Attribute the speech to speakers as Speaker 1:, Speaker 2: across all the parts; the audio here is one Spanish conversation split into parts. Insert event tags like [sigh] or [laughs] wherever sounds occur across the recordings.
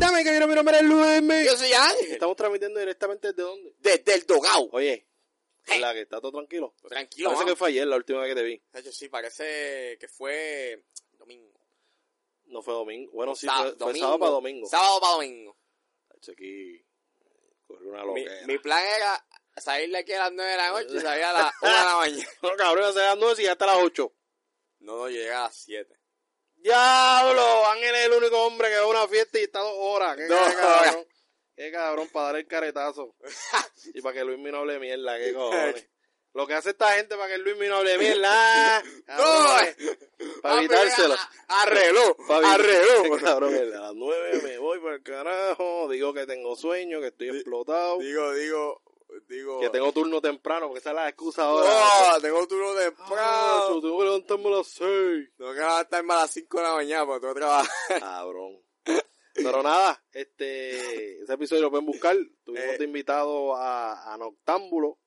Speaker 1: cámara es Luismi.
Speaker 2: Yo soy Ángel.
Speaker 3: Estamos transmitiendo directamente desde dónde. Eh.
Speaker 2: Desde el Dogao.
Speaker 3: Oye,
Speaker 2: Hey.
Speaker 3: la que está todo tranquilo.
Speaker 2: Tranquilo.
Speaker 3: Parece
Speaker 2: mano.
Speaker 3: que fue ayer la última vez que te vi.
Speaker 2: De hecho, sí, parece que fue domingo.
Speaker 3: No fue domingo. Bueno, sí,
Speaker 2: Sa-
Speaker 3: fue, fue sábado para domingo.
Speaker 2: Sábado para domingo.
Speaker 3: Hecho, Aquí corrió una
Speaker 2: Mi,
Speaker 3: loquera.
Speaker 2: mi plan era salir de aquí a las 9 de la noche y salir a las 1 de la
Speaker 3: [laughs]
Speaker 2: mañana.
Speaker 3: No, cabrón, hace las 9 y ya hasta las 8.
Speaker 2: No, no, llegué a las 7.
Speaker 3: ¡Diablo! Ángel es el único hombre que va a una fiesta y está dos horas. ¡Qué,
Speaker 2: Dos
Speaker 3: qué
Speaker 2: horas.
Speaker 3: cabrón! ¡Qué cabrón para dar el [laughs] caretazo! y para que Luis no hable mierda, [laughs] qué cojones. Lo que hace esta gente para que Luis no hable [laughs] mierda.
Speaker 2: Ah,
Speaker 3: cabrón, para evitárselo.
Speaker 2: Arregló,
Speaker 3: Pa'
Speaker 2: arregló.
Speaker 3: [laughs] evitar- Cabrón, a las 9 me voy para el carajo. Digo que tengo sueño, que estoy explotado.
Speaker 2: Digo, digo, digo.
Speaker 3: Que tengo turno temprano, porque esa es la excusa ahora.
Speaker 2: Oh, tengo turno
Speaker 3: Ah,
Speaker 2: temprano.
Speaker 3: yo tengo que levantarme a las 6.
Speaker 2: [laughs] Tengo que levantarme a las 5 de la mañana porque tengo que trabajar.
Speaker 3: Cabrón. Pero nada, este, ese episodio lo pueden buscar. Tuvimos
Speaker 2: Eh.
Speaker 3: de invitado a, a Noctámbulo.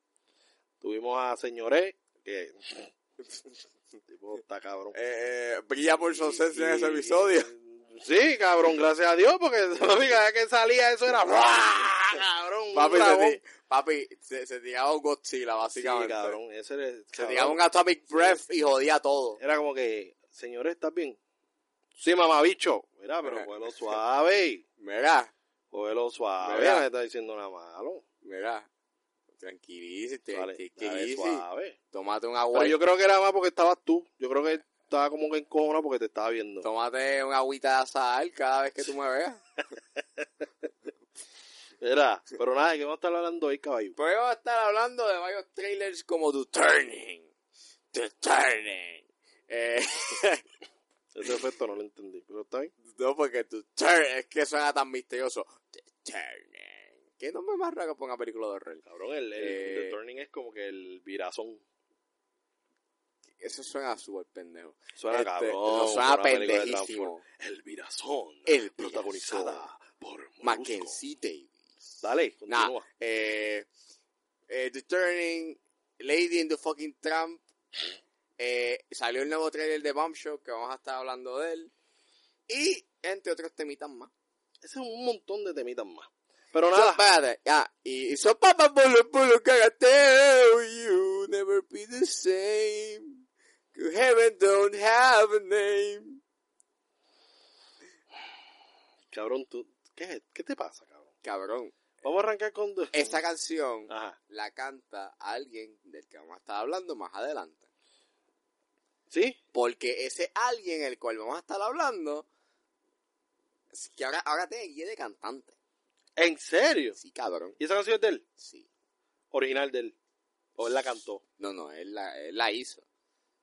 Speaker 3: Tuvimos a Señoré, que [laughs] tipo, está cabrón.
Speaker 2: Eh, eh, brilla por su ausencia en ese
Speaker 3: Y- y-
Speaker 2: episodio.
Speaker 3: Sí, cabrón, gracias a Dios, porque [laughs] cada vez que salía eso era ¡buah! cabrón. un
Speaker 2: Papi, se,
Speaker 3: dragón.
Speaker 2: ti- papi se, se tiraba un Godzilla,
Speaker 3: Sí,
Speaker 2: básicamente.
Speaker 3: cabrón, ese era, el-
Speaker 2: Se
Speaker 3: cabrón. Eh.
Speaker 2: tiraba un Atomic Breath y jodía todo.
Speaker 3: Era como que, señores, ¿estás bien? Sí, mamabicho. Mira, pero cógelo suave.
Speaker 2: Mira,
Speaker 3: Cógelo suave.
Speaker 2: Mira.
Speaker 3: No me está diciendo nada malo.
Speaker 2: mira. Tranquilízate,
Speaker 3: Dale, dale
Speaker 2: tranquilízate.
Speaker 3: suave.
Speaker 2: Tómate un
Speaker 3: Pero
Speaker 2: agua.
Speaker 3: yo creo que era más porque estabas tú. Yo creo que estaba como que en cojona porque te estaba viendo.
Speaker 2: Tómate un agüita de azahar cada vez que tú me veas.
Speaker 3: Mira, pero nada, ¿de qué vamos a estar hablando hoy, caballo?
Speaker 2: Pues vamos a estar hablando de varios trailers como The Turning. The Turning. Eh, [laughs]
Speaker 3: Ese efecto no lo entendí, pero está bien.
Speaker 2: no, porque The Turning es que suena tan misterioso. The Turning. ¿Qué nombre más raro que ponga película de horror?
Speaker 3: Cabrón, el, el,
Speaker 2: Eh.
Speaker 3: The Turning es como que el virazón.
Speaker 2: Eso suena súper pendejo.
Speaker 3: Suena
Speaker 2: Este,
Speaker 3: cabrón.
Speaker 2: no,
Speaker 3: por
Speaker 2: suena
Speaker 3: una película de Transformers.
Speaker 2: pendejísimo.
Speaker 3: El virazón.
Speaker 2: El
Speaker 3: protagonizada por Mackenzie.
Speaker 2: Mackenzie Davis.
Speaker 3: Dale,
Speaker 2: Nah,
Speaker 3: continúa.
Speaker 2: eh, eh, The Turning, Lady in the Fucking Tramp. eh, salió el nuevo trailer de Bombshell, que vamos a estar hablando de él. Y, entre otros temitas más.
Speaker 3: Ese es un montón de temitas más. Pero
Speaker 2: So,
Speaker 3: nada,
Speaker 2: espérate, ya. Y so, papa, bolo, bolo, cagateo, you never be the same. 'Cause Heaven don't have a name.
Speaker 3: cabrón, tú, ¿qué, qué te pasa, cabrón?
Speaker 2: Cabrón,
Speaker 3: Vamos a arrancar con...
Speaker 2: esa canción
Speaker 3: Ajá.
Speaker 2: la canta alguien del que vamos a estar hablando más adelante.
Speaker 3: ¿Sí?
Speaker 2: Porque ese alguien el cual vamos a estar hablando, es que ahora, ahora tiene guía de cantante.
Speaker 3: ¿En serio?
Speaker 2: Sí, cabrón.
Speaker 3: ¿Y esa canción es de él?
Speaker 2: Sí.
Speaker 3: Original de él. ¿O él la cantó?
Speaker 2: No, no, él la, él la hizo.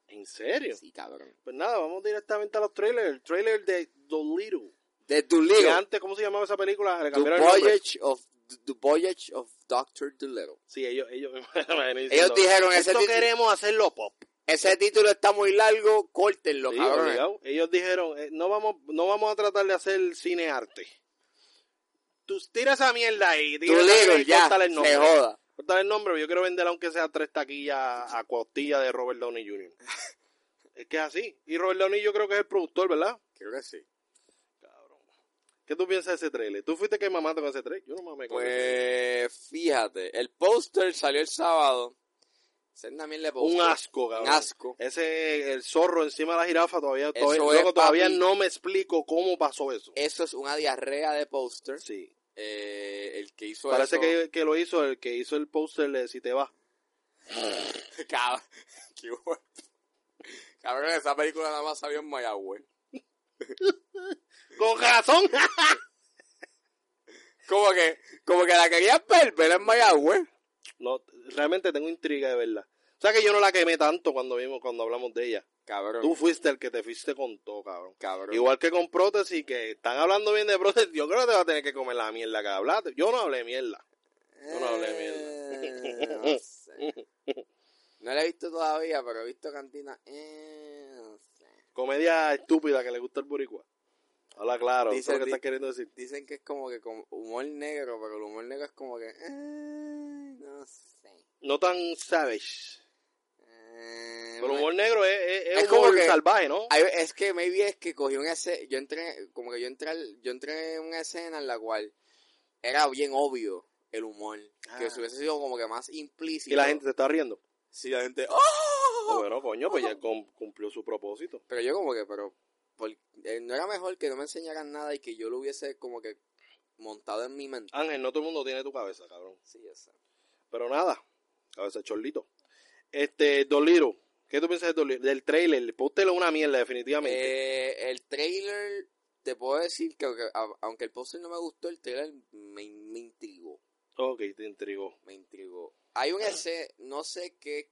Speaker 3: ¿En serio?
Speaker 2: Sí, cabrón.
Speaker 3: Pues nada, vamos directamente a los trailers. El trailer de Dolittle.
Speaker 2: De
Speaker 3: Que
Speaker 2: Doolittle.
Speaker 3: antes, ¿cómo se llamaba esa película?
Speaker 2: The
Speaker 3: Le cambiaron el nombre.
Speaker 2: Voyage of The Voyage of Doctor Doolittle.
Speaker 3: Sí, ellos... Ellos, [laughs] ellos
Speaker 2: Ellos dijeron ese
Speaker 3: Esto
Speaker 2: título,
Speaker 3: queremos hacerlo pop.
Speaker 2: ese título está muy largo, córtenlo,
Speaker 3: Sí,
Speaker 2: cabrón.
Speaker 3: obligado. Ellos dijeron, eh, no vamos no vamos a tratar de hacer cine arte. Tú tira esa mierda ahí, tira esa mierda
Speaker 2: Doolittle
Speaker 3: y
Speaker 2: ya
Speaker 3: córtale el
Speaker 2: se
Speaker 3: nombre.
Speaker 2: joda.
Speaker 3: Córtale el nombre, yo quiero vender aunque sea tres taquillas a costilla de Robert Downey
Speaker 2: [laughs]
Speaker 3: Jr. es que es así. Y Robert Downey yo creo que es el productor, ¿verdad?
Speaker 2: Creo que sí.
Speaker 3: Cabrón. ¿Qué tú piensas de ese trailer? ¿Tú fuiste que mamaste con ese trailer? Yo no mamé con ese trailer.
Speaker 2: Pues fíjate, el póster salió el sábado. Ese también le
Speaker 3: Un asco, cabrón.
Speaker 2: pues, Un asco.
Speaker 3: Ese, el zorro encima de la jirafa, todavía, todavía,
Speaker 2: Eso es,
Speaker 3: loco, todavía
Speaker 2: papi. Eh,
Speaker 3: no me explico cómo pasó eso.
Speaker 2: Eso es una diarrea de póster.
Speaker 3: Sí.
Speaker 2: Eh, el que hizo
Speaker 3: Parece
Speaker 2: eso.
Speaker 3: que, que lo hizo el que hizo el póster de Si te vas.
Speaker 2: [laughs] Cab- Qué bueno. Cabrón, esa película nada más salió en Mayagüez.
Speaker 3: ¡Con razón! [laughs]
Speaker 2: Como que, como que la querías ver, pero en Mayagüez.
Speaker 3: no, realmente tengo intriga de verla. O sea que yo no la quemé tanto cuando vimos, cuando hablamos de ella.
Speaker 2: Cabrón.
Speaker 3: Tú fuiste el que te fuiste con todo, cabrón.
Speaker 2: Cabrón.
Speaker 3: Igual que con prótesis, que están hablando bien de prótesis, yo creo que te vas a tener que comer la mierda que hablaste. Yo no hablé mierda. Yo no hablé mierda.
Speaker 2: Eh, [laughs] no, sé. No la he visto todavía, pero he visto cantina. eh, no sé.
Speaker 3: Comedia estúpida que le gusta el boricua. Habla claro,
Speaker 2: Dice
Speaker 3: eso es lo que
Speaker 2: di-
Speaker 3: estás queriendo decir.
Speaker 2: Dicen que es como que con humor negro, pero el humor negro es como que. eh, no sé.
Speaker 3: No tan savage.
Speaker 2: Eh, Eh,
Speaker 3: Pero
Speaker 2: me-
Speaker 3: humor negro es, es, es
Speaker 2: Es
Speaker 3: humor
Speaker 2: como que-
Speaker 3: salvaje, ¿no?
Speaker 2: Ay, es que maybe es que cogí una escena, yo entré, como que yo entré, al- yo entré en una escena en la cual era bien obvio el humor, que
Speaker 3: Ah.
Speaker 2: si hubiese sido como que más implícito.
Speaker 3: Y la gente se está riendo.
Speaker 2: sí, la gente,
Speaker 3: Ah,
Speaker 2: ¡Oh!
Speaker 3: Bueno, coño, pues ya cum- cumplió su propósito.
Speaker 2: Pero yo como que, pero, por- eh, no era mejor que no me enseñaran nada y que yo lo hubiese como que montado en mi mente.
Speaker 3: Ángel, no todo el mundo tiene tu cabeza, cabrón.
Speaker 2: Sí, yo sé.
Speaker 3: Pero nada, cabeza de chorlito. Este, Doliro, ¿qué tú piensas de Doliro? Del trailer, póstelo una mierda, definitivamente.
Speaker 2: Eh, el trailer, te puedo decir que aunque, a- aunque el póster no me gustó, el trailer me, me intrigó,
Speaker 3: Ok, te intrigó.
Speaker 2: me intrigó. Hay un ese, no sé qué,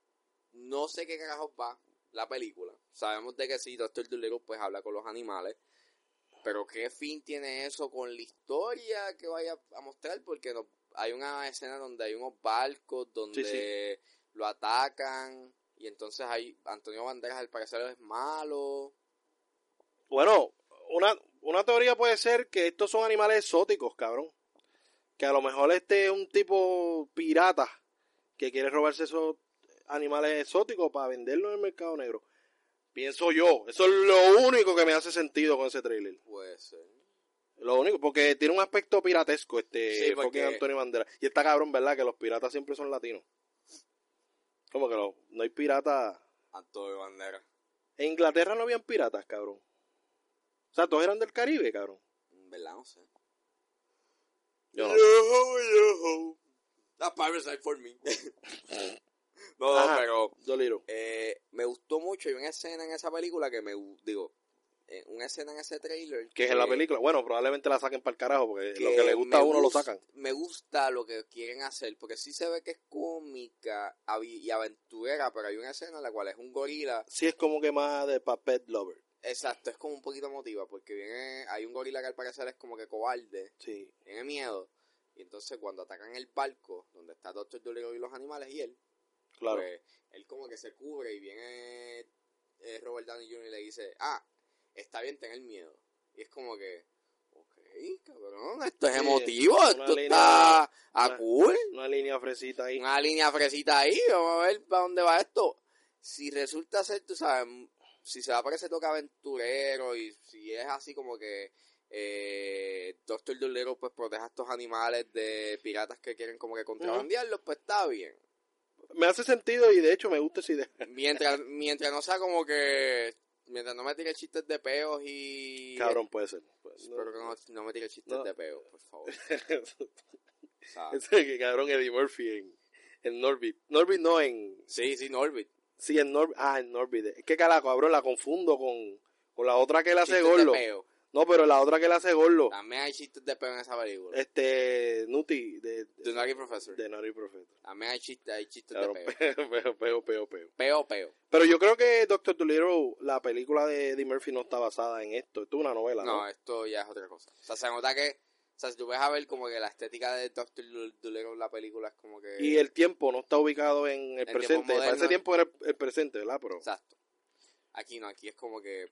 Speaker 2: no sé qué carajos va la película. Sabemos de que sí, Doctor Dolittle pues habla con los animales, pero qué fin tiene eso con la historia que vaya a mostrar, porque no- hay una escena donde hay unos barcos donde lo atacan y entonces hay Antonio Banderas al parecer es malo.
Speaker 3: Bueno, una, una teoría puede ser que estos son animales exóticos, cabrón. Que a lo mejor este es un tipo pirata que quiere robarse esos animales exóticos para venderlos en el mercado negro. Pienso yo, eso es lo único que me hace sentido con ese trailer.
Speaker 2: Puede ser.
Speaker 3: Lo único, porque tiene un aspecto piratesco este
Speaker 2: Sí, porque-
Speaker 3: fucking Antonio Bandera. Y está cabrón, ¿verdad? Que los piratas siempre son latinos. Como que lo- no hay pirata.
Speaker 2: Antonio Bandera.
Speaker 3: En Inglaterra no habían piratas, cabrón. O sea, todos eran del Caribe, cabrón.
Speaker 2: ¿Verdad? No sé.
Speaker 3: Yo no.
Speaker 2: yo. That pirates are for me. [laughs] no, no,
Speaker 3: Ajá.
Speaker 2: pero
Speaker 3: Doliro.
Speaker 2: eh, me gustó mucho. Hay una escena en esa película que me. gu- Digo, eh, una escena en ese trailer.
Speaker 3: Que es en la película. Bueno, probablemente la saquen para el carajo, porque
Speaker 2: que
Speaker 3: lo Eh, que le gusta a
Speaker 2: me
Speaker 3: uno lo
Speaker 2: gust-
Speaker 3: sacan.
Speaker 2: Me gusta lo que quieren hacer, porque sí se ve que es cómica avi- y aventurera, pero hay una escena en la cual es un gorila.
Speaker 3: Sí, es como que más de Papet Lover.
Speaker 2: Exacto, es como un poquito emotiva, porque viene, hay un gorila que al parecer es como que cobarde.
Speaker 3: Sí.
Speaker 2: tiene miedo. Y entonces cuando atacan el barco, donde está Doctor Dolittle y los animales y él,
Speaker 3: Claro.
Speaker 2: pues él como que se cubre y viene eh, Robert Downey Jr. y le dice, ah, está bien tener miedo. Y es como que, ok, cabrón, esto es
Speaker 3: Sí,
Speaker 2: emotivo,
Speaker 3: una
Speaker 2: esto
Speaker 3: línea-
Speaker 2: está a
Speaker 3: una-
Speaker 2: cool.
Speaker 3: Una línea fresita ahí.
Speaker 2: Una línea fresita ahí, vamos a ver para dónde va esto. Si resulta ser, tú sabes, m- si se va para ese toque aventurero y si es así como que eh, Doctor Dolero pues proteja a estos animales de piratas que quieren como que contrabandearlos, pues está bien.
Speaker 3: Me hace sentido y de hecho me gusta esa idea.
Speaker 2: Mientras, mientras no sea como que, mientras no me tire chistes de peos y...
Speaker 3: Cabrón, puede ser. Pues, no. [laughs]
Speaker 2: Espero que no, no me tire chistes
Speaker 3: No.
Speaker 2: de peos, por favor.
Speaker 3: [laughs]
Speaker 2: O sea,
Speaker 3: Ese que cabrón Eddie Murphy en, en Norbit. Norbit no en.
Speaker 2: sí, sí, Norbit.
Speaker 3: Sí, en Norbit. Ah, en Norbit. Es que cala, cabrón, la confundo con, con la otra que le hace
Speaker 2: Chistes
Speaker 3: gorlo.
Speaker 2: de peo.
Speaker 3: No, pero la otra que le hace gorlo.
Speaker 2: También hay chistes de peo en esa película.
Speaker 3: Este. Nuti de,
Speaker 2: The Nutty Professor.
Speaker 3: de Naughty Professor. [laughs]
Speaker 2: También hay chistes, hay chistes
Speaker 3: Cabrón,
Speaker 2: de peo.
Speaker 3: peo, peo, peo, peo.
Speaker 2: Peo, peo.
Speaker 3: Pero yo creo que Doctor Dolittle, la película de Eddie Murphy, no está basada en esto. Esto es una novela, ¿no?
Speaker 2: No, esto ya es otra cosa. O sea, se nota que... O sea, si tú ves a ver como que la estética de Doctor Dolittle en la película es como que...
Speaker 3: Y el tiempo no está ubicado en el,
Speaker 2: eh, tiempo
Speaker 3: presente. Para ese
Speaker 2: moderno.
Speaker 3: tiempo era el, el presente, ¿verdad? Pero,
Speaker 2: Exacto. Aquí no, aquí es como que...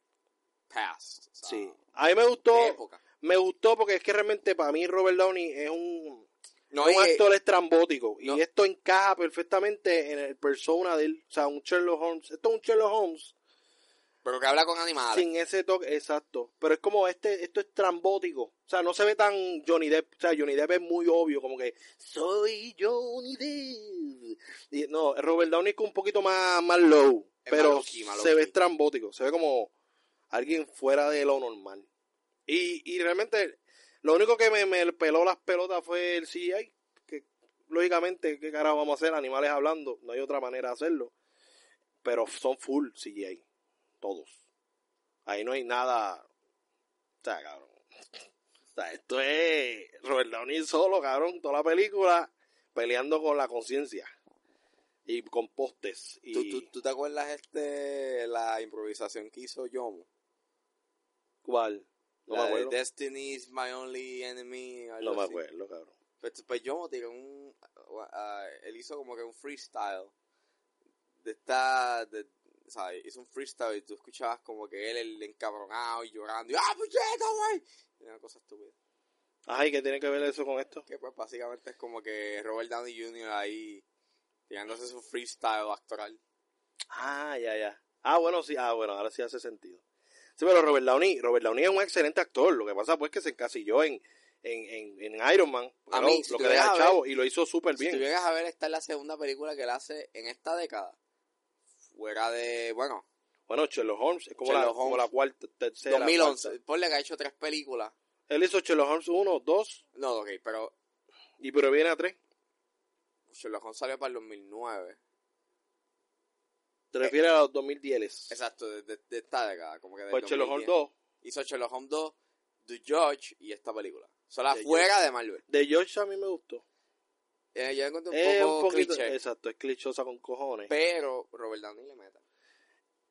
Speaker 2: Past. o sea,
Speaker 3: sí. A mí me gustó.
Speaker 2: de época.
Speaker 3: Me gustó porque es que realmente para mí Robert Downey es un,
Speaker 2: No,
Speaker 3: un
Speaker 2: y- eh,
Speaker 3: actor estrambótico.
Speaker 2: no.
Speaker 3: Y esto encaja perfectamente en el persona de él. O sea, un Sherlock Holmes. Esto es un Sherlock Holmes
Speaker 2: pero que habla con animales.
Speaker 3: sin ese toque. Exacto. Pero es como este, esto es estrambótico. O sea, no se ve tan Johnny Depp. O sea, Johnny Depp es muy obvio, como que soy Johnny Depp. Y, no, Robert Downey es un poquito más, más low.
Speaker 2: Es más
Speaker 3: pero
Speaker 2: low-key, más
Speaker 3: se ve
Speaker 2: low-key.
Speaker 3: estrambótico. Se ve como alguien fuera de lo normal. Y, y realmente, lo único que me, me peló las pelotas fue el CGI. Que lógicamente, ¿qué carajo vamos a hacer? Animales hablando. No hay otra manera de hacerlo. Pero son full CGI. Todos. Ahí no hay nada. O sea, cabrón. O sea, esto es Robert Downey solo, cabrón. Toda la película peleando con la conciencia. Y con postes. Y...
Speaker 2: ¿Tú, tú, tú te acuerdas este la improvisación que hizo Yomo?
Speaker 3: ¿Cuál? No
Speaker 2: La
Speaker 3: me
Speaker 2: de
Speaker 3: acuerdo.
Speaker 2: Destiny is my only enemy. algo
Speaker 3: No me
Speaker 2: así.
Speaker 3: acuerdo, cabrón.
Speaker 2: Pues, pues Yomo tiró un. ah, él hizo como que un freestyle. De esta. De, o sea, hizo un freestyle y tú escuchabas como que él, el encabronado y llorando. Y, ¡Ah, puñeta, güey! Y Una cosa estúpida.
Speaker 3: Ay, ¿qué tiene que ver eso con esto?
Speaker 2: Que pues básicamente es como que Robert Downey Jr. ahí. Tirándose su freestyle actoral.
Speaker 3: Ah, ya, ya. Ah, bueno, sí, ah, bueno, ahora sí hace sentido. Sí, pero Robert Downey, Robert Downey es un excelente actor. Lo que pasa pues que se encasilló en, en, en, en Iron Man,
Speaker 2: A
Speaker 3: ¿no?
Speaker 2: mí, si
Speaker 3: lo
Speaker 2: tú
Speaker 3: que deja
Speaker 2: llegas a
Speaker 3: chavo, y lo hizo súper
Speaker 2: Si tú
Speaker 3: bien.
Speaker 2: llegas a ver, esta es la segunda película que él hace en esta década. Fuera de, bueno,
Speaker 3: Bueno, Sherlock Holmes es como, la,
Speaker 2: Sherlock
Speaker 3: como
Speaker 2: Holmes.
Speaker 3: la cuarta, tercera.
Speaker 2: 2011.
Speaker 3: cuarta.
Speaker 2: Ponle que ha hecho tres películas.
Speaker 3: Él hizo Sherlock Holmes 1, 2,
Speaker 2: No, ok, pero
Speaker 3: y pero viene a 3.
Speaker 2: Sherlock Holmes salió para el 2009.
Speaker 3: Te refieres a los 2010.
Speaker 2: Eh. Exacto, de, de- de esta década. Como que del
Speaker 3: Pues Sherlock Holmes
Speaker 2: 2010.
Speaker 3: 2,
Speaker 2: Hizo Sherlock Holmes 2, The Judge y esta película. Son las
Speaker 3: The
Speaker 2: fuera de Marvel.
Speaker 3: de George a mí me gustó.
Speaker 2: Eh, yo encuentro un
Speaker 3: es
Speaker 2: poco
Speaker 3: un poquito,
Speaker 2: cliché,
Speaker 3: exacto, es clichosa con cojones.
Speaker 2: pero Robert Downey le meta.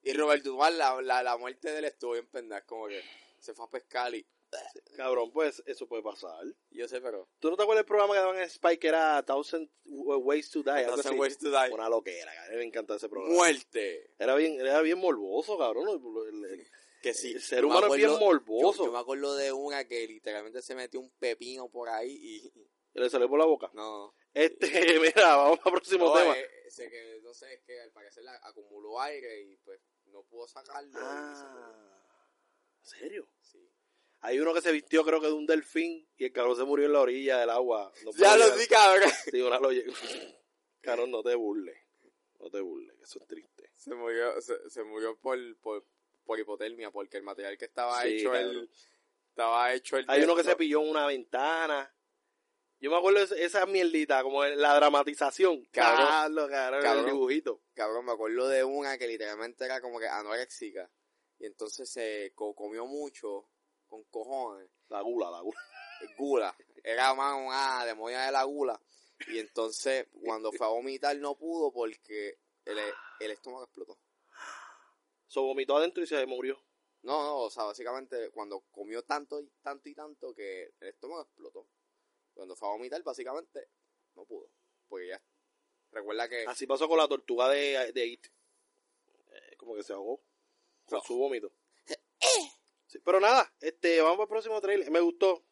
Speaker 2: Y Robert Duval, la, la, la muerte de él estuvo bien pendeja, como que se fue a pescar y
Speaker 3: Cabrón, pues eso puede pasar.
Speaker 2: yo sé, pero...
Speaker 3: ¿Tú no te acuerdas del programa que daban en Spike que era Thousand Ways to Die? algo
Speaker 2: Entonces,
Speaker 3: así?
Speaker 2: Ways to Die.
Speaker 3: Una loquera, cabrón, me encantaba ese programa.
Speaker 2: Muerte.
Speaker 3: Era bien, era bien morboso, cabrón. El, el- el-
Speaker 2: Que sí.
Speaker 3: el ser
Speaker 2: yo me
Speaker 3: humano es bien
Speaker 2: acuerdo-
Speaker 3: morboso.
Speaker 2: Yo, yo me acuerdo de una que literalmente se metió un pepino por ahí y... [laughs]
Speaker 3: le salió por la boca.
Speaker 2: No.
Speaker 3: Este, [laughs] mira, vamos al próximo
Speaker 2: No,
Speaker 3: tema.
Speaker 2: eh, sé que, no sé, es que al parecer la- acumuló aire y pues no pudo sacarlo. y se murió.
Speaker 3: Ah, ¿en serio?
Speaker 2: Sí.
Speaker 3: Hay uno que se vistió, creo que de un delfín, y el cabrón se murió en la orilla del agua. No
Speaker 2: Ya
Speaker 3: puedo
Speaker 2: lo
Speaker 3: llegar.
Speaker 2: vi, cabrón.
Speaker 3: Sí, una lo [laughs] Cabrón, no te burles. No te burles, que eso es triste.
Speaker 2: [laughs] Se murió, se, se murió por, por, por hipotermia, porque el material que estaba
Speaker 3: Sí,
Speaker 2: hecho
Speaker 3: cabrón.
Speaker 2: el, estaba hecho el
Speaker 3: Hay uno que
Speaker 2: texto.
Speaker 3: se pilló en una ventana. Yo me acuerdo de esa mierdita, como la dramatización.
Speaker 2: Cabrón.
Speaker 3: Carlos, cabrón,
Speaker 2: Cabrón.
Speaker 3: el dibujito.
Speaker 2: Cabrón, me acuerdo de una que literalmente era como que anoréxica. Y entonces se co- comió mucho con cojones.
Speaker 3: La gula, la gula.
Speaker 2: Gula. Era más una demonia de la gula. Y entonces cuando fue a vomitar no pudo porque el, el estómago explotó.
Speaker 3: Se vomitó adentro y se murió.
Speaker 2: No, no, o sea, básicamente cuando comió tanto y tanto y tanto que el estómago explotó. Cuando fue a vomitar, básicamente, no pudo. Porque ya. Recuerda que.
Speaker 3: Así pasó con la tortuga de, de It. Eh, como que se ahogó. Con su vómito. Sí, pero nada, este, vamos al próximo trailer. Me gustó.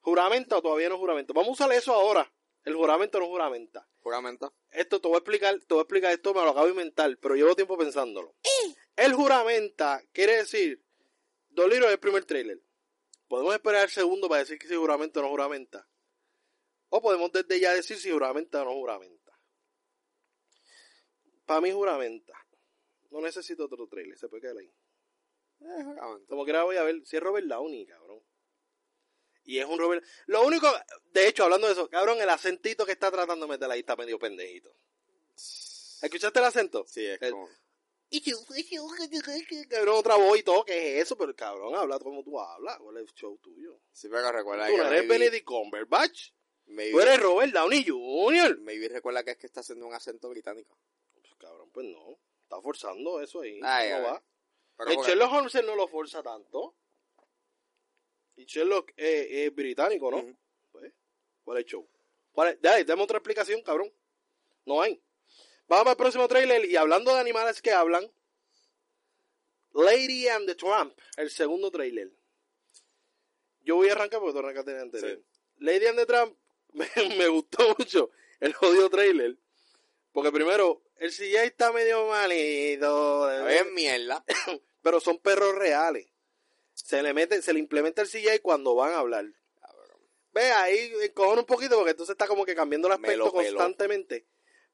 Speaker 3: ¿Juramenta o todavía no juramento? Vamos a usar eso ahora. El juramento o no juramenta.
Speaker 2: Juramento.
Speaker 3: Esto te voy a explicar, te voy a explicar esto, me lo acabo de inventar, pero llevo tiempo pensándolo. El juramenta quiere decir, Doliro es el primer trailer. Podemos esperar el segundo para decir que si juramenta o no juramenta. O podemos desde ya decir si juramenta o no juramenta. Para mí juramenta. No necesito otro trailer, se puede quedar ahí.
Speaker 2: Eh, juramento.
Speaker 3: Como quiera voy a ver si es Robert Downey, cabrón. Y es un Robert... Lo único, de hecho, hablando de eso, cabrón, el acentito que está tratando de meter ahí está medio pendejito. ¿Escuchaste el acento?
Speaker 2: Sí, es
Speaker 3: El-
Speaker 2: como.
Speaker 3: [laughs] Cabrón, otra voz y todo, ¿qué es eso? Pero cabrón, habla como tú hablas. ¿Cuál es el show tuyo?
Speaker 2: Sí, pero recuerda
Speaker 3: Tú
Speaker 2: que.
Speaker 3: no eres
Speaker 2: maybe-
Speaker 3: Benedict Cumberbatch.
Speaker 2: maybe-
Speaker 3: Tú eres Robert Downey Jr.
Speaker 2: maybe recuerda que es que está haciendo un acento británico.
Speaker 3: Pues, cabrón, pues no. Está forzando eso ahí.
Speaker 2: Ay,
Speaker 3: no
Speaker 2: ay.
Speaker 3: va.
Speaker 2: Pero
Speaker 3: el
Speaker 2: porque-
Speaker 3: Sherlock Holmes él no lo forza tanto. Y Sherlock eh, es británico, ¿no?
Speaker 2: Ujú.
Speaker 3: Pues, ¿Cuál es el show? ¿Cuál es? Dale, dame otra explicación, cabrón. No hay. Vamos al próximo trailer y hablando de animales que hablan. Lady and the Tramp, el segundo trailer. Yo voy a arrancar porque tú arrancaste en el anterior.
Speaker 2: Sí.
Speaker 3: Lady and the Tramp [laughs] me, me gustó mucho el jodido trailer. Porque primero, el CGI está medio malito.
Speaker 2: A ver, mierda.
Speaker 3: Pero son perros reales. Se le mete, se le implementa el CGI cuando van a hablar.
Speaker 2: Cabrón.
Speaker 3: Ve ahí, encojona un poquito porque entonces está como que cambiando el
Speaker 2: Me
Speaker 3: aspecto
Speaker 2: lo peló.
Speaker 3: constantemente.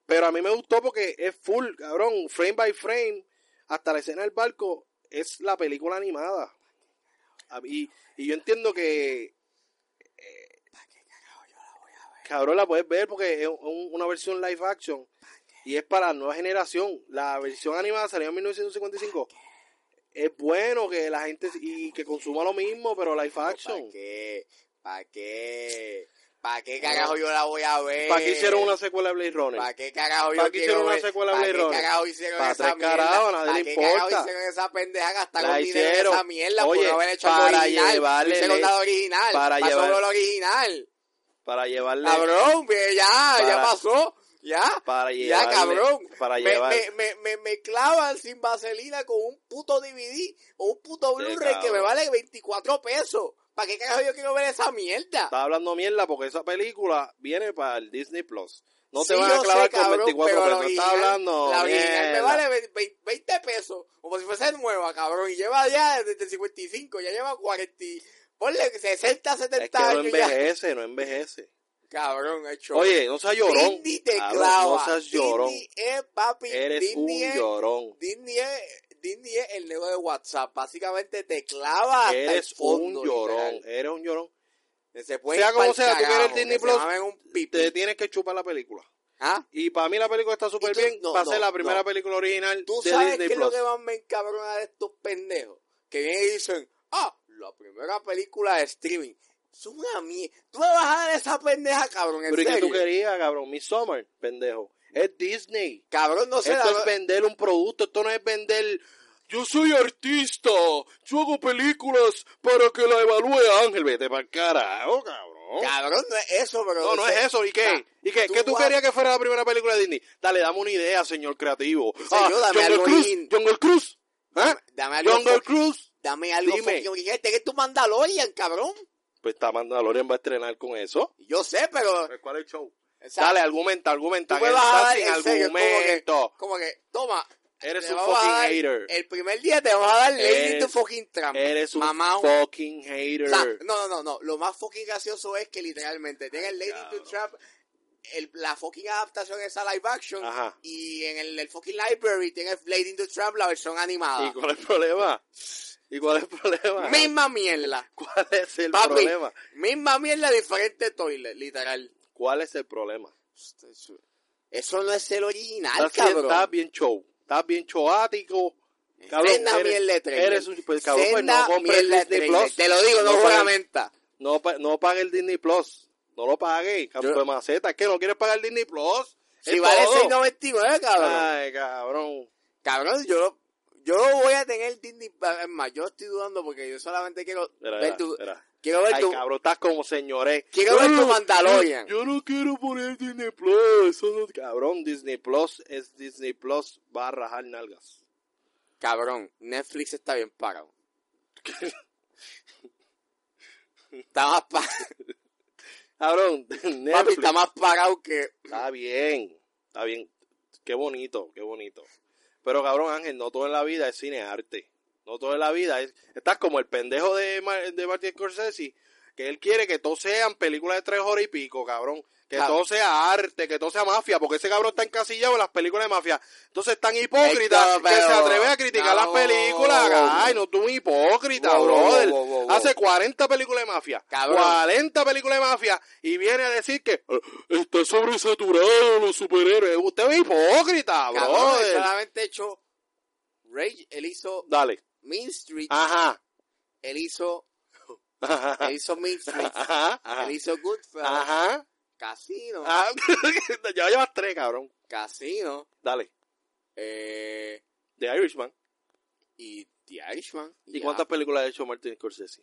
Speaker 3: Pero a mí me gustó porque es full, cabrón, frame by frame, hasta la escena del barco, es la película animada. A mí- Ah, Y, yo entiendo que, eh,
Speaker 2: ¿Para qué carajo yo la voy a ver?
Speaker 3: cabrón, la puedes ver porque es un- una versión live action y es para la nueva generación. La versión animada salió en 1955. Es bueno que la gente y que consuma lo mismo, pero live action.
Speaker 2: ¿Para qué? ¿Para qué? ¿Para qué carajo yo la voy a ver?
Speaker 3: ¿Para qué hicieron una secuela de Blade Runner?
Speaker 2: ¿Para qué carajo yo
Speaker 3: ¿Para qué
Speaker 2: quiero
Speaker 3: hicieron una
Speaker 2: ver?
Speaker 3: secuela
Speaker 2: ¿Para
Speaker 3: Blade
Speaker 2: qué
Speaker 3: Runner?
Speaker 2: carajo hicieron
Speaker 3: Para
Speaker 2: esa
Speaker 3: tres
Speaker 2: mierda?
Speaker 3: carajos, a nadie
Speaker 2: ¿Para
Speaker 3: le
Speaker 2: qué
Speaker 3: importa.
Speaker 2: carajo hicieron esa pendeja
Speaker 3: La
Speaker 2: gastaron dinero en
Speaker 3: hicieron.
Speaker 2: esa mierda?
Speaker 3: Oye,
Speaker 2: por haber hecho algo
Speaker 3: para
Speaker 2: original.
Speaker 3: llevarle
Speaker 2: No hicieron
Speaker 3: le-
Speaker 2: nada original.
Speaker 3: para
Speaker 2: pasó
Speaker 3: llevar-
Speaker 2: lo original.
Speaker 3: Para llevarle...
Speaker 2: Cabrón, ve, ya,
Speaker 3: Para-
Speaker 2: ya pasó. Ya,
Speaker 3: para
Speaker 2: ya,
Speaker 3: llevarle-
Speaker 2: cabrón.
Speaker 3: Para
Speaker 2: me,
Speaker 3: llevar...
Speaker 2: me, me, me, me clavan sin vaselina con un puto DVD o un puto
Speaker 3: Sí,
Speaker 2: Blu-ray que me
Speaker 3: cabrón.
Speaker 2: vale 24 pesos. ¿Para qué carajo yo quiero ver esa mierda?
Speaker 3: Estaba hablando mierda porque esa película viene para el Disney Plus. No te
Speaker 2: Sí,
Speaker 3: van a
Speaker 2: yo
Speaker 3: clavar
Speaker 2: sé,
Speaker 3: con
Speaker 2: cabrón,
Speaker 3: 24
Speaker 2: pero la
Speaker 3: pesos. Estás
Speaker 2: original-
Speaker 3: hablando.
Speaker 2: La original me
Speaker 3: mierda.
Speaker 2: vale ve- ve- 20 pesos, como si fuese nueva, cabrón. Y lleva ya desde el 55, ya lleva 40. y- Ponle 60,
Speaker 3: Es
Speaker 2: 70
Speaker 3: que no
Speaker 2: años ya.
Speaker 3: envejece, no envejece.
Speaker 2: Cabrón, hecho.
Speaker 3: Oye, no seas llorón.
Speaker 2: Disney te
Speaker 3: Cabrón,
Speaker 2: clava.
Speaker 3: No seas llorón.
Speaker 2: Disney es, papi,
Speaker 3: Eres un
Speaker 2: Disney es,
Speaker 3: llorón.
Speaker 2: Disney es, Disney es el nego de WhatsApp. Básicamente te clava hasta el
Speaker 3: Eres
Speaker 2: fondo.
Speaker 3: un llorón.
Speaker 2: literal.
Speaker 3: Eres un llorón.
Speaker 2: Que Se puede
Speaker 3: Sea
Speaker 2: ir
Speaker 3: como
Speaker 2: pa'l
Speaker 3: sea, tú quieres
Speaker 2: carajo,
Speaker 3: Disney
Speaker 2: que se
Speaker 3: Plus,
Speaker 2: mamen un pipi.
Speaker 3: Te tienes que chupar la película.
Speaker 2: ¿Ah?
Speaker 3: Y para mí la película está súper
Speaker 2: tú-
Speaker 3: bien.
Speaker 2: no,
Speaker 3: para ser
Speaker 2: no,
Speaker 3: la primera
Speaker 2: no.
Speaker 3: película original
Speaker 2: ¿Tú
Speaker 3: de
Speaker 2: sabes
Speaker 3: Disney
Speaker 2: qué es lo
Speaker 3: Plus.
Speaker 2: que más me encabrona de estos pendejos? Que vienen y dicen, ah, la primera película de streaming. Es una mierda. Tú me vas a dar esa pendeja, cabrón, en
Speaker 3: Pero ¿y qué
Speaker 2: serio?
Speaker 3: tú querías, cabrón? Mi Summer, pendejo. Es Disney.
Speaker 2: Cabrón, no sé.
Speaker 3: Esto
Speaker 2: la-
Speaker 3: es vender un producto, esto no es vender. Yo soy artista, yo hago películas para que la evalúe Ángel. Vete para carajo, cabrón.
Speaker 2: Cabrón, no es eso, pero...
Speaker 3: No, no es eso. ¿Y qué? ¿Y qué?
Speaker 2: tú
Speaker 3: ¿Qué tú
Speaker 2: vas-
Speaker 3: querías que fuera la primera película de Disney? Dale, dame una idea, señor creativo. Ah,
Speaker 2: yo dame
Speaker 3: Jungle
Speaker 2: algo
Speaker 3: Cruise.
Speaker 2: in-
Speaker 3: Jungle Cruise. ¿Eh?
Speaker 2: Dame algo,
Speaker 3: Jungle
Speaker 2: fucking-
Speaker 3: Cruise.
Speaker 2: dame algo
Speaker 3: Dime.
Speaker 2: fucking original. Este que es tu Mandalorian, cabrón.
Speaker 3: Pues está Mandalorian va a estrenar con eso.
Speaker 2: Yo sé, pero...
Speaker 3: Pues, ¿Cuál es el show?
Speaker 2: o sea,
Speaker 3: Dale, argumenta, argumenta.
Speaker 2: tú
Speaker 3: Que
Speaker 2: me vas a
Speaker 3: estás
Speaker 2: dar
Speaker 3: sin
Speaker 2: en serio, como que-
Speaker 3: argumento.
Speaker 2: como que, toma,
Speaker 3: Eres
Speaker 2: te
Speaker 3: un
Speaker 2: vamos a
Speaker 3: fucking
Speaker 2: dar-
Speaker 3: hater.
Speaker 2: El primer día te vas a dar Lady
Speaker 3: Eres-
Speaker 2: to fucking Trump.
Speaker 3: Eres un
Speaker 2: mamao.
Speaker 3: fucking hater.
Speaker 2: O sea, no, no, no, no. Lo más fucking gracioso es que literalmente tenga el Lady
Speaker 3: cabrón.
Speaker 2: to Trap, el- la fucking adaptación es a live action
Speaker 3: Ajá.
Speaker 2: y en el, el fucking library tiene Lady to Trap la versión animada.
Speaker 3: ¿Y cuál es el problema? ¿Y cuál es el problema?
Speaker 2: Misma mierda.
Speaker 3: ¿Cuál es el
Speaker 2: Papi.
Speaker 3: problema?
Speaker 2: Misma mierda, diferente toilet, literal.
Speaker 3: ¿Cuál es el problema?
Speaker 2: Eso no es el original,
Speaker 3: Estás bien,
Speaker 2: cabrón.
Speaker 3: estás bien show. Estás bien choático. Cabrón,
Speaker 2: Senda
Speaker 3: eres-
Speaker 2: mierda de trailer.
Speaker 3: eres un- pues, cabrón, pues,
Speaker 2: Senda
Speaker 3: no compres
Speaker 2: mierda de
Speaker 3: Disney
Speaker 2: trailer.
Speaker 3: Plus.
Speaker 2: Te lo digo, no,
Speaker 3: No
Speaker 2: juega
Speaker 3: pagues.
Speaker 2: menta.
Speaker 3: No, pa- no pague el Disney Plus. No lo pague, campo
Speaker 2: Yo-
Speaker 3: de maceta. Es que no quieres pagar el Disney Plus.
Speaker 2: Si
Speaker 3: Es
Speaker 2: vale
Speaker 3: todo.
Speaker 2: 6.99, cabrón.
Speaker 3: Ay, cabrón.
Speaker 2: Cabrón, yo yo no voy a tener Disney Plus. Es más, yo estoy dudando porque yo solamente quiero
Speaker 3: Espera,
Speaker 2: ver
Speaker 3: espera,
Speaker 2: tu.
Speaker 3: espera.
Speaker 2: Quiero ver
Speaker 3: Ay,
Speaker 2: tu.
Speaker 3: cabrón, estás como señores.
Speaker 2: Quiero ver tu
Speaker 3: Yo-
Speaker 2: Mandalorian.
Speaker 3: Yo, yo no quiero poner Disney Plus. Eso no- cabrón, Disney Plus es Disney Plus. Va a rajar nalgas.
Speaker 2: Cabrón, Netflix está bien pagado. está
Speaker 3: [laughs]
Speaker 2: más pagado.
Speaker 3: Cabrón, [laughs]
Speaker 2: Papi,
Speaker 3: Netflix.
Speaker 2: está más pagado que.
Speaker 3: Está bien, está bien. Qué bonito, qué bonito. Pero cabrón Ángel, no todo en la vida es cine arte. No todo en la vida es... Estás como el pendejo de, Mar- de Martin Scorsese, que él quiere que todo sean películas de tres horas y pico, cabrón. Que
Speaker 2: Claro.
Speaker 3: todo sea arte, que todo sea mafia, porque ese cabrón está encasillado en las películas de mafia. Entonces es tan
Speaker 2: Héctor,
Speaker 3: hipócrita que
Speaker 2: pero-
Speaker 3: se atreve a criticar las
Speaker 2: No.
Speaker 3: películas. Ay, no tú un hipócrita,
Speaker 2: Wow,
Speaker 3: brother.
Speaker 2: wow, wow, wow, wow.
Speaker 3: Hace 40 películas de mafia.
Speaker 2: Cabrón.
Speaker 3: 40 películas de mafia y viene a decir que "Ah, está sobresaturado los superhéroes. Usted es hipócrita,
Speaker 2: Cabrón, él
Speaker 3: brother.
Speaker 2: solamente ha hecho. Rage, él hizo
Speaker 3: Dale.
Speaker 2: Mean Street.
Speaker 3: Ajá.
Speaker 2: [laughs] Él hizo.
Speaker 3: Ajá.
Speaker 2: Él hizo Mean Street.
Speaker 3: Ajá. Ajá.
Speaker 2: él hizo Goodfellas.
Speaker 3: Ajá. [laughs]
Speaker 2: Casino.
Speaker 3: Ah, ya llevas tres, cabrón.
Speaker 2: Casino.
Speaker 3: Dale.
Speaker 2: Eh.
Speaker 3: The Irishman.
Speaker 2: y The Irishman.
Speaker 3: ¿Y
Speaker 2: ya.
Speaker 3: cuántas películas ha hecho Martin Scorsese?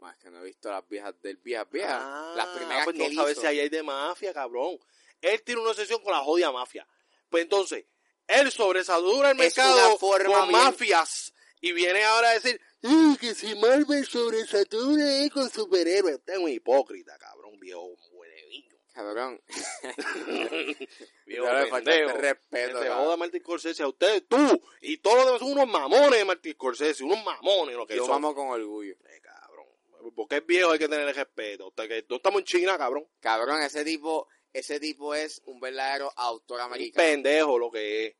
Speaker 2: Más que no he visto las viejas del viejas viejas.
Speaker 3: Ah,
Speaker 2: las primeras
Speaker 3: pues
Speaker 2: que
Speaker 3: no
Speaker 2: él
Speaker 3: sabe
Speaker 2: hizo.
Speaker 3: si ahí hay de mafia, cabrón. Él tiene una obsesión con la jodida mafia. Pues entonces, él sobresatura el
Speaker 2: Es
Speaker 3: mercado
Speaker 2: una forma
Speaker 3: con
Speaker 2: bien-
Speaker 3: mafias y viene ahora a decir "Eh, que si Marvel sobresatura eh, con superhéroes. Usted es un hipócrita, cabrón, viejo huelevillo. [laughs]
Speaker 2: Cabrón.
Speaker 3: Viejo
Speaker 2: Ya le faltaste
Speaker 3: pendejo.
Speaker 2: el
Speaker 3: Que
Speaker 2: respeto.
Speaker 3: se
Speaker 2: cabrón.
Speaker 3: joda Martin Scorsese a ustedes, tú y todos los demás son unos mamones de Martin Scorsese, unos mamones lo que
Speaker 2: Yo
Speaker 3: son.
Speaker 2: mamo con orgullo.
Speaker 3: Eh, cabrón, porque es viejo hay que tener respeto. Usted que no estamos en China, cabrón.
Speaker 2: Cabrón, ese tipo, ese tipo es un verdadero autor
Speaker 3: Un
Speaker 2: americano.
Speaker 3: pendejo lo que es.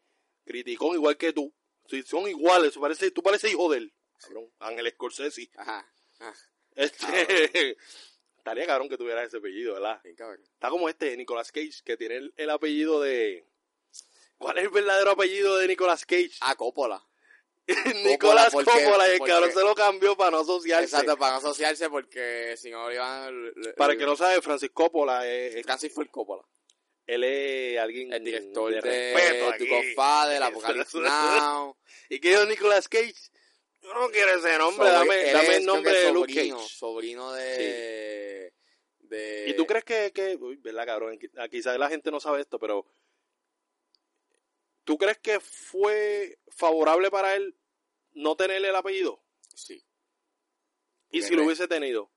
Speaker 3: Criticón igual que tú. Si son iguales, tú pareces, tú pareces hijo de él. Cabrón. Ángel Scorsese.
Speaker 2: Ajá. Ah,
Speaker 3: Este. [laughs] Estaría cabrón que tuvieras ese apellido, ¿verdad?
Speaker 2: bien cabrón.
Speaker 3: Está como este, Nicolas Cage, que tiene el, el apellido de. ¿Cuál es el verdadero apellido de Nicolas Cage? [laughs]
Speaker 2: Ah, Coppola.
Speaker 3: Nicolas
Speaker 2: porque-
Speaker 3: Coppola, y el
Speaker 2: porque-
Speaker 3: cabrón se lo cambió para no asociarse.
Speaker 2: Exacto, para no asociarse porque si no le iban... le-
Speaker 3: Para
Speaker 2: le-
Speaker 3: el que no sabe, Francis Coppola es, es-
Speaker 2: Francis Ford Coppola.
Speaker 3: él es alguien
Speaker 2: El director de,
Speaker 3: Mm, respeto
Speaker 2: Tu
Speaker 3: aquí. [laughs]
Speaker 2: Godfather, Apocalypse Now.
Speaker 3: Y que yo, Nicolas Cage, yo no quiero ese nombre,
Speaker 2: Sobri-
Speaker 3: dame,
Speaker 2: él
Speaker 3: dame
Speaker 2: es,
Speaker 3: el
Speaker 2: creo
Speaker 3: nombre
Speaker 2: que
Speaker 3: de Luke
Speaker 2: sobrino,
Speaker 3: Cage.
Speaker 2: Sobrino de... de...
Speaker 3: ¿Y tú crees que, que uy, verdad, cabrón, qui- ah, quizás la gente no sabe esto, pero ¿tú crees que fue favorable para él no tener el apellido?
Speaker 2: Sí.
Speaker 3: ¿Y
Speaker 2: Porque
Speaker 3: si lo
Speaker 2: re-
Speaker 3: hubiese tenido?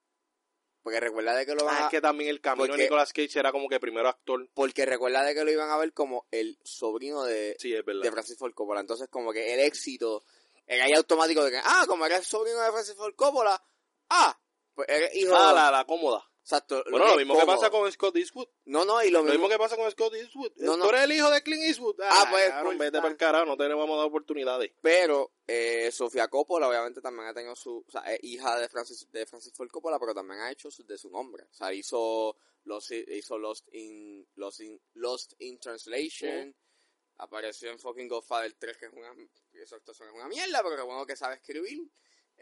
Speaker 2: Porque recuerda de que lo van
Speaker 3: Ah,
Speaker 2: a-
Speaker 3: es que también el camino
Speaker 2: porque-
Speaker 3: de Nicolas Cage era como que primero actor.
Speaker 2: Porque recuerda de que lo iban a ver como el sobrino de,
Speaker 3: Sí, es
Speaker 2: de
Speaker 3: verdad.
Speaker 2: Francis Ford Coppola. Entonces, como que el éxito era ahí automático de que, ah, como era el sobrino de Francis Ford Coppola, ah, pues eres hijo
Speaker 3: Ah,
Speaker 2: de-
Speaker 3: la, la cómoda.
Speaker 2: Exacto.
Speaker 3: Bueno, lo
Speaker 2: es
Speaker 3: mismo que
Speaker 2: cómodo.
Speaker 3: pasa con Scott Eastwood.
Speaker 2: No, no, y lo,
Speaker 3: Lo
Speaker 2: mismo...
Speaker 3: mismo que pasa con Scott Eastwood.
Speaker 2: No, no.
Speaker 3: Tú eres el hijo de Clint Eastwood.
Speaker 2: Ah, pues,
Speaker 3: cabrón,
Speaker 2: cool.
Speaker 3: vete para el carajo, no te le vamos a dar oportunidades.
Speaker 2: Pero eh, Sofía Coppola obviamente también ha tenido su... O sea, es hija de Francis, de Francis Ford Coppola, pero también ha hecho su- de su nombre. O sea, hizo Lost, hizo Lost, in, Lost, in, Lost in Translation. Apareció en fucking Godfather 3, que es una... que Su actuación es una mierda, pero que bueno que sabe escribir.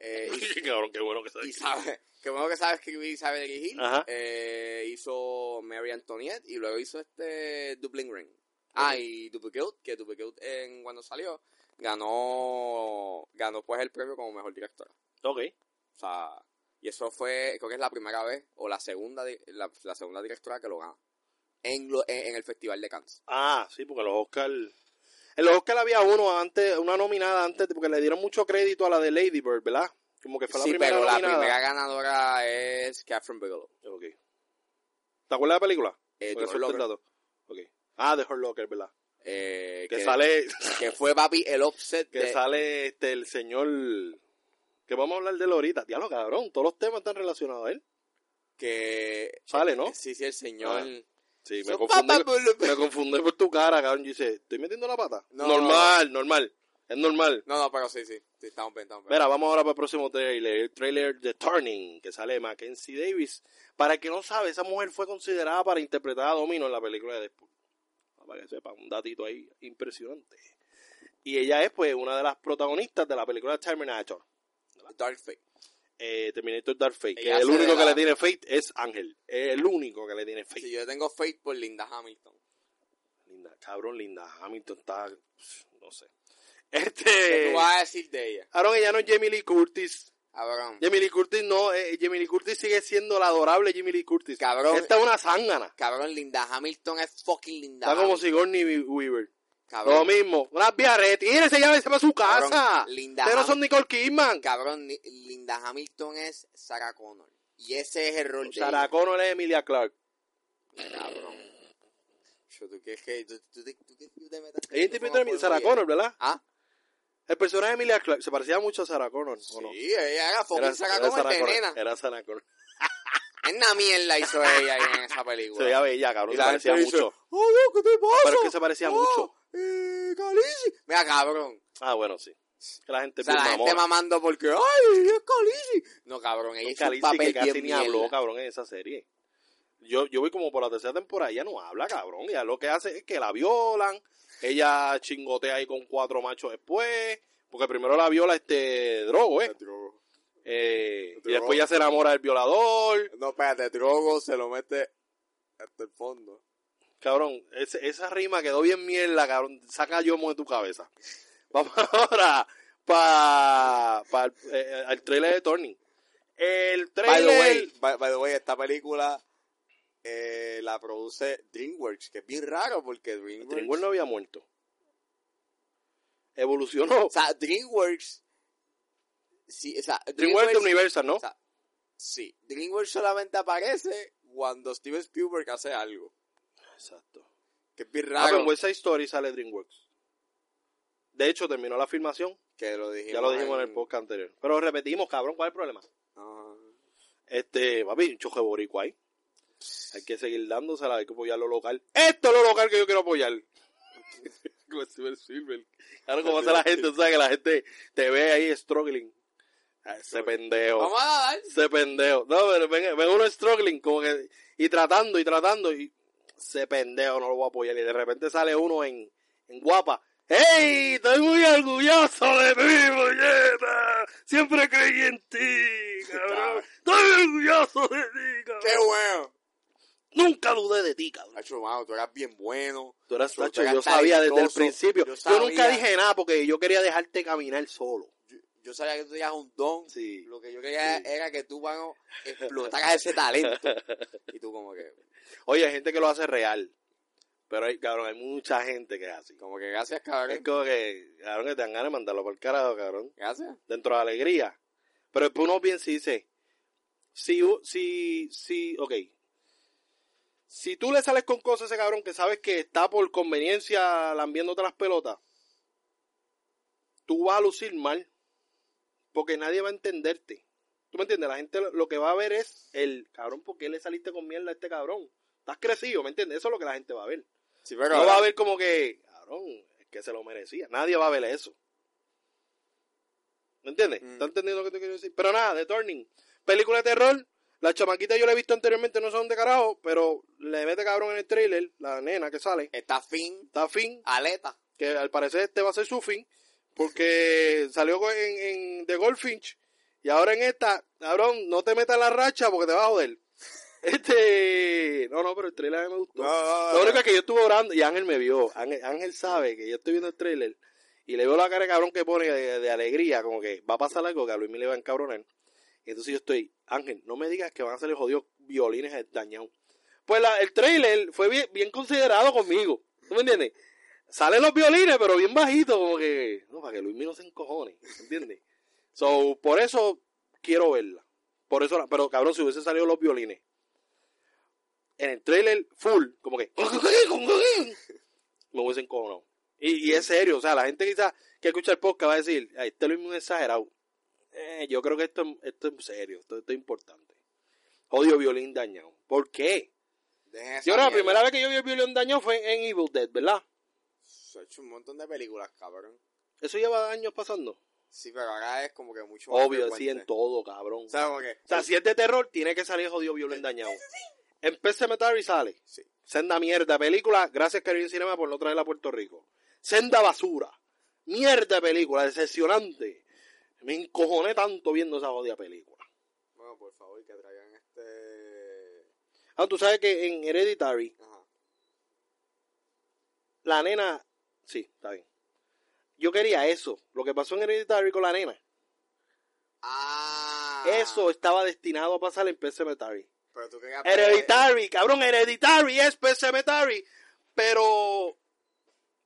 Speaker 2: Eh, y-
Speaker 3: cabrón, [laughs] qué bueno que
Speaker 2: y sabe, [laughs] que bueno que sabe escribir y sabe dirigir.
Speaker 3: Ajá.
Speaker 2: Eh, hizo Mary Antoinette y luego hizo este Dublin Ring. Ah, y Duplicate, que Duplicate en cuando salió ganó ganó pues el premio como mejor directora.
Speaker 3: Ok.
Speaker 2: O sea, y eso fue, creo que es la primera vez o la segunda di- la, la segunda directora que lo gana en, lo- en, en el Festival de Cannes.
Speaker 3: Ah, sí, porque los Oscar... En los Oscar había uno antes, una nominada antes, porque le dieron mucho crédito a la de Lady Bird, ¿verdad? Como que fue la
Speaker 2: Sí,
Speaker 3: primera
Speaker 2: pero la
Speaker 3: nominada.
Speaker 2: primera ganadora es Catherine Bigelow.
Speaker 3: Ok. ¿Te acuerdas de la película?
Speaker 2: Eh,
Speaker 3: Porque
Speaker 2: Hurt
Speaker 3: suelta el
Speaker 2: Locker,
Speaker 3: dato. Ok. Ah, de Hurt Locker, ¿verdad?
Speaker 2: eh,
Speaker 3: Que,
Speaker 2: que,
Speaker 3: sale,
Speaker 2: que fue papi el offset
Speaker 3: que
Speaker 2: de,
Speaker 3: sale este, el señor... Que vamos a hablar de él ahorita. Diablo, cabrón, todos los temas están relacionados a él.
Speaker 2: que
Speaker 3: Sale, ¿no?
Speaker 2: sí sí el señor
Speaker 3: Ah, Sí,
Speaker 2: Su
Speaker 3: me confundí,
Speaker 2: papá, bulu-
Speaker 3: me confundí por tu cara, cabrón. Yo dice, ¿estoy metiendo la pata?
Speaker 2: pues. No.
Speaker 3: normal, normal. Es normal.
Speaker 2: no no pero sí sí, sí estamos bien estamos bien.
Speaker 3: Mira, vamos ahora para el próximo trailer. El trailer de Turning, que sale de Mackenzie Davis. Para el que no sabe, esa mujer fue considerada para interpretar a Domino en la película de Deadpool. Para que sepa, un datito ahí impresionante. Y ella es, pues, una de las protagonistas de la película Terminator.
Speaker 2: Dark Fate
Speaker 3: eh, Terminator Dark Fate. Que
Speaker 2: Ella
Speaker 3: el
Speaker 2: hace de
Speaker 3: único que
Speaker 2: la-
Speaker 3: le tiene Fate es Ángel. El único que le tiene Fate.
Speaker 2: sí, yo tengo Fate por Linda Hamilton
Speaker 3: Linda, cabrón, Linda Hamilton está. No sé.
Speaker 2: ¿Qué
Speaker 3: Este.
Speaker 2: tú vas a decir de ella
Speaker 3: Aaron, ella no es Jamie Lee Curtis.
Speaker 2: cabrón
Speaker 3: Jamie Lee Curtis no, eh, Jamie Lee Curtis sigue siendo la adorable Jamie Lee Curtis.
Speaker 2: Cabrón.
Speaker 3: Esta es una zángana.
Speaker 2: cabrón Linda Hamilton es fucking Linda
Speaker 3: Está como
Speaker 2: Hamilton.
Speaker 3: Sigourney We- Weaver. Lo
Speaker 2: cabrón
Speaker 3: mismo. Una vía retírese ya vete para su
Speaker 2: Cabrón,
Speaker 3: casa.
Speaker 2: Linda
Speaker 3: Ustedes no
Speaker 2: Ham-
Speaker 3: son Nicole Kidman.
Speaker 2: cabrón ni- Linda Hamilton es Sarah Connor y ese es el rol de
Speaker 3: Sarah Connor es Emilia Clark.
Speaker 2: ella, cabrón Yo, tú quieres que tú, tú, tú, tú quieres que yo te metas
Speaker 3: Ella interpretó a Emi-
Speaker 2: Con
Speaker 3: Sarah
Speaker 2: Oye.
Speaker 3: Connor, ¿verdad?
Speaker 2: ah
Speaker 3: El personaje de Emilia Clark se parecía mucho a Sarah Connor, ¿o no?
Speaker 2: sí ella era fucking Sarah
Speaker 3: era
Speaker 2: Connor de nena
Speaker 3: Era Sarah Connor.
Speaker 2: Es una mierda hizo ella ahí en esa película.
Speaker 3: Se veía bella, cabrón.
Speaker 2: Y
Speaker 3: Se
Speaker 2: la gente
Speaker 3: parecía
Speaker 2: dice,
Speaker 3: mucho.
Speaker 2: ¡Oh, Dios, qué te pasa!
Speaker 3: Pero es que se parecía
Speaker 2: Oh,
Speaker 3: mucho.
Speaker 2: eh, Khaleesi. Mira, cabrón.
Speaker 3: Ah, bueno, sí. Que la gente
Speaker 2: O sea, la
Speaker 3: bien
Speaker 2: gente
Speaker 3: mamona.
Speaker 2: mamando porque, ¡ay, es Khaleesi! No, cabrón, ella hizo un
Speaker 3: Khaleesi,
Speaker 2: papel
Speaker 3: que casi
Speaker 2: bien
Speaker 3: ni habló,
Speaker 2: mierda.
Speaker 3: cabrón, en esa serie. Yo, yo voy como por la tercera temporada, ella no habla, cabrón. Ella lo que hace es que la violan, ella chingotea ahí con cuatro machos después, porque primero la viola este drogo, ¿eh? Eh, y
Speaker 2: Drogo.
Speaker 3: después ya se enamora del violador.
Speaker 2: No, espérate, Drogo se lo mete hasta el fondo.
Speaker 3: Cabrón, ese- esa rima quedó bien mierda, cabrón. Saca yo de tu cabeza. [laughs] Vamos ahora para pa, el- eh, al trailer de Turning. El
Speaker 2: By
Speaker 3: trailer...
Speaker 2: the, way, by, by the way, esta película eh, la produce DreamWorks, que es bien raro porque DreamWorks...
Speaker 3: Tringwell no había muerto. [laughs] Evolucionó.
Speaker 2: O sea, DreamWorks... Sí, o sea,
Speaker 3: Tringwell de Universal, ¿no?
Speaker 2: o sea, Sí, DreamWorks solamente aparece cuando Steven Spielberg hace algo.
Speaker 3: Exacto.
Speaker 2: Que es bien
Speaker 3: Ah, pero
Speaker 2: raro.
Speaker 3: en West Side Story sale DreamWorks. De hecho, terminó la filmación.
Speaker 2: que lo dijimos
Speaker 3: Ya lo dijimos en el podcast anterior. Pero repetimos, cabrón, ¿cuál es el problema?
Speaker 2: Ah,
Speaker 3: Este, papi, un choje boricua ahí. Hay que seguir dándosela, hay que apoyar lo local. Esto es lo local que yo quiero apoyar. [laughs] Como Steven Spielberg. Claro, como hace la gente, o sea, que la gente te ve ahí struggling. Ah, Ese pendejo.
Speaker 2: Vamos a dar.
Speaker 3: se pendejo. No, pero ven, ven uno struggling, como que, y tratando, y tratando, y se pendejo, no lo voy a apoyar. Y de repente sale uno en, en guapa. ¡Ey! Estoy muy orgulloso de ti, muñeca. Siempre creí en ti, cabrón. Estoy orgulloso de
Speaker 2: ¡Qué
Speaker 3: ti, cabrón.
Speaker 2: bueno!
Speaker 3: Nunca dudé de ti, cabrón.
Speaker 2: Nacho, mano, tú eras bien bueno.
Speaker 3: Tú eras
Speaker 2: Tú- tú
Speaker 3: tacho,
Speaker 2: eras
Speaker 3: yo sabía desde el
Speaker 2: talentoso.
Speaker 3: principio.
Speaker 2: Yo
Speaker 3: Yo,
Speaker 2: sabía.
Speaker 3: nunca dije nada porque yo quería dejarte caminar solo.
Speaker 2: Yo, yo sabía que tú tenías un don.
Speaker 3: Sí.
Speaker 2: Lo que yo quería
Speaker 3: Sí.
Speaker 2: era que tú, mano, explotaras ese talento. Y tú como que...
Speaker 3: Oye, hay gente que lo hace real. Pero hay, cabrón, hay mucha gente que es así.
Speaker 2: Como que gracias,
Speaker 3: Es
Speaker 2: cabrón.
Speaker 3: como que, cabrón, que te dan ganas de mandarlo por el carajo, cabrón.
Speaker 2: Gracias.
Speaker 3: Dentro de la alegría. Pero después uno piensa y dice, si, si, si, ok. Si tú le sales con cosas a ese cabrón que sabes que está por conveniencia lambiéndote las pelotas, tú vas a lucir mal. Porque nadie va a entenderte. ¿Tú me entiendes? La gente lo- lo que va a ver es el cabrón, ¿por qué le saliste con mierda a este cabrón? Estás crecido, ¿me entiendes? Eso es lo que la gente va a ver.
Speaker 2: Sí, pero
Speaker 3: No va a
Speaker 2: ahora-
Speaker 3: ver como que, cabrón, es que se lo merecía. Nadie va a ver eso. ¿Me entiendes?
Speaker 2: Mm.
Speaker 3: ¿Estás entendiendo lo que te quiero decir? Pero nada, The Turning. Película de terror. La chamaquita yo la he visto anteriormente, no sé dónde carajo, pero le mete cabrón en el trailer, la nena que sale.
Speaker 2: está Finn,
Speaker 3: Está fin,
Speaker 2: Aleta.
Speaker 3: que al parecer este va a ser su fin, porque salió con- en, en The Goldfinch y ahora en esta, cabrón, no te metas en la racha porque te va a joder. [laughs] Este, no, no, pero el trailer a mí me gustó. Lo único es que yo estuve orando y Ángel me vio. Ángel, Ángel sabe que yo estoy viendo el trailer y le veo la cara de cabrón que pone de, de alegría, como que va a pasar algo que a Luis me le va a encabronar. Y entonces yo estoy, Ángel, no me digas que van a salir jodidos violines dañados. Pues la- el trailer fue bien, bien considerado conmigo. ¿Tú me entiendes? Salen los violines, pero bien bajitos, como que. No, para que Luis no se encojone. ¿Entiendes? So, por eso quiero verla. Por eso, la- pero cabrón, si hubiesen salido los violines en el trailer full, como que me hubiesen cojonado. Y, y es serio, o sea, la gente quizás que escucha el podcast va a decir, ay, este Luis es un exagerado. Eh, yo creo que esto, esto es serio, esto, esto es importante. Odio violín dañado. ¿Por qué?
Speaker 2: Dejen esa
Speaker 3: Yo creo que la
Speaker 2: mierda.
Speaker 3: primera vez que yo vi el violín dañado fue en Evil Dead, ¿verdad?
Speaker 2: Se ha hecho un montón de películas, cabrón.
Speaker 3: Eso lleva años pasando.
Speaker 2: Sí, pero ahora es como que mucho más
Speaker 3: Obvio, sí,
Speaker 2: frecuente.
Speaker 3: en todo, cabrón.
Speaker 2: O sea, como que...
Speaker 3: O sea, si es de terror, tiene que salir jodido violín dañado. En PC Metal y sale.
Speaker 2: Sí.
Speaker 3: Senda mierda de película. Gracias, Caribbean Cinema, por no traerla a Puerto Rico. Senda basura. Mierda de película. Decepcionante. Me encojoné tanto viendo esa jodida película.
Speaker 2: Bueno, por favor, que traigan este...
Speaker 3: Ah, tú sabes que en Hereditary,
Speaker 2: Ajá.
Speaker 3: la nena. Sí, está bien. Yo quería eso. Lo que pasó en Hereditary con la nena.
Speaker 2: Ah.
Speaker 3: Eso estaba destinado a pasar en PC Metal.
Speaker 2: Pero tú querías...
Speaker 3: Hereditary, cabrón. Hereditary es PC Metal. Pero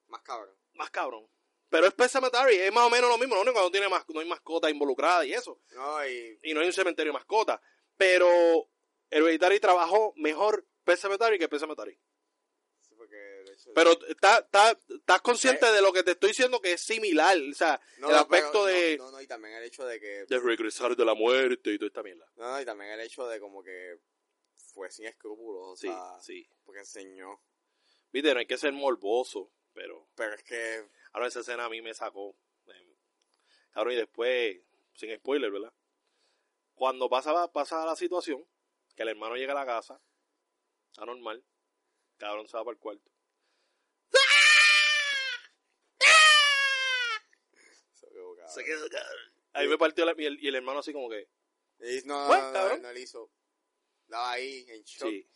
Speaker 2: Más cabrón.
Speaker 3: más cabrón. Pero es Pet Cemetery, es más o menos lo mismo, lo único que no tiene mas- no hay mascota involucrada y eso,
Speaker 2: No, y...
Speaker 3: y no hay un cementerio de mascota, pero Hereditary trabajó mejor Pet Cemetery que Pet Cemetery.
Speaker 2: sí, porque de hecho-
Speaker 3: Pero está- está- estás consciente de lo que te estoy diciendo que es similar, o sea,
Speaker 2: No,
Speaker 3: el
Speaker 2: no, pero-
Speaker 3: aspecto de,
Speaker 2: No, no, no, y también el hecho de que...
Speaker 3: de regresar de la muerte y toda esta mierda.
Speaker 2: No, no, y también el hecho de como que... Fue sin escrúpulos, o
Speaker 3: Sí,
Speaker 2: sea...
Speaker 3: sí.
Speaker 2: Porque enseñó.
Speaker 3: Viste, no hay que ser morboso, pero
Speaker 2: Pero es que...
Speaker 3: ahora esa escena a mí me sacó. eh, Cabrón, y después, sin spoiler, ¿verdad? Cuando pasa, pasa la situación, que el hermano llega a la casa, anormal, cabrón se va para el cuarto.
Speaker 2: se quedó, cabrón.
Speaker 3: Se queda, cabrón. Ahí me partió la, y, el, y el hermano así como que,
Speaker 2: Y no, no,
Speaker 3: Bueno,
Speaker 2: no, no,
Speaker 3: cabrón.
Speaker 2: él no le hizo. Estaba ahí en shock.
Speaker 3: sí,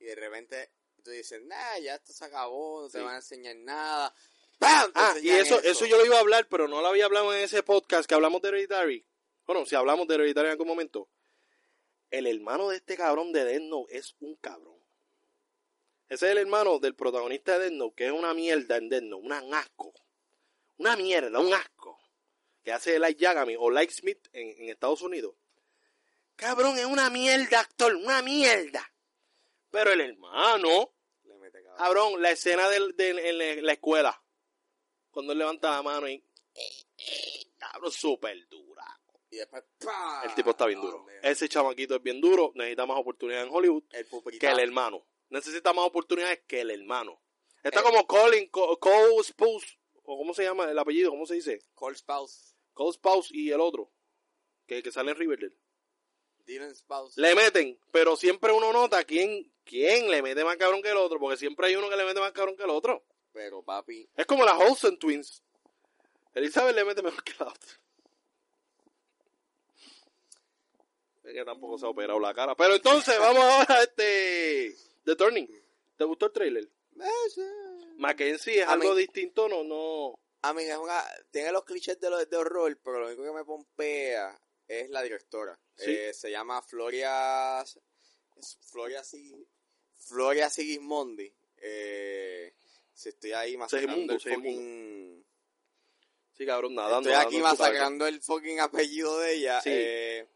Speaker 2: Y de repente tú dices, nah, ya esto se acabó, no te
Speaker 3: Sí.
Speaker 2: van a enseñar nada. ¡Pam! Te
Speaker 3: Ah, y
Speaker 2: enseñan
Speaker 3: eso, eso yo lo iba a hablar, pero no lo había hablado en ese podcast que hablamos de Hereditary. Bueno, si hablamos de Hereditary en algún momento. El hermano de este cabrón de Death Note es un cabrón. Ese es el hermano del protagonista de Death Note, que es una mierda en Death Note, una- un asco. Una mierda, un asco. Que hace Light Yagami o Light Smith en, en Estados Unidos. Cabrón, es una mierda, actor, una mierda. Pero el hermano
Speaker 2: Le mete cabrón.
Speaker 3: Cabrón, la escena del- de, en la- en la escuela. Cuando él levanta la mano y. Cabrón, súper dura.
Speaker 2: Y después, ¡pam!
Speaker 3: El tipo está bien
Speaker 2: No,
Speaker 3: duro.
Speaker 2: hombre.
Speaker 3: Ese chamaquito es bien duro. Necesita más oportunidades en Hollywood
Speaker 2: El
Speaker 3: que
Speaker 2: pupita.
Speaker 3: el hermano. Necesita más oportunidades que el hermano. Está
Speaker 2: Eh.
Speaker 3: como Colin, Co- Cole Spouse. ¿O cómo se llama el apellido? ¿Cómo se dice?
Speaker 2: Cole Spouse.
Speaker 3: Cole Spouse y el otro. Que, que sale en Riverdale.
Speaker 2: Dylan Spouse.
Speaker 3: Le meten, pero siempre uno nota quién, quién le mete más cabrón que el otro. Porque siempre hay uno que le mete más cabrón que el otro.
Speaker 2: Pero papi,
Speaker 3: Es como las Olsen Twins. Elizabeth le mete mejor que la otra. Es que tampoco se ha operado la cara. Pero entonces, vamos ahora a este. The Turning. ¿Te gustó el trailer? Mackenzie es
Speaker 2: A mí-
Speaker 3: algo distinto, no, no.
Speaker 2: a mí es una. Tiene los clichés de, los, de horror, pero lo único que me pompea es la directora.
Speaker 3: Sí.
Speaker 2: Eh, se llama Floria. es Floria Sig- Floria Sigismondi. Eh, si estoy ahí masacrando
Speaker 3: Segismundo,
Speaker 2: el
Speaker 3: Segismundo.
Speaker 2: fucking.
Speaker 3: Sí, cabrón, nadando.
Speaker 2: Estoy aquí
Speaker 3: nadando en su cabeza.
Speaker 2: masacrando el fucking apellido de ella.
Speaker 3: Sí.
Speaker 2: eh,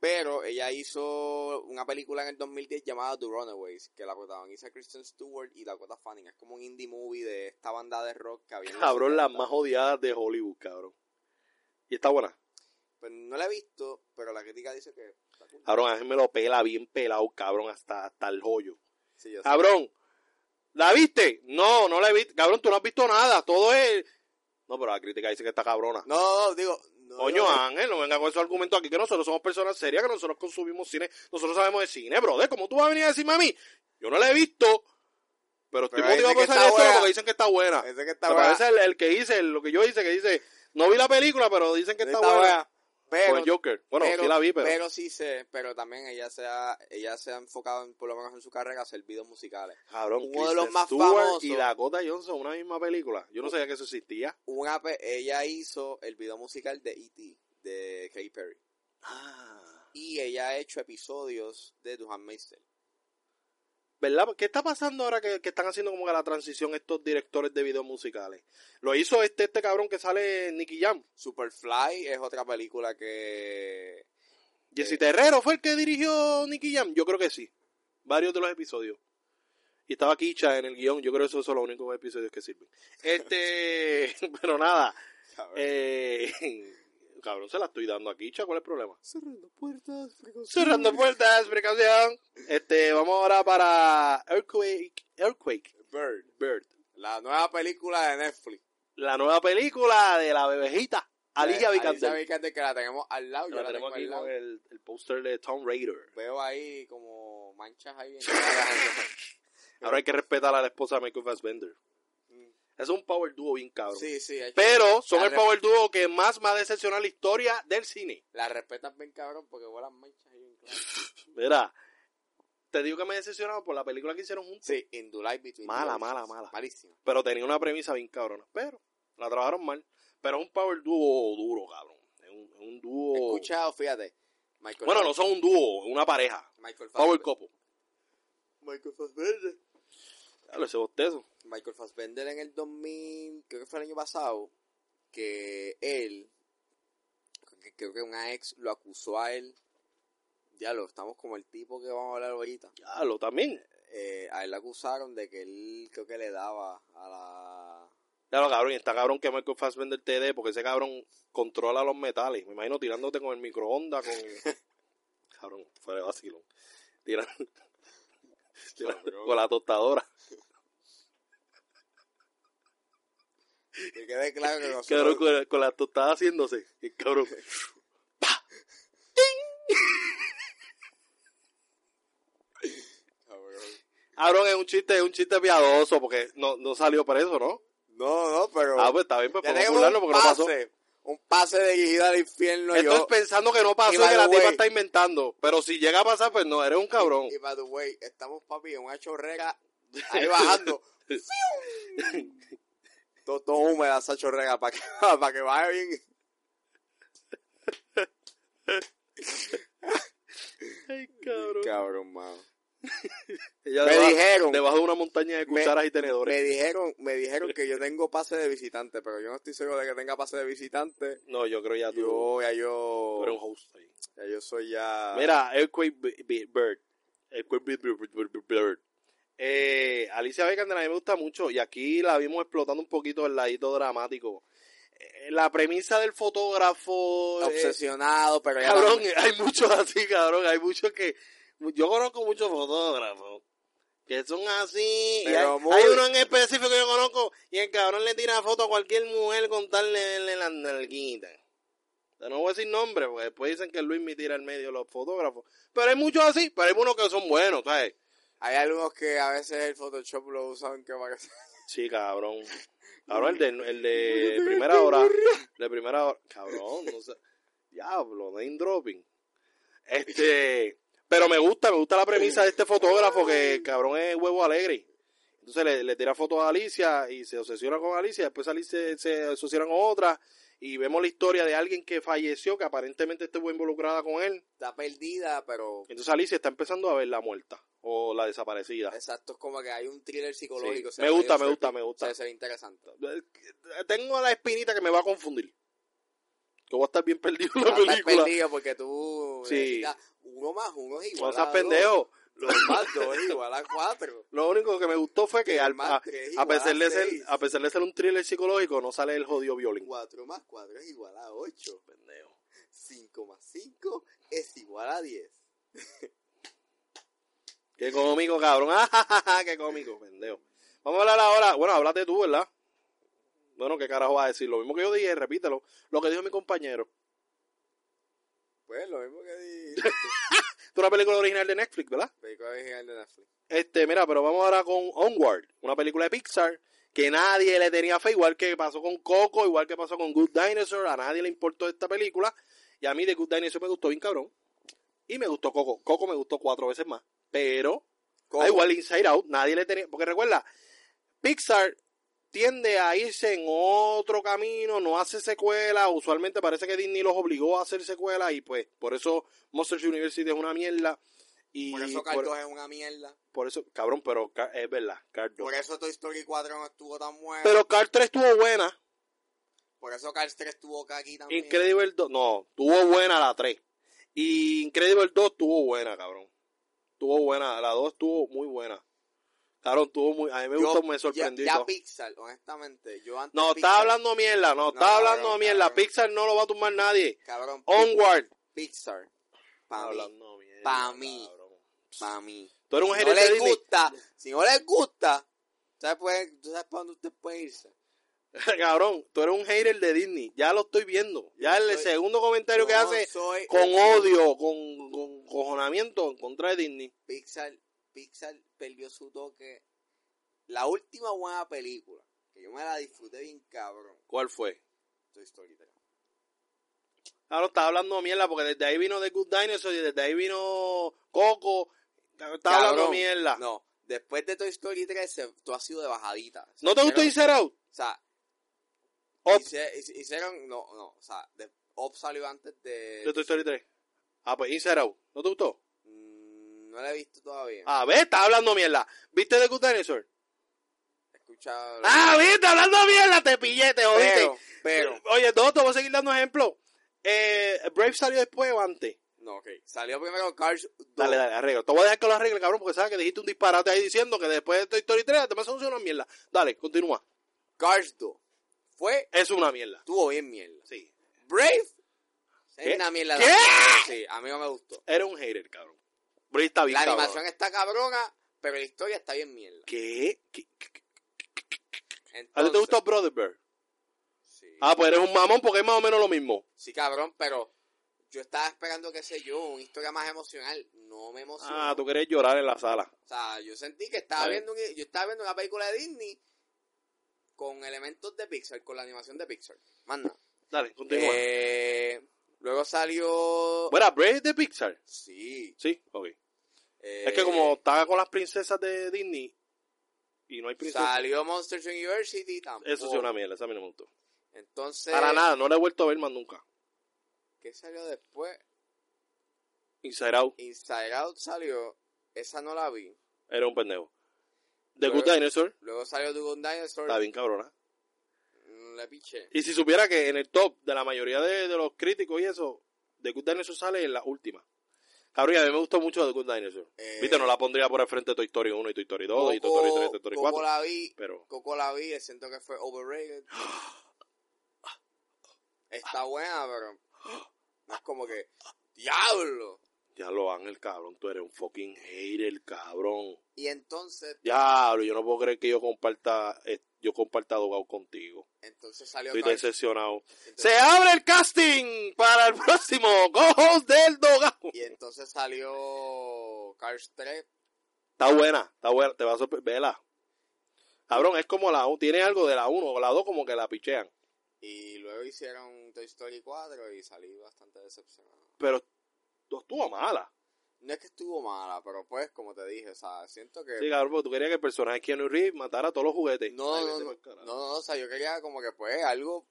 Speaker 2: Pero ella hizo una película en el 2010 llamada The Runaways, que la protagoniza Kristen Stewart y Dakota Fanning. Es como un indie movie de esta banda de rock que había. en los
Speaker 3: Cabrón, las
Speaker 2: 70.
Speaker 3: más odiadas de Hollywood, cabrón. Y está buena.
Speaker 2: Pues no la he visto, pero la crítica dice que está cool.
Speaker 3: Cabrón, a mí me lo pela bien pelado, cabrón, hasta, hasta el hoyo.
Speaker 2: Sí, yo sé.
Speaker 3: Cabrón, ¿la viste? No, no la he visto. Cabrón, tú no has visto nada. Todo es. No, pero la crítica dice que está cabrona.
Speaker 2: No, no, no, digo. No,
Speaker 3: Coño, ah.
Speaker 2: digo-
Speaker 3: Ángel, no venga con esos argumentos aquí que nosotros somos personas serias, que nosotros consumimos cine, nosotros sabemos de cine, brother. ¿Cómo tú vas a venir a decirme a mí? Yo no la he visto, pero estoy
Speaker 2: Pero
Speaker 3: motivado
Speaker 2: dicen que está
Speaker 3: por salir de esto
Speaker 2: buena.
Speaker 3: porque dicen que está buena.
Speaker 2: Ese que
Speaker 3: Me
Speaker 2: está buena.
Speaker 3: parece el, el que hice, el- lo que yo hice, que dice, no vi la película, pero dicen que
Speaker 2: Ese
Speaker 3: está,
Speaker 2: está
Speaker 3: buena.
Speaker 2: buena. Pero,
Speaker 3: Con el Joker. Bueno,
Speaker 2: pero-
Speaker 3: sí la vi, pero...
Speaker 2: pero sí sé, pero también ella se ha, ella se ha enfocado en, por lo menos en su carrera a hacer videos musicales.
Speaker 3: Cabrón,
Speaker 2: uno de
Speaker 3: Kristen
Speaker 2: los más
Speaker 3: Stewart
Speaker 2: famosos.
Speaker 3: y Dakota Johnson, una misma película. Yo no sabía que eso existía.
Speaker 2: Una, pe- ella hizo el video musical de E.T. de Katy Perry. Y ella ha hecho episodios de The Handmaid's Tale.
Speaker 3: ¿Verdad? ¿Qué está pasando ahora que, que están haciendo como que la transición estos directores de videos musicales? Lo hizo este, este cabrón que sale en Nicky Jam.
Speaker 2: Superfly es otra película que...
Speaker 3: Jesse
Speaker 2: Eh.
Speaker 3: Terrero fue el que dirigió Nicky Jam. Yo creo que sí. Varios de los episodios. Y estaba Kicha en el guión. Yo creo que esos son los únicos episodios que sirven. [laughs] Este, pero nada. Eh, [laughs] cabrón, se la estoy dando a Kicha. ¿Cuál es el problema?
Speaker 2: Cerrando puertas,
Speaker 3: Cerrando puertas, precaución. Este, vamos ahora para Earthquake, Earthquake
Speaker 2: Bird.
Speaker 3: Bird.
Speaker 2: La nueva película de Netflix.
Speaker 3: La nueva película de la bebejita Alicia
Speaker 2: Eh, Alicia
Speaker 3: Vikander.
Speaker 2: Vikander, que la tenemos al lado. yo
Speaker 3: La
Speaker 2: la
Speaker 3: tenemos
Speaker 2: tengo
Speaker 3: aquí eh.
Speaker 2: al lado.
Speaker 3: con el, el póster de Tom Raider.
Speaker 2: Veo ahí como manchas ahí. En la-
Speaker 3: Ahora hay que respetar a la esposa de Michael Fassbender.
Speaker 2: Mm.
Speaker 3: Es un power duo bien cabrón.
Speaker 2: sí, sí. hay-
Speaker 3: Pero son
Speaker 2: la
Speaker 3: el
Speaker 2: re-
Speaker 3: power duo que más me ha decepcionado en la historia del cine.
Speaker 2: La respetas bien cabrón porque vuelan manchas ahí. bien claras.
Speaker 3: Mira, te digo que me he decepcionado por la película que hicieron juntos.
Speaker 2: Sí, In the Light Between
Speaker 3: Mala,
Speaker 2: Worlds.
Speaker 3: mala, mala.
Speaker 2: Malísima.
Speaker 3: pero tenía una premisa bien cabrona. Pero la trabajaron mal. Pero es un power dúo duro, cabrón. Es un, es un dúo.
Speaker 2: He escuchado, fíjate. Michael
Speaker 3: bueno, no son un dúo, es una pareja.
Speaker 2: Michael
Speaker 3: Power
Speaker 2: Fassbender.
Speaker 3: couple.
Speaker 2: Michael Fassbender.
Speaker 3: Claro, ese bostezo.
Speaker 2: Michael Fassbender en el 2000, creo que fue el año pasado, que él, que creo que una ex lo acusó a él, ya lo estamos como el tipo que vamos a hablar ahorita,
Speaker 3: Claro, también.
Speaker 2: eh, a él lo acusaron de que él creo que le daba a la...
Speaker 3: Claro, cabrón. Y está cabrón que Michael Fassbender te dé porque ese cabrón controla los metales. Me imagino tirándote con el microondas, con.
Speaker 2: [laughs]
Speaker 3: cabrón, fuera de vacilón. Tira-
Speaker 2: [laughs]
Speaker 3: tira-
Speaker 2: Cabrón.
Speaker 3: con la tostadora.
Speaker 2: Que quede claro que
Speaker 3: Cabrón,
Speaker 2: nosotros...
Speaker 3: con, con la tostada haciéndose. Y el cabrón.
Speaker 2: Cabrón.
Speaker 3: Cabrón, es un chiste, es un chiste piadoso porque no, no salió preso, ¿no?
Speaker 2: No, no, pero...
Speaker 3: Ah, pues está bien, pues
Speaker 2: Ya
Speaker 3: podemos
Speaker 2: tenemos
Speaker 3: burlarnos
Speaker 2: un
Speaker 3: porque no pasó.
Speaker 2: pase, un pase dirigido al infierno.
Speaker 3: Esto es
Speaker 2: yo,
Speaker 3: pensando que no pasó
Speaker 2: Y
Speaker 3: y
Speaker 2: by
Speaker 3: que
Speaker 2: the
Speaker 3: la tipa
Speaker 2: way-
Speaker 3: está inventando. Pero si llega a pasar, pues no, eres un cabrón.
Speaker 2: Y by the way, estamos papi en una
Speaker 3: [laughs]
Speaker 2: chorrera ahí bajando. ¡Fium! todo, todo húmeda esa chorrera para que, [laughs] para que vaya bien.
Speaker 3: Ay, cabrón.
Speaker 2: Cabrón, mano.
Speaker 3: Ella
Speaker 2: Me
Speaker 3: debajo,
Speaker 2: dijeron.
Speaker 3: debajo de una montaña de
Speaker 2: Me-
Speaker 3: cucharas y
Speaker 2: Me
Speaker 3: tenedores.
Speaker 2: dijeron, me dijeron que yo tengo pase de visitante, pero yo no estoy seguro de que tenga pase de visitante.
Speaker 3: No, yo creo ya tú,
Speaker 2: Yo, ya
Speaker 3: tú eres un
Speaker 2: yo,
Speaker 3: host ahí.
Speaker 2: ya yo soy ya.
Speaker 3: Mira, Earthquake B- B- Bird. Earthquake B- B- B- B- Bird. Eh, Alicia Vikander a mí me gusta mucho y aquí la vimos explotando un poquito el ladito dramático. Eh, La premisa del fotógrafo... eh,
Speaker 2: obsesionado, pero ya
Speaker 3: Cabrón,
Speaker 2: también-
Speaker 3: hay muchos así, cabrón. Hay muchos que. Yo conozco muchos fotógrafos que son así. y hay,
Speaker 2: Pero muy-
Speaker 3: hay uno en específico que yo conozco y el cabrón le tira foto a cualquier mujer con tal de verle la nalguita. O sea, no voy a decir nombre porque después dicen que Luis me tira al medio los fotógrafos. Pero hay muchos así, pero hay unos que son buenos, ¿sabes?
Speaker 2: hay algunos que a veces el Photoshop lo usan que [laughs] para que
Speaker 3: Sí,
Speaker 2: [laughs]
Speaker 3: cabrón. Cabrón, el de, el de primera hora. El de primera hora. Cabrón, no sé. Diablo, name dropping.
Speaker 2: [laughs]
Speaker 3: Este. Pero me gusta, me gusta la premisa de este fotógrafo que, cabrón, es huevo alegre. Entonces le, le tira fotos a Alicia y se obsesiona con Alicia. Después Alicia se obsesiona con otra. Y vemos la historia de alguien que falleció, que aparentemente estuvo involucrada con él.
Speaker 2: está perdida, pero
Speaker 3: Entonces Alicia está empezando a ver la muerta o la desaparecida.
Speaker 2: exacto, es como que hay un thriller psicológico.
Speaker 3: Sí.
Speaker 2: se
Speaker 3: Me
Speaker 2: ve
Speaker 3: gusta,
Speaker 2: medio
Speaker 3: me gusta,
Speaker 2: trippy,
Speaker 3: me gusta.
Speaker 2: Se ve interesante.
Speaker 3: Tengo la espinita que me va a confundir. Que voy a estar bien perdido en
Speaker 2: No
Speaker 3: [laughs] la
Speaker 2: estás
Speaker 3: película.
Speaker 2: perdido porque tú
Speaker 3: Sí.
Speaker 2: necesitas uno más uno es
Speaker 3: No
Speaker 2: igual a
Speaker 3: seas
Speaker 2: dos.
Speaker 3: pendejo.
Speaker 2: Dos más dos es igual a cuatro.
Speaker 3: Lo único que me gustó fue [laughs] que
Speaker 2: Tres
Speaker 3: al-
Speaker 2: más
Speaker 3: a,
Speaker 2: tres
Speaker 3: a
Speaker 2: igual
Speaker 3: pesar
Speaker 2: a
Speaker 3: de ser,
Speaker 2: seis.
Speaker 3: a pesar de ser un thriller psicológico, no sale el jodido violín.
Speaker 2: Cuatro más cuatro es igual a ocho. Pendejo. Cinco más cinco es igual a diez.
Speaker 3: Qué cómico, cabrón. [laughs] Ah, Qué cómico, pendejo. Vamos a hablar ahora. Bueno, háblate tú, ¿verdad? Bueno, ¿qué carajo vas a decir? Lo mismo que yo dije, repítelo. Lo que dijo mi compañero.
Speaker 2: Pues lo mismo que
Speaker 3: [laughs]
Speaker 2: dije.
Speaker 3: Es una película original de Netflix, ¿verdad?
Speaker 2: Película original de Netflix.
Speaker 3: Este, mira, pero vamos ahora con Onward, una película de Pixar que nadie le tenía fe, igual que pasó con Coco, igual que pasó con Good Dinosaur, a nadie le importó esta película. Y a mí de Good Dinosaur me gustó bien cabrón. Y me gustó Coco. Coco me gustó cuatro veces más. Pero,
Speaker 2: ¿Cómo?
Speaker 3: ah, igual Inside Out, nadie le tenía. Porque recuerda, Pixar tiende a irse en otro camino, no hace secuela. Usualmente parece que Disney los obligó a hacer secuela y pues, por eso Monsters University es una mierda. Y
Speaker 2: Por eso
Speaker 3: por-
Speaker 2: Carlos es una mierda.
Speaker 3: por eso, cabrón, pero Car- es verdad, Cars 2.
Speaker 2: Por eso Toy Story 4 no estuvo tan bueno.
Speaker 3: Pero Cars 3 tuvo buena.
Speaker 2: Por eso Cars 3 tuvo aquí también.
Speaker 3: Incredible 2, no, tuvo buena la 3. Y Incredible 2 tuvo buena, cabrón. Tuvo buena, la 2 estuvo muy buena. Cabrón, tuvo muy, a mí me
Speaker 2: Yo-
Speaker 3: gustó, me sorprendió. y
Speaker 2: Ya, ya
Speaker 3: todo.
Speaker 2: Pixar, honestamente. Yo antes
Speaker 3: no,
Speaker 2: Pixar-
Speaker 3: está hablando mierda, no, está
Speaker 2: no,
Speaker 3: hablando
Speaker 2: cabrón,
Speaker 3: mierda.
Speaker 2: cabrón.
Speaker 3: Pixar no lo va a tumbar nadie.
Speaker 2: Cabrón,
Speaker 3: Onward.
Speaker 2: Pixar. Para mí.
Speaker 3: hablando mierda.
Speaker 2: Pa' mí.
Speaker 3: cabrón.
Speaker 2: Para mí.
Speaker 3: Tú eres un
Speaker 2: Si no
Speaker 3: gerente de
Speaker 2: les
Speaker 3: Disney.
Speaker 2: gusta, si no les gusta, ¿sabes pues, tú sabes para dónde usted puede irse?
Speaker 3: [laughs] Cabrón, tú eres un hater de Disney. Ya lo estoy viendo. Ya
Speaker 2: Yo
Speaker 3: el
Speaker 2: soy-
Speaker 3: segundo comentario que
Speaker 2: Yo
Speaker 3: hace
Speaker 2: soy
Speaker 3: con
Speaker 2: un-
Speaker 3: odio, con, con cojonamiento en contra de Disney.
Speaker 2: Pixar, Pixar perdió su toque. La última buena película, que yo me la disfruté bien cabrón,
Speaker 3: ¿Cuál fue?
Speaker 2: Toy Story 3.
Speaker 3: Claro, estaba hablando mierda porque desde ahí vino The Good Dinosaur y desde ahí vino Coco. Estaba hablando
Speaker 2: Cabrón,
Speaker 3: mierda. No,
Speaker 2: No, después de Toy Story 3, se- tú has sido de bajadita.
Speaker 3: te gustó
Speaker 2: Hicieron-
Speaker 3: Inside Out?
Speaker 2: O sea,
Speaker 3: Up.
Speaker 2: hice- hice- hicieron, no, no, o sea, de, Up salió antes de...
Speaker 3: De Toy Story 3. Ah, pues Inside Out. ¿No te gustó?
Speaker 2: Mm, no la he visto todavía.
Speaker 3: A ver, estaba hablando mierda. ¿Viste The Good Dinosaur?
Speaker 2: He escuchado...
Speaker 3: Ah, viste, hablando mierda, te pillé, te jodiste.
Speaker 2: pero, pero,
Speaker 3: Oye, no, te voy a seguir dando ejemplos. Eh, Brave salió después o antes.
Speaker 2: no, ok. Salió primero Cars 2.
Speaker 3: Dale, dale, arreglo. Te voy a dejar que lo arregle, cabrón, porque sabes que dijiste un disparate ahí diciendo que después de Toy Story 3 te vas a una mierda. Dale, continúa.
Speaker 2: Cars 2. Fue,
Speaker 3: Es una mierda.
Speaker 2: estuvo bien mierda.
Speaker 3: Sí.
Speaker 2: Brave.
Speaker 3: ¿Qué?
Speaker 2: Es una mierda.
Speaker 3: ¿Qué?
Speaker 2: Sí, a mí no me gustó.
Speaker 3: Era un hater, cabrón. Pero está bien,
Speaker 2: La
Speaker 3: cabrón.
Speaker 2: animación está cabrona, pero la historia está bien mierda.
Speaker 3: ¿Qué? ¿Qué? ¿Qué? ¿A ti
Speaker 2: Entonces,
Speaker 3: te gustó Brother Bear?
Speaker 2: Sí.
Speaker 3: Ah, pues eres un mamón porque es más o menos lo mismo.
Speaker 2: Sí, cabrón, pero yo estaba esperando, qué sé yo, una historia más emocional. No me emocionó.
Speaker 3: Ah, tú querés llorar en la sala.
Speaker 2: O sea, yo sentí que estaba
Speaker 3: Está bien.
Speaker 2: viendo, un- yo estaba viendo una película de Disney con elementos de Pixar, con la animación de Pixar. Manda.
Speaker 3: Dale, continúa.
Speaker 2: Eh, luego salió.
Speaker 3: Bueno, Brave de Pixar.
Speaker 2: Sí.
Speaker 3: Sí, ok.
Speaker 2: eh,
Speaker 3: es que como estaba con las princesas de Disney y no hay princesas.
Speaker 2: Salió Monsters University tampoco.
Speaker 3: Eso sí es una mierda, esa a mí no me gustó.
Speaker 2: Entonces.
Speaker 3: Para nada, no la he vuelto a ver más nunca.
Speaker 2: ¿Qué salió después?
Speaker 3: Inside Out.
Speaker 2: Inside Out salió. Esa no la vi.
Speaker 3: Era un pendejo. The
Speaker 2: Pero-
Speaker 3: Good Dinosaur.
Speaker 2: Luego salió The Good Dinosaur.
Speaker 3: Está bien cabrona.
Speaker 2: mm, La piché.
Speaker 3: Y si supiera que en el top de la mayoría de, de los críticos y eso, The Good Dinosaur sale en la última. Cabrón, y a mí me gustó mucho The Good Dinosaur.
Speaker 2: Eh,
Speaker 3: Viste, no la pondría por el frente de Toy Story 1 y Toy Story 2 y Toy Story 3 y Toy Story
Speaker 2: Coco
Speaker 3: 4.
Speaker 2: la vi.
Speaker 3: Pero
Speaker 2: Coco la vi. eh, Siento que fue overrated. Está buena, pero. No es como que. ¡Diablo!
Speaker 3: ya lo van el cabrón, tú eres un fucking hater, cabrón.
Speaker 2: Y entonces.
Speaker 3: Diablo, yo no puedo creer que yo comparta eh, yo comparta Dogao contigo.
Speaker 2: Entonces salió.
Speaker 3: Estoy
Speaker 2: Cars-
Speaker 3: decepcionado. Se
Speaker 2: entonces-
Speaker 3: abre el casting para el próximo Gojos del Dogao.
Speaker 2: y entonces salió. Cars 3.
Speaker 3: Está buena, está buena, te va a sorprender. Vela. Cabrón, es como la 1, tiene algo de la 1 o la 2 como que la pichean.
Speaker 2: Y luego hicieron Toy Story 4 y salí bastante decepcionado.
Speaker 3: Pero no estuvo mala.
Speaker 2: No es que estuvo mala, pero pues, como te dije, o sea, siento que...
Speaker 3: Sí, cabrón, porque tú querías que el personaje Keanu Reeves matara a todos los juguetes.
Speaker 2: no,
Speaker 3: Ay,
Speaker 2: no,
Speaker 3: vete
Speaker 2: no,
Speaker 3: pa'l
Speaker 2: no,
Speaker 3: carajo.
Speaker 2: no, o sea, yo quería como que pues algo...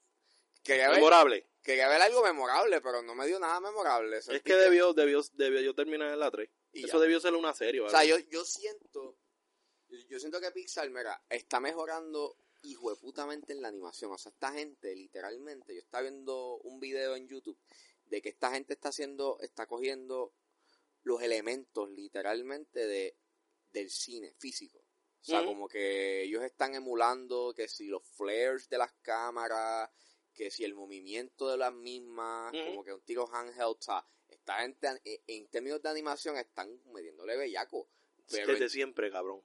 Speaker 2: Quería ver,
Speaker 3: Memorable.
Speaker 2: quería ver algo memorable, pero no me dio nada memorable.
Speaker 3: Es
Speaker 2: sentí
Speaker 3: que debió, debió, debió yo terminar en la 3.
Speaker 2: y
Speaker 3: Eso
Speaker 2: ya.
Speaker 3: debió ser una serie,
Speaker 2: O
Speaker 3: ¿vale?
Speaker 2: sea, yo, yo siento... Yo siento que Pixar, mira, está mejorando hijo de putamente en la animación. O sea, esta gente, literalmente, yo estaba viendo un video en YouTube de que esta gente está haciendo, está cogiendo los elementos literalmente de, del cine físico. O sea,
Speaker 3: Ujú.
Speaker 2: como que ellos están emulando que si los flares de las cámaras, que si el movimiento de las mismas,
Speaker 3: Ujú.
Speaker 2: como que un tiro handheld, o sea, esta gente en, en términos de animación están metiéndole bellaco. Pero en
Speaker 3: Desde siempre, cabrón.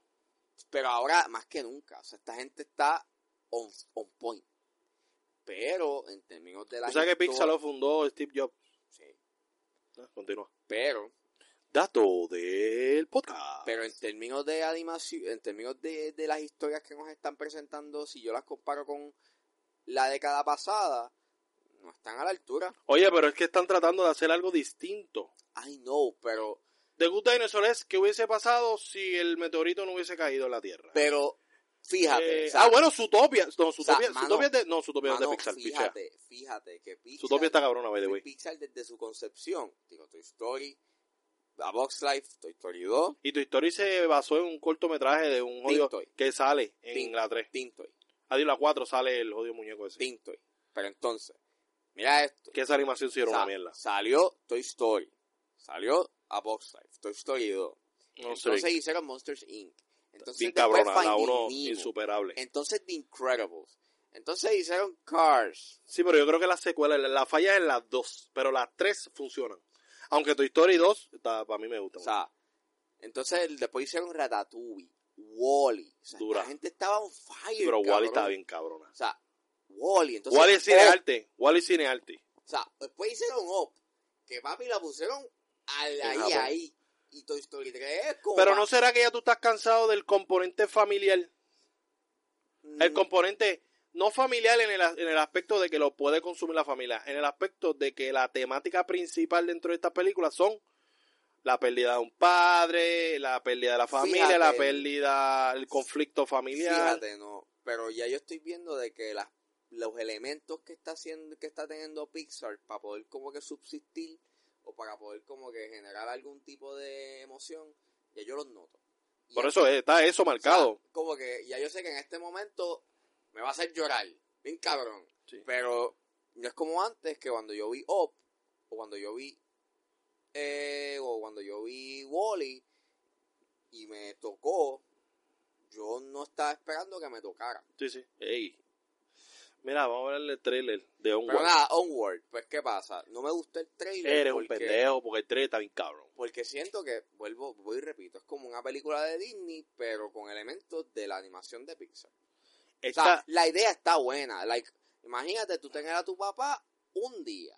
Speaker 2: pero ahora, más que nunca, o sea, esta gente está on, on point. Pero en términos de la.
Speaker 3: O sea que
Speaker 2: historia-
Speaker 3: Pixar lo fundó Steve Jobs.
Speaker 2: Sí,
Speaker 3: Ah, Continúa.
Speaker 2: pero,
Speaker 3: Dato del podcast.
Speaker 2: pero en términos de animación, en términos de, de las historias que nos están presentando, si yo las comparo con la década pasada, no están a la altura.
Speaker 3: Oye, pero es que están tratando de hacer algo distinto.
Speaker 2: I know, pero.
Speaker 3: The Good Dinosaur es que hubiese pasado si el meteorito no hubiese caído en la Tierra.
Speaker 2: Pero, fíjate.
Speaker 3: Eh,
Speaker 2: o sea,
Speaker 3: ah, bueno, Zootopia. No, Zootopia,
Speaker 2: o sea, mano,
Speaker 3: Zootopia es de, no, Zootopia es de
Speaker 2: mano,
Speaker 3: Pixar. pichea.
Speaker 2: fíjate, fíjate que Pixar.
Speaker 3: Zootopia está cabrona, by the way.
Speaker 2: Pixar desde su concepción, digo, Toy Story, A Box Life, Toy Story 2,
Speaker 3: Y tu historia se basó en un cortometraje de un jodido
Speaker 2: Tintoy.
Speaker 3: que sale en
Speaker 2: Tin-
Speaker 3: la 3.
Speaker 2: Tintoy,
Speaker 3: Adiós, la 4 sale el jodido muñeco ese.
Speaker 2: Tintoy. Pero entonces, mira esto.
Speaker 3: Que esa animación sí era
Speaker 2: Sa-
Speaker 3: una mierda.
Speaker 2: Salió Toy Story, salió A Box Life, Toy Story 2.
Speaker 3: No sé.
Speaker 2: entonces hicieron Monsters Inc. Entonces
Speaker 3: Bien
Speaker 2: después
Speaker 3: cabrona, la
Speaker 2: Finding
Speaker 3: 1
Speaker 2: Nemo.
Speaker 3: insuperable.
Speaker 2: Entonces The Incredibles. Entonces hicieron Cars.
Speaker 3: Sí, pero yo creo que las secuelas, la, la falla es en las dos, pero las tres funcionan. Aunque Toy Story 2, está, para mí me gusta.
Speaker 2: O sea, entonces después hicieron Ratatouille, Wally. O sea,
Speaker 3: Dura.
Speaker 2: la gente estaba on fire.
Speaker 3: mucho. pero Wally
Speaker 2: cabrón.
Speaker 3: está bien cabrona.
Speaker 2: O sea, Wally. Entonces,
Speaker 3: Wally es cine
Speaker 2: Up.
Speaker 3: arte, Wally es cine arte.
Speaker 2: O sea, pues, después hicieron Up, que papi la pusieron al,
Speaker 3: En
Speaker 2: ahí,
Speaker 3: Japón.
Speaker 2: ahí. Y Toy Story 3 es como.
Speaker 3: Pero
Speaker 2: Oh, va-
Speaker 3: no será que ya tú estás cansado del componente familiar.
Speaker 2: Mm,
Speaker 3: El componente no familiar en el, a- en el aspecto de que lo puede consumir la familia, en el aspecto de que la temática principal dentro de estas películas son la pérdida de un padre, la pérdida de la familia,
Speaker 2: Fíjate.
Speaker 3: la pérdida, el conflicto familiar.
Speaker 2: Fíjate, no. Pero ya yo estoy viendo de que las, los elementos que está haciendo, que está teniendo Pixar para poder como que subsistir o para poder como que generar algún tipo de emoción, ya yo los noto. Y
Speaker 3: Por
Speaker 2: ya-
Speaker 3: eso está eso
Speaker 2: o sea,
Speaker 3: marcado.
Speaker 2: como que ya yo sé que en este momento me va a hacer llorar, bien cabrón.
Speaker 3: Sí.
Speaker 2: Pero no es como antes que cuando yo vi Up, o cuando yo vi, eh, o cuando yo vi Wally, y me tocó, yo no estaba esperando que me tocara.
Speaker 3: Sí, sí. Ey. Mira, vamos a ver el trailer de un
Speaker 2: Pero nada, Onward, pues ¿qué pasa? No me gustó el trailer.
Speaker 3: Eres un
Speaker 2: porque,
Speaker 3: pendejo porque el trailer está bien cabrón.
Speaker 2: Porque siento que, vuelvo, voy y repito, es como una película de Disney, pero con elementos de la animación de Pixar. O sea,
Speaker 3: Está
Speaker 2: la idea está buena. Like, imagínate tú tener a tu papá un día.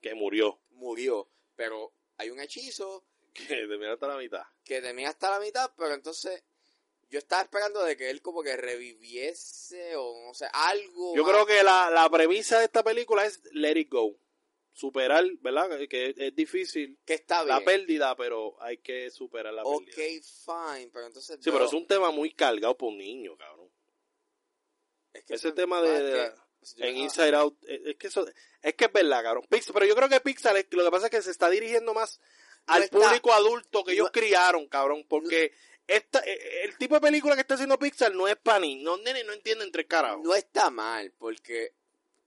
Speaker 3: que murió. [laughs]
Speaker 2: Murió. Pero hay un hechizo
Speaker 3: Que de mira hasta la mitad.
Speaker 2: que tenía hasta la mitad, pero entonces yo estaba esperando de que él como que reviviese o no sé, algo.
Speaker 3: Yo
Speaker 2: más.
Speaker 3: creo que la, la premisa de esta película es let it go. Superar, ¿verdad? Que- Que es, es difícil
Speaker 2: que está bien.
Speaker 3: la pérdida, pero hay que superar la
Speaker 2: ok,
Speaker 3: pérdida.
Speaker 2: fine, pero entonces...
Speaker 3: Sí, pero
Speaker 2: veo-
Speaker 3: es un tema muy cargado por un niño, cabrón.
Speaker 2: es que
Speaker 3: Ese
Speaker 2: eso-
Speaker 3: tema
Speaker 2: ah,
Speaker 3: de,
Speaker 2: es
Speaker 3: de
Speaker 2: que-
Speaker 3: la-
Speaker 2: pues, yo-
Speaker 3: en
Speaker 2: ah,
Speaker 3: Inside Out, es es que eso, es que es verdad, cabrón. Pixar, pero yo creo que Pixar, es- lo que pasa es que se está dirigiendo más
Speaker 2: No
Speaker 3: al
Speaker 2: está-
Speaker 3: público adulto que ellos
Speaker 2: no-
Speaker 3: criaron, cabrón, porque esta, eh, el tipo de película que está haciendo Pixar no es para niños, no, nene, no entienden tres carajos.
Speaker 2: No está mal, porque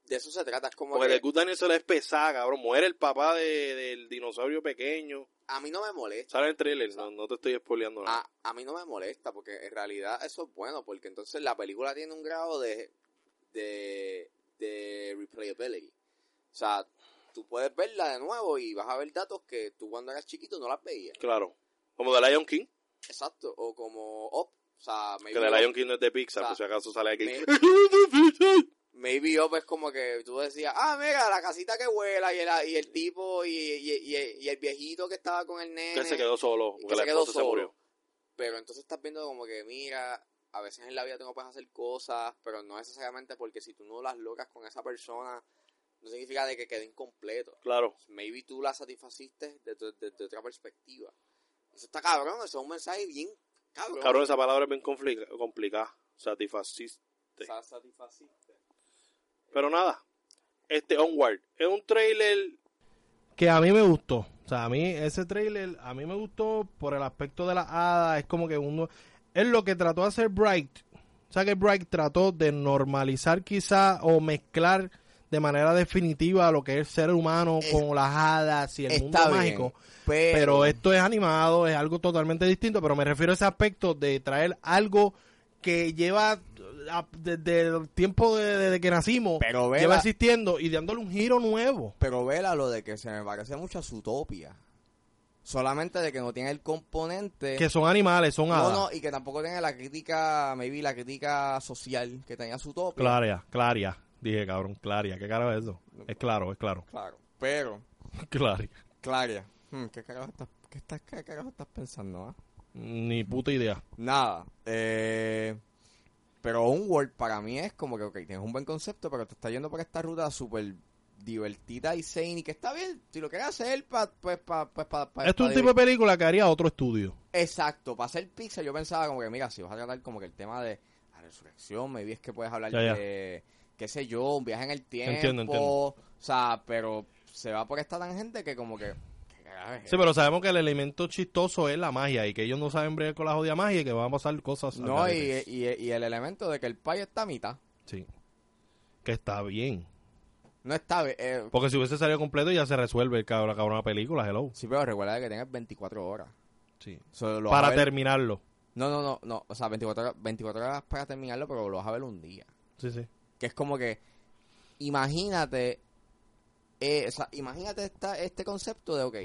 Speaker 2: de eso se trata. Es como
Speaker 3: porque
Speaker 2: que
Speaker 3: de Good Dinosaur es pesada, cabrón, muere el papá de- del dinosaurio pequeño,
Speaker 2: a mí no me molesta.
Speaker 3: sale el trailer, no, no te estoy spoileando nada.
Speaker 2: A, Ah, a mí no me molesta, porque en realidad eso es bueno, porque entonces la película tiene un grado de, de, de replayability. O sea, tú puedes verla de nuevo y vas a ver datos que tú cuando eras chiquito no las veías.
Speaker 3: Claro, como de Lion King,
Speaker 2: Exacto, o como Up. O sea,
Speaker 3: que
Speaker 2: maybe,
Speaker 3: de
Speaker 2: Up,
Speaker 3: Lion King no es de
Speaker 2: O
Speaker 3: Pixar,
Speaker 2: sea,
Speaker 3: por si acaso sale [laughs] aquí.
Speaker 2: Ah. me- maybe Up es como que tú decías, ah, mira, la casita que vuela y el, y el tipo y, y- y- y el viejito que estaba con el nene.
Speaker 3: que se quedó solo,
Speaker 2: que
Speaker 3: porque
Speaker 2: se
Speaker 3: la
Speaker 2: quedó
Speaker 3: esposa se
Speaker 2: solo.
Speaker 3: murió.
Speaker 2: Pero entonces estás viendo como que, mira, a veces en la vida tengo que hacer cosas, pero no necesariamente porque si tú no las logras con esa persona, no significa de que quede incompleto.
Speaker 3: Claro.
Speaker 2: Maybe tú la satisfaciste desde otra perspectiva. Eso está cabrón, eso es un mensaje bien cabrón.
Speaker 3: Cabrón, esa palabra es bien confli- complicada. Satisfaciste.
Speaker 2: Sa- satisfaciste.
Speaker 3: Pero nada. Este Onward es un trailer.
Speaker 4: que a mí me gustó. O sea, a mí ese trailer, a mí me gustó por el aspecto de la hada. Es como que uno... Es lo que trató de hacer Bright,
Speaker 3: O sea que Bright trató de normalizar quizá o mezclar de manera definitiva lo que es el ser humano
Speaker 2: Es-
Speaker 3: con las hadas y el mundo
Speaker 2: Está bien,
Speaker 3: mágico.
Speaker 2: pero,
Speaker 3: Pero esto es animado, es algo totalmente distinto, pero me refiero a ese aspecto de traer algo que lleva a- desde el tiempo de, desde que nacimos,
Speaker 2: Pero ve
Speaker 3: lleva
Speaker 2: la-
Speaker 3: existiendo y dándole un giro nuevo.
Speaker 2: pero vela lo de que se me parece mucho a Zootopia. Solamente de que no tiene el componente...
Speaker 3: Que son animales, son
Speaker 2: no,
Speaker 3: hadas.
Speaker 2: no, y que tampoco tiene la crítica, maybe la crítica social que tenía Zootopia.
Speaker 3: Claria, Claria. Dije, cabrón, Claria. ¿Qué cara es eso? Es claro, es claro. [laughs]
Speaker 2: Claro, pero...
Speaker 3: Claria.
Speaker 2: Claria, hmm, ¿qué carajo estás, qué estás, qué carajo estás pensando? ah?
Speaker 3: Ni puta idea.
Speaker 2: Nada. Eh, pero Onward para mí es como que, ok, tienes un buen concepto, pero te está yendo por esta ruta súper divertida y sane y que está bien. Si lo quieres hacer, pa, pues para... Pa, pa- pa-
Speaker 3: Esto es
Speaker 2: pa
Speaker 3: un tipo de película que haría otro estudio.
Speaker 2: Exacto, para hacer Pixar yo pensaba como que, mira, si vas a tratar como que el tema de la resurrección, me es que puedes hablar
Speaker 3: Ya, ya.
Speaker 2: de, qué sé yo, un viaje en el tiempo.
Speaker 3: Entiendo, entiendo.
Speaker 2: O sea, pero se va por esta tangente que como que... ¿qué carajo es
Speaker 3: Sí, pero sabemos que el elemento chistoso es la magia y que ellos no saben bregar con la jodida magia y que van a pasar cosas. al
Speaker 2: No, y,
Speaker 3: garete.
Speaker 2: y- y el elemento de que el payo está a mitad.
Speaker 3: Sí. Que está bien.
Speaker 2: No está. Eh,
Speaker 3: Porque si hubiese salido completo ya se resuelve el cabrón, la cabrona película, hello.
Speaker 2: sí, pero recuerda que tienes 24 horas.
Speaker 3: Sí.
Speaker 2: So, lo vas a
Speaker 3: Para
Speaker 2: ver-
Speaker 3: terminarlo.
Speaker 2: No, no, no, no. O sea, 24 horas, 24 horas para terminarlo, pero lo vas a ver un día.
Speaker 3: Sí, sí.
Speaker 2: Que es como que. Imagínate. eh, o sea, imagínate esta, este concepto de, ok,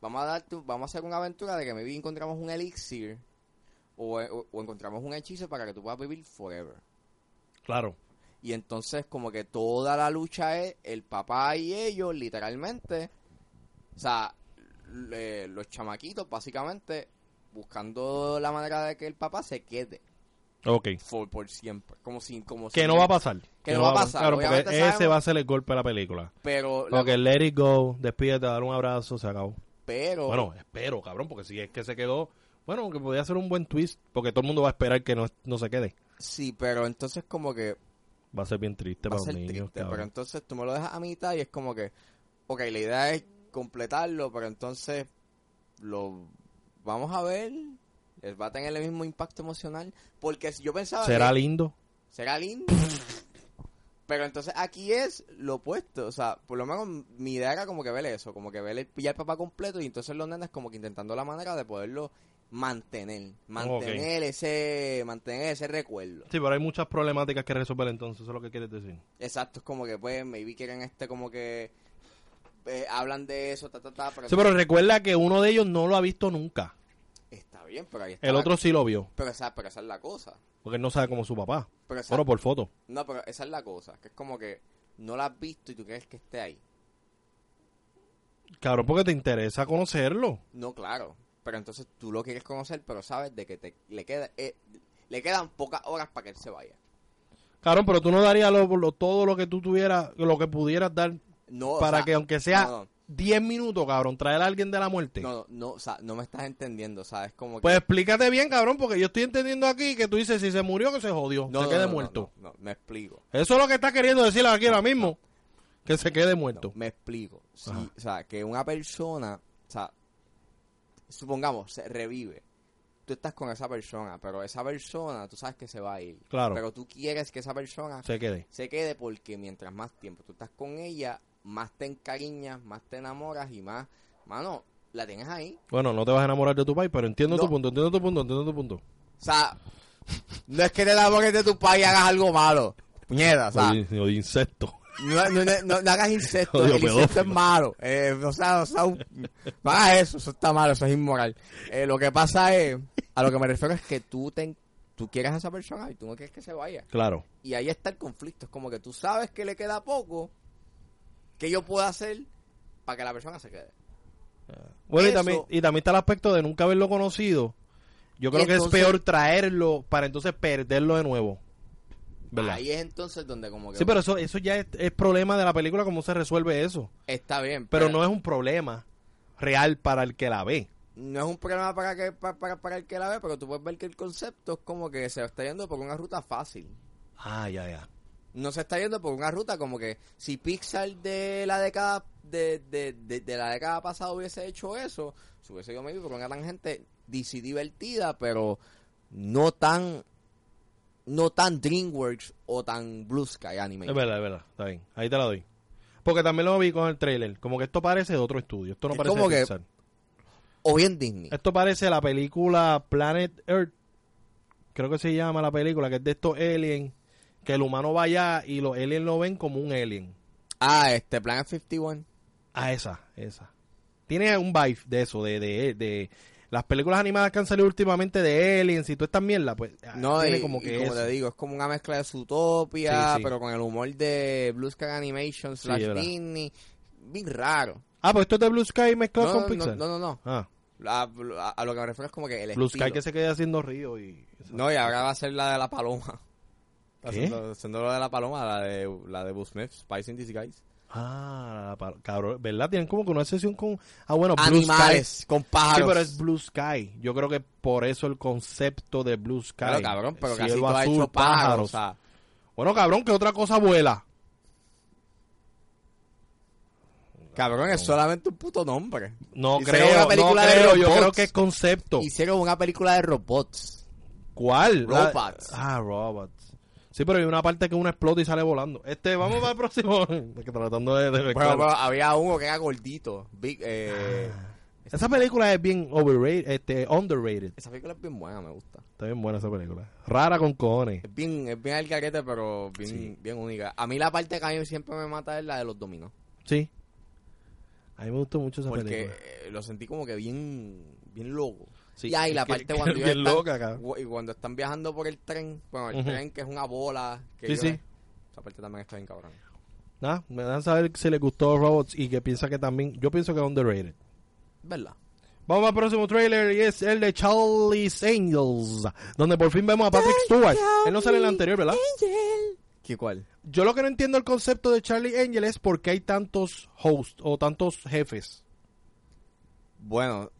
Speaker 2: vamos a, darte, vamos a hacer una aventura de que maybe encontramos un elixir o, o- o encontramos un hechizo para que tú puedas vivir forever.
Speaker 3: Claro.
Speaker 2: Y entonces como que toda la lucha es el papá y ellos, literalmente. O sea, le- los chamaquitos básicamente buscando la manera de que el papá se quede
Speaker 3: Ok.
Speaker 2: for- por siempre. Como si... Como si-
Speaker 3: Que no va a pasar.
Speaker 2: Que no va a pasar,
Speaker 3: Claro, porque
Speaker 2: obviamente
Speaker 3: ese
Speaker 2: sabemos.
Speaker 3: va a ser el golpe de la película.
Speaker 2: Pero... la-
Speaker 3: Ok, let it go, despídete, dar un abrazo, se acabó.
Speaker 2: pero
Speaker 3: Bueno, espero, cabrón, porque si es que se quedó, bueno, que podía ser un buen twist, porque todo el mundo va a esperar que no, no se quede.
Speaker 2: Sí, pero entonces como que
Speaker 3: Va a ser bien triste
Speaker 2: va a
Speaker 3: para
Speaker 2: ser
Speaker 3: los niños,
Speaker 2: triste.
Speaker 3: cabrón.
Speaker 2: Pero entonces tú me lo dejas a mitad y es como que... Ok, la idea es completarlo, pero entonces lo vamos a ver. eh, Va a tener el mismo impacto emocional. Porque si yo pensaba... que-
Speaker 3: Será lindo.
Speaker 2: será lindo. Pero entonces aquí es lo opuesto. O sea, por lo menos mi idea era como que ver eso, como que ver el pillar al papá completo y entonces los nenes como que intentando la manera de poderlo mantener. Mantener ese mantener ese recuerdo.
Speaker 3: Sí, pero hay muchas problemáticas que resolver entonces, eso es lo que quieres decir.
Speaker 2: Exacto, es como que pues maybe quieren este como que eh, hablan de eso, ta ta ta, pero,
Speaker 3: Sí, pero recuerda que uno de ellos no lo ha visto nunca.
Speaker 2: está bien, pero ahí está.
Speaker 3: El
Speaker 2: la-
Speaker 3: otro sí lo vio,
Speaker 2: pero esa, pero esa es la cosa.
Speaker 3: porque él no sabe cómo es su papá.
Speaker 2: Pero esa,
Speaker 3: Bueno, por foto.
Speaker 2: No, pero esa es la cosa, que es como que no la has visto y tú crees que esté ahí.
Speaker 3: Cabrón, porque te interesa conocerlo.
Speaker 2: No, claro. Pero entonces tú lo quieres conocer, pero sabes de que te, le, queda, eh, le quedan pocas horas para que él se vaya.
Speaker 3: Cabrón, pero tú no darías lo- lo- todo lo que tú tuvieras, lo que pudieras dar
Speaker 2: No, o
Speaker 3: para
Speaker 2: sea,
Speaker 3: que aunque sea
Speaker 2: No, no.
Speaker 3: 10 minutos, cabrón, traer a alguien de la muerte.
Speaker 2: no, no, no, o sea, no me estás entendiendo, ¿sabes? Como que...
Speaker 3: Pues explícate bien, cabrón, porque yo estoy entendiendo aquí que tú dices si se murió que se jodió,
Speaker 2: no,
Speaker 3: se
Speaker 2: no,
Speaker 3: quede
Speaker 2: no, no,
Speaker 3: muerto.
Speaker 2: No, no, me explico.
Speaker 3: Eso es lo que está queriendo decir aquí ahora mismo, que se quede muerto.
Speaker 2: No, me explico. Sí,
Speaker 3: Ajá.
Speaker 2: o sea, que una persona, o sea, supongamos, se revive. Tú estás con esa persona, pero esa persona, tú sabes que se va a ir.
Speaker 3: Claro.
Speaker 2: Pero tú quieres que esa persona
Speaker 3: Se quede.
Speaker 2: se quede porque mientras más tiempo tú estás con ella, más te encariñas, más te enamoras y más, mano, la tienes ahí.
Speaker 3: Bueno, no te vas a enamorar de tu país, pero entiendo
Speaker 2: No.
Speaker 3: tu punto, entiendo tu punto, entiendo tu punto.
Speaker 2: O sea, no es que te enamores de tu país y hagas algo malo. Puñeta, o sea,
Speaker 3: O de- o de insecto.
Speaker 2: no, no, no, no- no hagas insectos,
Speaker 3: Odio
Speaker 2: el insecto es
Speaker 3: pedófilo.
Speaker 2: malo. Eh, o sea, o sea, un- no hagas eso, eso está malo, eso es inmoral. Eh, lo que pasa es, a lo que me refiero es que tú, te, en- tú quieres a esa persona y tú no quieres que se vaya.
Speaker 3: [laughs] Claro.
Speaker 2: Y ahí está el conflicto. Es como que tú sabes que le queda poco. que yo puedo hacer para que la persona se quede?
Speaker 3: Bueno, y
Speaker 2: Eso-
Speaker 3: también, y también está el aspecto de nunca haberlo conocido. Yo creo
Speaker 2: Y
Speaker 3: que
Speaker 2: entonces-
Speaker 3: es peor traerlo para entonces perderlo de nuevo. ¿Verdad?
Speaker 2: Ahí es entonces donde como que
Speaker 3: Sí, pero eso, eso ya es, es problema de la película, cómo se resuelve eso.
Speaker 2: está bien.
Speaker 3: Pero no es un problema real para el que la ve.
Speaker 2: no es un problema para, que, para, para, para el que la ve, pero tú puedes ver que el concepto es como que se está yendo por una ruta fácil.
Speaker 3: Ah, ya, ya.
Speaker 2: No se está yendo por una ruta como que si Pixar de la década de, de, de, de la década pasada hubiese hecho eso, se hubiese ido maybe por una tangente DC divertida, pero no tan no tan DreamWorks o tan Blue Sky Anime.
Speaker 3: Es verdad, es verdad. Está bien. Ahí te la doy. Porque también lo vi con el trailer. Como que esto parece de otro estudio. Esto no
Speaker 2: Es
Speaker 3: parece
Speaker 2: como
Speaker 3: de
Speaker 2: que-
Speaker 3: Pixar.
Speaker 2: O bien Disney.
Speaker 3: Esto parece la película Planet Earth. Creo que se llama la película, que es de estos aliens. Que el humano va allá y los aliens lo ven como un alien.
Speaker 2: Ah, este Planet 51.
Speaker 3: Ah, esa, esa. Tiene un vibe de eso, de, de, de las películas animadas que han salido últimamente de aliens y toda esta mierda, pues ah,
Speaker 2: No,
Speaker 3: tiene
Speaker 2: y,
Speaker 3: como
Speaker 2: como,
Speaker 3: que
Speaker 2: como
Speaker 3: eso.
Speaker 2: te digo, es como una mezcla de Zootopia,
Speaker 3: Sí, sí.
Speaker 2: pero con el humor de Blue Sky Animation slash
Speaker 3: es verdad.
Speaker 2: Disney. Bien raro.
Speaker 3: Ah, pues esto es de Blue Sky mezclado
Speaker 2: No,
Speaker 3: con
Speaker 2: no,
Speaker 3: Pixar.
Speaker 2: no, no, no.
Speaker 3: Ah,
Speaker 2: A, a- a lo que me refiero es como que el
Speaker 3: Blue
Speaker 2: estilo.
Speaker 3: Sky que se queda haciendo río y...
Speaker 2: No, y ahora va a ser la de la paloma.
Speaker 3: ¿Qué?
Speaker 2: Haciendo, haciendo lo de la paloma, la de, la de Will Smith, Spice in Disguise.
Speaker 3: Ah, la pa- cabrón, ¿verdad? Tienen como que una sesión con... Ah, bueno, Blue
Speaker 2: Animales,
Speaker 3: Sky.
Speaker 2: con
Speaker 3: Sí,
Speaker 2: pájaros.
Speaker 3: pero es Blue Sky. Yo creo que por eso el concepto de Blue Sky.
Speaker 2: Claro, cabrón, pero casi
Speaker 3: Cielo
Speaker 2: todo ha
Speaker 3: azul,
Speaker 2: hecho pájaros. O
Speaker 3: pájaros.
Speaker 2: sea,
Speaker 3: Bueno, cabrón, ¿qué otra cosa vuela?
Speaker 2: cabrón, es solamente un puto nombre.
Speaker 3: No
Speaker 2: Hicieron
Speaker 3: creo,
Speaker 2: una película
Speaker 3: no
Speaker 2: de
Speaker 3: creo. Yo
Speaker 2: robots.
Speaker 3: creo que es concepto.
Speaker 2: Hicieron una película de robots.
Speaker 3: ¿Cuál? La-
Speaker 2: Robots.
Speaker 3: Ah, robots. Sí, pero hay una parte que uno explota y sale volando. Este, vamos para el próximo. [laughs] Tratando de... de
Speaker 2: Pero,
Speaker 3: mezclar.
Speaker 2: pero había uno que era gordito. Big, eh,
Speaker 3: Ah. Esa película es bien overrated, este, underrated.
Speaker 2: Esa película es bien buena, me gusta.
Speaker 3: Está bien buena esa película. Rara con cojones.
Speaker 2: Es bien, es bien al carete, pero bien,
Speaker 3: Sí.
Speaker 2: bien única. A mí la parte que a mí siempre me mata es la de los dominos.
Speaker 3: Sí. A mí me gustó mucho esa
Speaker 2: Porque
Speaker 3: película.
Speaker 2: eh, lo sentí como que bien, bien loco.
Speaker 3: Sí,
Speaker 2: y ahí la
Speaker 3: es que-
Speaker 2: parte
Speaker 3: que
Speaker 2: cuando
Speaker 3: es
Speaker 2: ellos
Speaker 3: bien
Speaker 2: están-
Speaker 3: loca, cabrón.
Speaker 2: gu- y cuando están viajando por el tren, bueno, el
Speaker 3: Ujú.
Speaker 2: tren que es una bola. Que
Speaker 3: Sí,
Speaker 2: ellos-
Speaker 3: sí.
Speaker 2: Esa parte también está bien cabrón.
Speaker 3: Nada, me dan a saber si les gustó Robots y que piensa que también. Yo pienso que es underrated.
Speaker 2: ¿Verdad?
Speaker 3: Vamos al próximo trailer y es el de Charlie's Angels, donde por fin vemos a Patrick Stewart. Él no sale en el anterior, ¿verdad?
Speaker 2: ¿Qué cuál?
Speaker 3: Yo lo que no entiendo el concepto de Charlie Angel es por qué hay tantos hosts o tantos jefes.
Speaker 2: Bueno,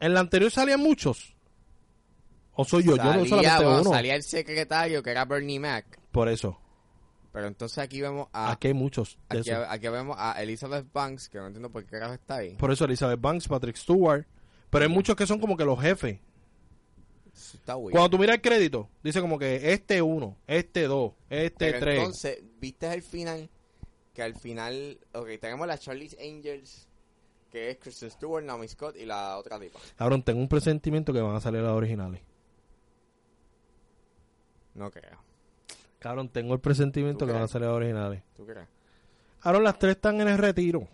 Speaker 3: En la anterior salían muchos. O soy yo, yo no solamente
Speaker 2: bueno,
Speaker 3: uno.
Speaker 2: salía el secretario que era Bernie Mac.
Speaker 3: Por eso.
Speaker 2: Pero entonces aquí vemos a.
Speaker 3: Aquí hay muchos. de
Speaker 2: Ah, Aquí,
Speaker 3: esos.
Speaker 2: aquí vemos a Elizabeth Banks, que no entiendo por qué carajo está ahí.
Speaker 3: Por eso Elizabeth Banks, Patrick Stewart. Pero hay muchos que son como que los jefes.
Speaker 2: Eso Está weird.
Speaker 3: Cuando tú miras el crédito, dice como que este uno, este dos, este
Speaker 2: Pero
Speaker 3: tres.
Speaker 2: entonces, ¿viste al final? Que al final, ok, tenemos la Charlie's Angels, que es Kristen Stewart, Naomi Scott y la otra tipa.
Speaker 3: Cabrón, tengo un presentimiento que van a salir las originales.
Speaker 2: No creo,
Speaker 3: Cabrón, tengo el presentimiento
Speaker 2: ¿Tú
Speaker 3: que van a
Speaker 2: crees?
Speaker 3: salir las originales.
Speaker 2: ¿tú crees?
Speaker 3: Cabrón, las tres están en el retiro.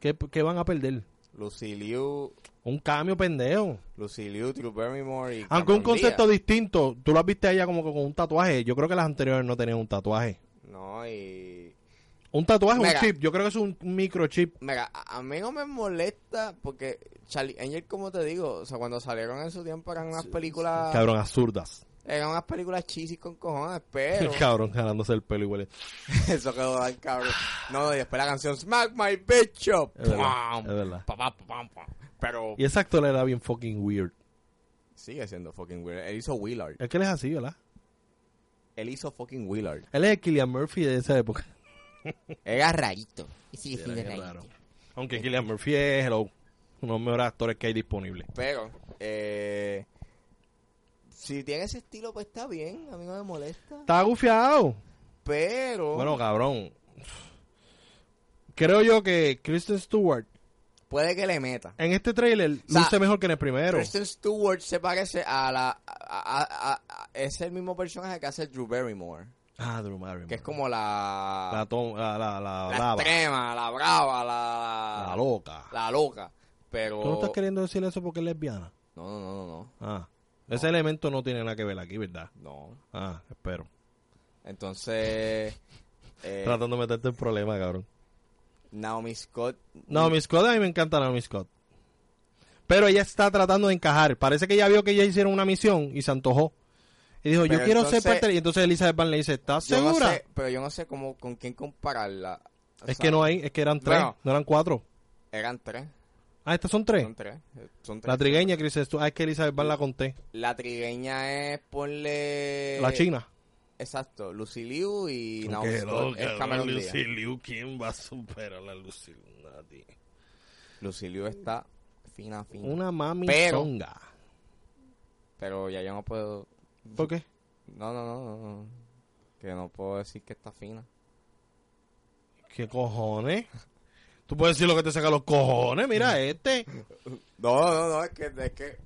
Speaker 3: ¿Qué, qué van a perder?
Speaker 2: Lucy Liu,
Speaker 3: Un cambio pendejo.
Speaker 2: Lucy Liu, Drew Barrymore y
Speaker 3: Aunque un
Speaker 2: Cameron
Speaker 3: concepto
Speaker 2: Diaz.
Speaker 3: distinto, tú las viste a ella como que con un tatuaje. Yo creo que las anteriores no tenían un tatuaje.
Speaker 2: No, y...
Speaker 3: Un tatuaje,
Speaker 2: Mira.
Speaker 3: un chip. Yo creo que es un microchip.
Speaker 2: Mira, a a mí no me molesta porque Charlie Angel, como te digo, o sea, cuando salieron en su tiempo eran unas películas...
Speaker 3: Cabrón, absurdas.
Speaker 2: Eran unas películas chisis con cojones,
Speaker 3: [laughs]
Speaker 2: pero...
Speaker 3: Cabrón, jalándose el pelo y huele.
Speaker 2: [laughs] Eso quedó tan cabrón. No, y después la canción Smack My Bitch Up.
Speaker 3: Es verdad,
Speaker 2: Pam,
Speaker 3: es verdad.
Speaker 2: pa, pa, pa, pam, pam. Pero
Speaker 3: Y esa actora era bien fucking weird.
Speaker 2: sigue siendo fucking Willard. Él hizo Willard.
Speaker 3: Es que él es así, ¿verdad?
Speaker 2: Él hizo fucking Willard.
Speaker 3: Él es el Killian Murphy de esa época.
Speaker 2: Era rarito. Y sigue
Speaker 3: Era
Speaker 2: siendo
Speaker 3: bien
Speaker 2: rarito.
Speaker 3: raro. Aunque Killian Murphy es hello, uno de los mejores actores que hay disponible.
Speaker 2: Pero, eh, si tiene ese estilo, pues está bien. A mí no me molesta.
Speaker 3: Está gufiado.
Speaker 2: Pero
Speaker 3: Bueno, cabrón. Creo yo que Kristen Stewart
Speaker 2: puede que le meta.
Speaker 3: en este trailer
Speaker 2: sea,
Speaker 3: luce mejor que en el primero.
Speaker 2: Kristen Stewart se parece a la... a- a- a- a- es el mismo personaje que hace Drew Barrymore.
Speaker 3: Ah, Drew Barrymore.
Speaker 2: Que es como la...
Speaker 3: la, tom- la, la, la
Speaker 2: la
Speaker 3: brava,
Speaker 2: extrema, la brava, la,
Speaker 3: la loca.
Speaker 2: la loca. Pero.
Speaker 3: ¿Tú no estás queriendo decir eso porque es lesbiana?
Speaker 2: no, no, no, no,
Speaker 3: Ah, ese elemento no tiene nada que ver aquí, ¿verdad?
Speaker 2: no. no.
Speaker 3: Ah, espero.
Speaker 2: Entonces. eh,
Speaker 3: Tratando de meterte en problemas, cabrón.
Speaker 2: Naomi Scott.
Speaker 3: Naomi Scott, a mí me encanta Naomi Scott. Pero ella está tratando de encajar. Parece que ella vio que ella hicieron una misión y se antojó. Y dijo,
Speaker 2: Pero
Speaker 3: yo quiero
Speaker 2: entonces-
Speaker 3: ser parte. de-". Y entonces Elizabeth Van le dice, ¿estás
Speaker 2: yo no
Speaker 3: segura?
Speaker 2: sé, pero yo no sé cómo, con quién compararla. O
Speaker 3: es
Speaker 2: sea,
Speaker 3: que no hay, es que eran tres,
Speaker 2: Bueno.
Speaker 3: no eran cuatro.
Speaker 2: Eran tres.
Speaker 3: Ah, estas son tres.
Speaker 2: Son tres. eh, Son tres.
Speaker 3: La trigueña, Chris, esto- ah, es que Elizabeth Van la conté.
Speaker 2: La trigueña es, ponle.
Speaker 3: la china.
Speaker 2: Exacto, Lucy Liu Eh, y Naomi Scott. Es Cameron Diaz.
Speaker 3: Liu, ¿quién va a superar a Lucy Nadie.
Speaker 2: Lucy Liu está fina, fina.
Speaker 3: Una mami
Speaker 2: Pero-
Speaker 3: songa.
Speaker 2: Pero ya yo no puedo.
Speaker 3: ¿Por qué?
Speaker 2: No, no, no, no, no. Que no puedo decir que está fina.
Speaker 3: ¿Qué cojones? Tú puedes decir lo que te saca los cojones,
Speaker 2: Mm.
Speaker 3: mira este.
Speaker 2: No, no, no, es que, es que, es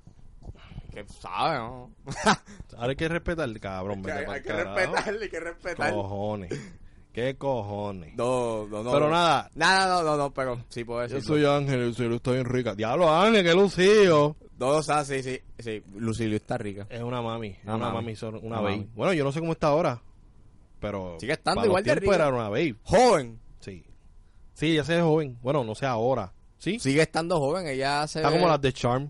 Speaker 2: que sabe, ¿no?
Speaker 3: Ahora hay que respetar, cabrón.
Speaker 2: Que
Speaker 3: vete
Speaker 2: [laughs] hay,
Speaker 3: pa'l
Speaker 2: hay que
Speaker 3: carajo.
Speaker 2: respetarle, hay que respetar.
Speaker 3: Cojones. ¿Qué cojones?
Speaker 2: No, no, no.
Speaker 3: Pero nada,
Speaker 2: Nada, no, no, no, pero sí puedo decir.
Speaker 3: yo soy Ángel, yo estoy bien rica. Diablo, Ángel, qué lucido.
Speaker 2: No, o sea, sí, sí, sí. Lucilio está rica.
Speaker 3: Es una mami, es
Speaker 2: Una
Speaker 3: una
Speaker 2: mami.
Speaker 3: mami, son- una
Speaker 2: Una
Speaker 3: babe.
Speaker 2: mami.
Speaker 3: Bueno, yo no sé cómo está ahora, pero...
Speaker 2: Sigue estando
Speaker 3: para
Speaker 2: igual
Speaker 3: los
Speaker 2: de
Speaker 3: tiempos
Speaker 2: rica.
Speaker 3: era una babe,
Speaker 2: Joven.
Speaker 3: sí. Sí, ella se ve joven. Bueno, no sé ahora, ¿sí?
Speaker 2: Sigue estando joven, ella se
Speaker 3: Está
Speaker 2: ve-
Speaker 3: como las de Charm.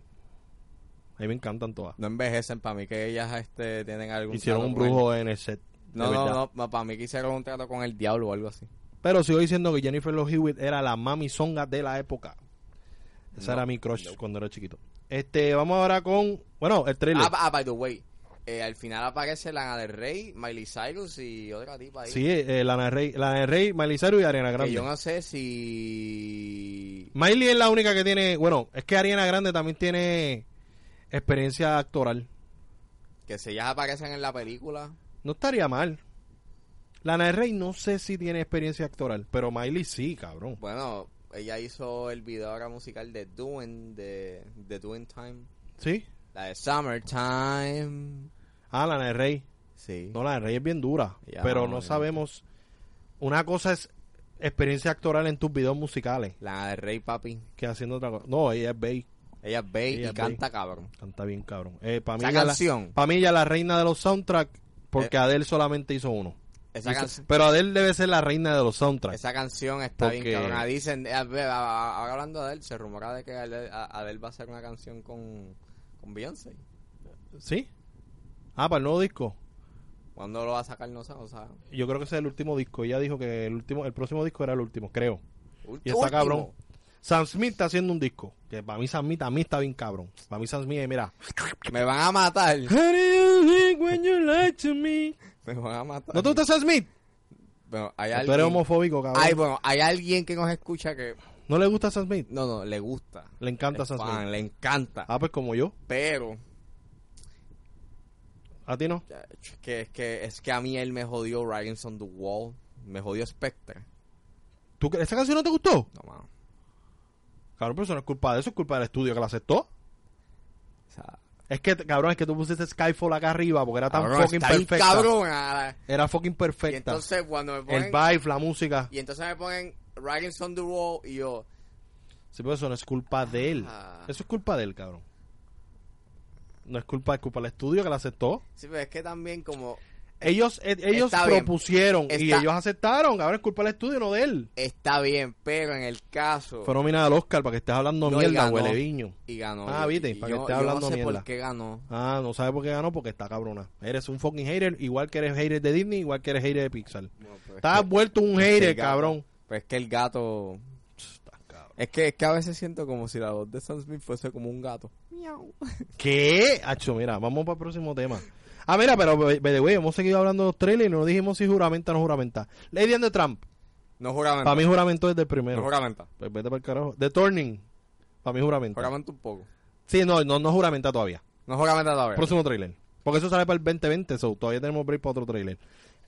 Speaker 3: A mí me encantan todas.
Speaker 2: No envejecen, para mí que ellas este, tienen algún...
Speaker 3: Hicieron
Speaker 2: trato
Speaker 3: un
Speaker 2: con el-
Speaker 3: brujo en el set. de
Speaker 2: No,
Speaker 3: verdad.
Speaker 2: no, no, para mí que hicieron un trato con el diablo o algo así.
Speaker 3: Pero sigo diciendo que Jennifer Love Hewitt era la mami songa de la época. Esa
Speaker 2: No,
Speaker 3: era mi crush cuando era chiquito. Este, vamos ahora con, bueno, el trailer.
Speaker 2: Ah, ba- ah, by the way. eh, al final aparece Lana del Rey, Miley Cyrus y otra tipa ahí.
Speaker 3: sí, eh, Lana Rey, Lana del Rey, Miley Cyrus y Ariana
Speaker 2: Que
Speaker 3: Grande.
Speaker 2: yo no sé si...
Speaker 3: Miley es la única que tiene, bueno, es que Ariana Grande también tiene experiencia actoral.
Speaker 2: Que si ellas aparecen en la película.
Speaker 3: No estaría mal. Lana del Rey no sé si tiene experiencia actoral, pero Miley sí, cabrón.
Speaker 2: Bueno, ella hizo el video ahora musical de Doing, de, de Doing Time.
Speaker 3: ¿Sí?
Speaker 2: La de Summertime.
Speaker 3: Ah, Lana del Rey.
Speaker 2: Sí.
Speaker 3: No, la de Rey es bien dura.
Speaker 2: Ya,
Speaker 3: pero no
Speaker 2: obviamente.
Speaker 3: sabemos. Una cosa es experiencia actoral en tus videos musicales.
Speaker 2: La de Rey Papi.
Speaker 3: Que haciendo otra cosa. No, ella es Bey.
Speaker 2: Ella es bella y
Speaker 3: Ella es
Speaker 2: canta cabrón.
Speaker 3: Canta bien, cabrón. Eh, para mí,
Speaker 2: Esa
Speaker 3: ella la-
Speaker 2: canción. Eh.
Speaker 3: pa' mí ella es la reina de los soundtracks. Porque Adele solamente hizo uno.
Speaker 2: Esa,
Speaker 3: Hizo-
Speaker 2: canción
Speaker 3: pero Adele debe ser la reina de los soundtracks.
Speaker 2: esa canción está
Speaker 3: Porque-
Speaker 2: bien cabrona. Dicen, eh, a ver, a- a- ahora hablando de él, se rumora de que Adele, a- Adele va a hacer una canción con, con Beyoncé.
Speaker 3: ¿Sí? Ah, para el nuevo disco.
Speaker 2: ¿Cuándo lo va a sacar? No sé, o sea.
Speaker 3: Yo creo que ese es el último disco. Ella dijo que el último, el próximo disco era el último, creo.
Speaker 2: ult-
Speaker 3: Y está
Speaker 2: último.
Speaker 3: cabrón. Sam Smith está haciendo un disco. Que para mí Sam Smith, a mí está bien cabrón. Para mí Sam Smith, es, mira.
Speaker 2: Me van a
Speaker 3: [laughs]
Speaker 2: matar.
Speaker 3: How do you think when you lie to me?
Speaker 2: Me van a matar.
Speaker 3: ¿No te gusta Sam Smith?
Speaker 2: Bueno, hay
Speaker 3: Tú eres
Speaker 2: alguien...
Speaker 3: homofóbico, cabrón.
Speaker 2: Eh, Ay, bueno, hay alguien que nos escucha que...
Speaker 3: ¿No le gusta Sam Smith?
Speaker 2: No, no, le gusta.
Speaker 3: Le encanta
Speaker 2: Es
Speaker 3: Sam
Speaker 2: fan,
Speaker 3: Smith.
Speaker 2: Le encanta.
Speaker 3: Ah, pues como yo.
Speaker 2: Pero...
Speaker 3: ¿A ti no?
Speaker 2: Ch- Que es que es que a mí él me jodió Riding on the Wall, me jodió Spectre.
Speaker 3: ¿Tú, cre- ¿Esa canción no te gustó?
Speaker 2: No mano.
Speaker 3: Cabrón, pero eso no es culpa de eso, es culpa del estudio que la aceptó.
Speaker 2: O sea,
Speaker 3: Es que, cabrón, es que tú pusiste Skyfall acá arriba porque era tan
Speaker 2: cabrón,
Speaker 3: fucking
Speaker 2: está bien
Speaker 3: perfecta.
Speaker 2: cabrona, la-
Speaker 3: Era fucking
Speaker 2: Y
Speaker 3: perfecta.
Speaker 2: entonces cuando me
Speaker 3: El
Speaker 2: ponen
Speaker 3: vibe, la música.
Speaker 2: y entonces me ponen Riding on the Wall y yo
Speaker 3: Sí, pero eso no es culpa de él.
Speaker 2: Ah.
Speaker 3: Eso es culpa de él, cabrón. No es culpa, es culpa del estudio que la aceptó.
Speaker 2: sí, pero es que también como
Speaker 3: Ellos, eh, ellos
Speaker 2: Está bien.
Speaker 3: propusieron y
Speaker 2: Está-
Speaker 3: ellos aceptaron. Cabrón, es culpa del estudio, no de él.
Speaker 2: está bien, pero en el caso
Speaker 3: Fue nominada al Oscar para que estés hablando
Speaker 2: No, él
Speaker 3: mierda,
Speaker 2: ganó.
Speaker 3: huele viño.
Speaker 2: y ganó.
Speaker 3: Ah,
Speaker 2: Y-
Speaker 3: viste,
Speaker 2: y
Speaker 3: para que
Speaker 2: yo,
Speaker 3: esté
Speaker 2: yo
Speaker 3: hablando
Speaker 2: no sé
Speaker 3: mierda.
Speaker 2: por qué ganó.
Speaker 3: Ah, no sabe por qué ganó porque está cabrona. Eres un fucking hater, igual que eres hater de Disney, igual que eres hater de Pixar. Estás vuelto un
Speaker 2: Es que
Speaker 3: hater,
Speaker 2: el gato-
Speaker 3: cabrón.
Speaker 2: Pues es que el gato es que, es que a veces siento como si la voz de Sam Smith fuese como un gato. Miau.
Speaker 3: ¿Qué? Hacho, mira, vamos para el próximo tema. Ah, mira, pero by the way, hemos seguido hablando de los trailers y no dijimos si juramenta o no juramenta. Lady and the Trump,
Speaker 2: No juramenta.
Speaker 3: para mí juramento es del
Speaker 2: no
Speaker 3: primero.
Speaker 2: juramenta.
Speaker 3: Pues vete para el carajo. The Turning, para mí juramento.
Speaker 2: Juramenta un poco.
Speaker 3: Sí, no, no, no juramenta todavía.
Speaker 2: No juramenta todavía.
Speaker 3: Próximo trailer. Porque eso sale para el 2020, so todavía tenemos break para otro trailer.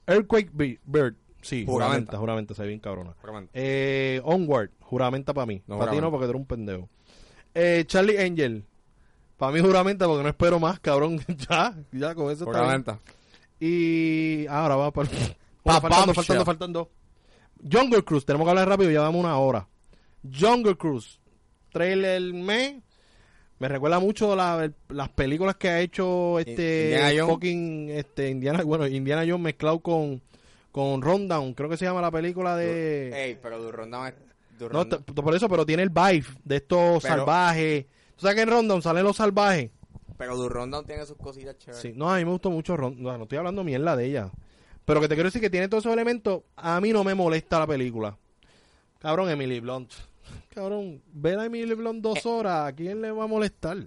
Speaker 3: Earthquake Bi- Bird, sí, juramenta,
Speaker 2: Juramenta.
Speaker 3: juramenta, se ve bien cabrona.
Speaker 2: Juramenta.
Speaker 3: Eh, Onward, juramenta para mí.
Speaker 2: No,
Speaker 3: para ti
Speaker 2: juramenta.
Speaker 3: no, porque tú eres un pendejo. Eh, Charlie Angel, para mí juramenta porque no espero más, cabrón. [laughs] ya, ya con eso está bien.
Speaker 2: Juramenta.
Speaker 3: Y ahora
Speaker 2: [laughs]
Speaker 3: va para.
Speaker 2: Pa-
Speaker 3: faltando,
Speaker 2: Bombshell.
Speaker 3: faltando, faltando. Jungle Cruise, tenemos que hablar rápido, ya vamos una hora. Jungle Cruise, trailer me. Me recuerda mucho la- las películas que ha hecho este
Speaker 2: Indiana Jones.
Speaker 3: fucking este Indiana, bueno, Indiana Jones mezclado con con Rundown, creo que se llama la película de
Speaker 2: Ey, pero Durronda me...
Speaker 3: no,
Speaker 2: Durronda-
Speaker 3: t- por eso, pero tiene el vibe de estos
Speaker 2: Pero-
Speaker 3: salvajes. ¿Tú sabes que en Rundown salen los salvajes?
Speaker 2: pero Durronda tiene sus cositas chéveres.
Speaker 3: Sí. No, a mí me gustó mucho Rundown. No, no estoy hablando mierda de ella. Pero que te quiero decir que tiene todos esos elementos. A mí no me molesta la película. Cabrón, Emily Blunt. [laughs] Cabrón, ver a Emily Blunt
Speaker 2: Eh.
Speaker 3: dos horas, ¿a quién le va a molestar?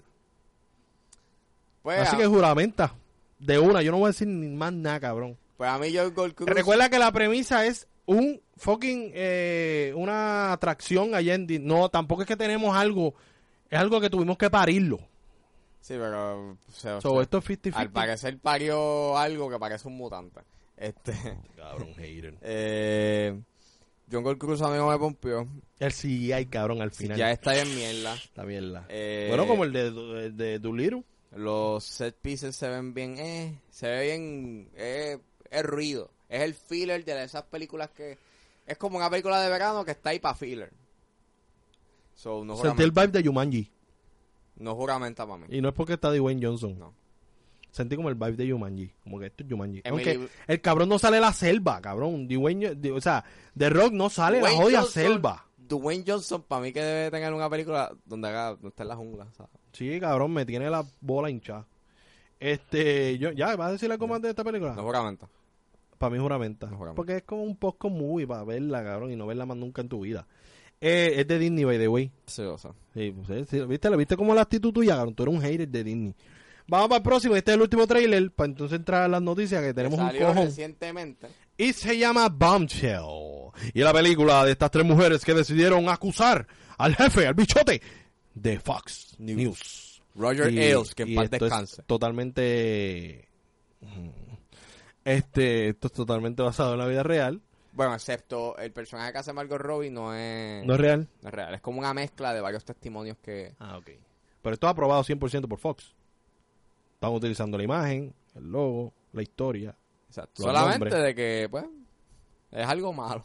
Speaker 2: Pues,
Speaker 3: Así
Speaker 2: a,
Speaker 3: que juramenta. De una, yo no voy a decir ni más nada, cabrón.
Speaker 2: pues a mí George Gold Cruz...
Speaker 3: Recuerda que la premisa es un fucking eh, una atracción allá en Di- no tampoco es que tenemos algo es algo que tuvimos que parirlo
Speaker 2: Sí, pero. o sea,
Speaker 3: So, esto es 50-50.
Speaker 2: al parecer parió algo que parece un mutante. Este. [laughs]
Speaker 3: Cabrón, hater.
Speaker 2: Eh, John Gold Cruz a mí no me pompió.
Speaker 3: El CGI, cabrón, al
Speaker 2: Si
Speaker 3: final.
Speaker 2: ya está en mierda.
Speaker 3: Está mierda.
Speaker 2: Eh,
Speaker 3: bueno, como el de, el de Doolittle.
Speaker 2: Los set pieces se ven bien, eh, se ve bien, eh, es ruido. Es el filler de esas películas que... Es como una película de verano que está ahí para filler. So, no,
Speaker 3: Sentí el
Speaker 2: juramenta,
Speaker 3: vibe de Jumanji.
Speaker 2: no juramenta para mí.
Speaker 3: Y no es porque está Dwayne Johnson.
Speaker 2: No.
Speaker 3: Sentí como el vibe de Jumanji. Como que esto es Jumanji.
Speaker 2: Emily-
Speaker 3: Aunque el cabrón no sale de la selva, cabrón. Dwayne, Jo- di- o sea, The Rock no sale de la
Speaker 2: Dwayne
Speaker 3: jodida
Speaker 2: Johnson-
Speaker 3: selva.
Speaker 2: Dwayne Johnson para mí que debe tener una película donde haga, no está en la jungla, ¿sabes?
Speaker 3: Sí, cabrón, me tiene la bola hinchada. Este, yo, ya, ¿vas a decir algo más de esta película?
Speaker 2: No juramenta.
Speaker 3: Para mí es juramenta.
Speaker 2: No, juramenta.
Speaker 3: Porque es como un poco movie para verla, cabrón, y no verla más nunca en tu vida. Eh, es de Disney, by the way.
Speaker 2: Sí, o sea.
Speaker 3: Sí, pues, eh, sí, ¿viste? ¿La ¿Viste como la actitud tuya, cabrón? Tú eres un hater de Disney. Vamos para el próximo. Este es el último trailer. Para entonces entrar a las noticias que tenemos un
Speaker 2: salió
Speaker 3: cojón.
Speaker 2: recientemente.
Speaker 3: Y se llama Bombshell. Y es la película de estas tres mujeres que decidieron acusar al jefe, al bichote, de Fox News.
Speaker 2: Roger
Speaker 3: Y-
Speaker 2: Ailes, que en
Speaker 3: y
Speaker 2: paz
Speaker 3: esto es
Speaker 2: descanse.
Speaker 3: totalmente. Este, esto es totalmente basado en la vida real.
Speaker 2: Bueno, excepto el personaje que hace Margot Robbie no es...
Speaker 3: No es real.
Speaker 2: No es real, es como una mezcla de varios testimonios que...
Speaker 3: Ah, ok. Pero esto es aprobado 100% por Fox. Están utilizando la imagen, el logo, la historia.
Speaker 2: Exacto.
Speaker 3: Los
Speaker 2: Solamente
Speaker 3: nombres.
Speaker 2: de que, pues, es algo malo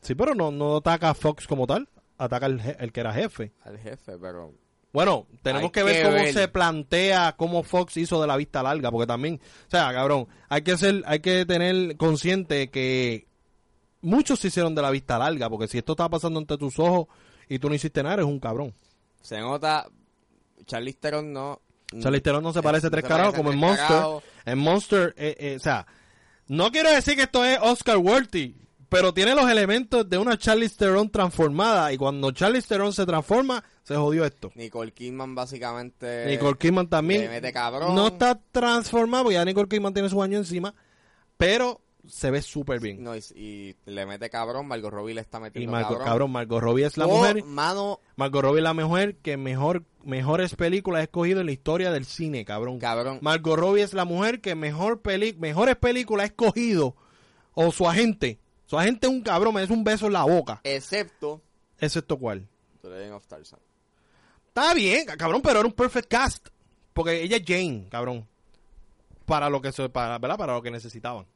Speaker 3: Sí, pero no, no ataca a Fox como tal. Ataca al je- el que era jefe.
Speaker 2: al jefe, pero...
Speaker 3: Bueno, tenemos
Speaker 2: Hay
Speaker 3: que ver
Speaker 2: que
Speaker 3: cómo
Speaker 2: ver.
Speaker 3: se plantea cómo Fox hizo de la vista larga, porque también, o sea, cabrón, hay que ser, hay que tener consciente que muchos se hicieron de la vista larga, porque si esto está pasando ante tus ojos y tú no hiciste nada, eres un cabrón.
Speaker 2: Se nota, Charlize Theron no...
Speaker 3: Charlize Theron Eh, no se parece a tres carajos como en
Speaker 2: el
Speaker 3: Monster. En Monster, eh, eh, o sea, no quiero decir que esto es Oscar worthy, pero tiene los elementos de una Charlize Theron transformada y cuando Charlize Theron se transforma, se jodió esto.
Speaker 2: Nicole Kidman básicamente...
Speaker 3: Nicole Kidman también
Speaker 2: le Eh, mete cabrón.
Speaker 3: no está transformado, porque ya Nicole Kidman tiene su año encima, pero se ve súper bien.
Speaker 2: No, y, y le mete cabrón, Margot Robbie le está
Speaker 3: y
Speaker 2: metiendo
Speaker 3: Margot, cabrón.
Speaker 2: cabrón.
Speaker 3: Margot Robbie es la
Speaker 2: Oh,
Speaker 3: mujer,
Speaker 2: mano,
Speaker 3: Margot Robbie es la mujer que mejor mejores películas ha escogido en la historia del cine, cabrón.
Speaker 2: cabrón.
Speaker 3: Margot Robbie es la mujer que mejor peli mejores películas ha escogido o su agente. Su agente es un cabrón, me es un beso en la boca.
Speaker 2: excepto...
Speaker 3: Excepto cuál.
Speaker 2: The Legend of Tarzan.
Speaker 3: Está bien, cabrón, pero era un perfect cast. Porque ella es Jane, cabrón. Para lo que se, para, ¿verdad? Para lo que necesitaban.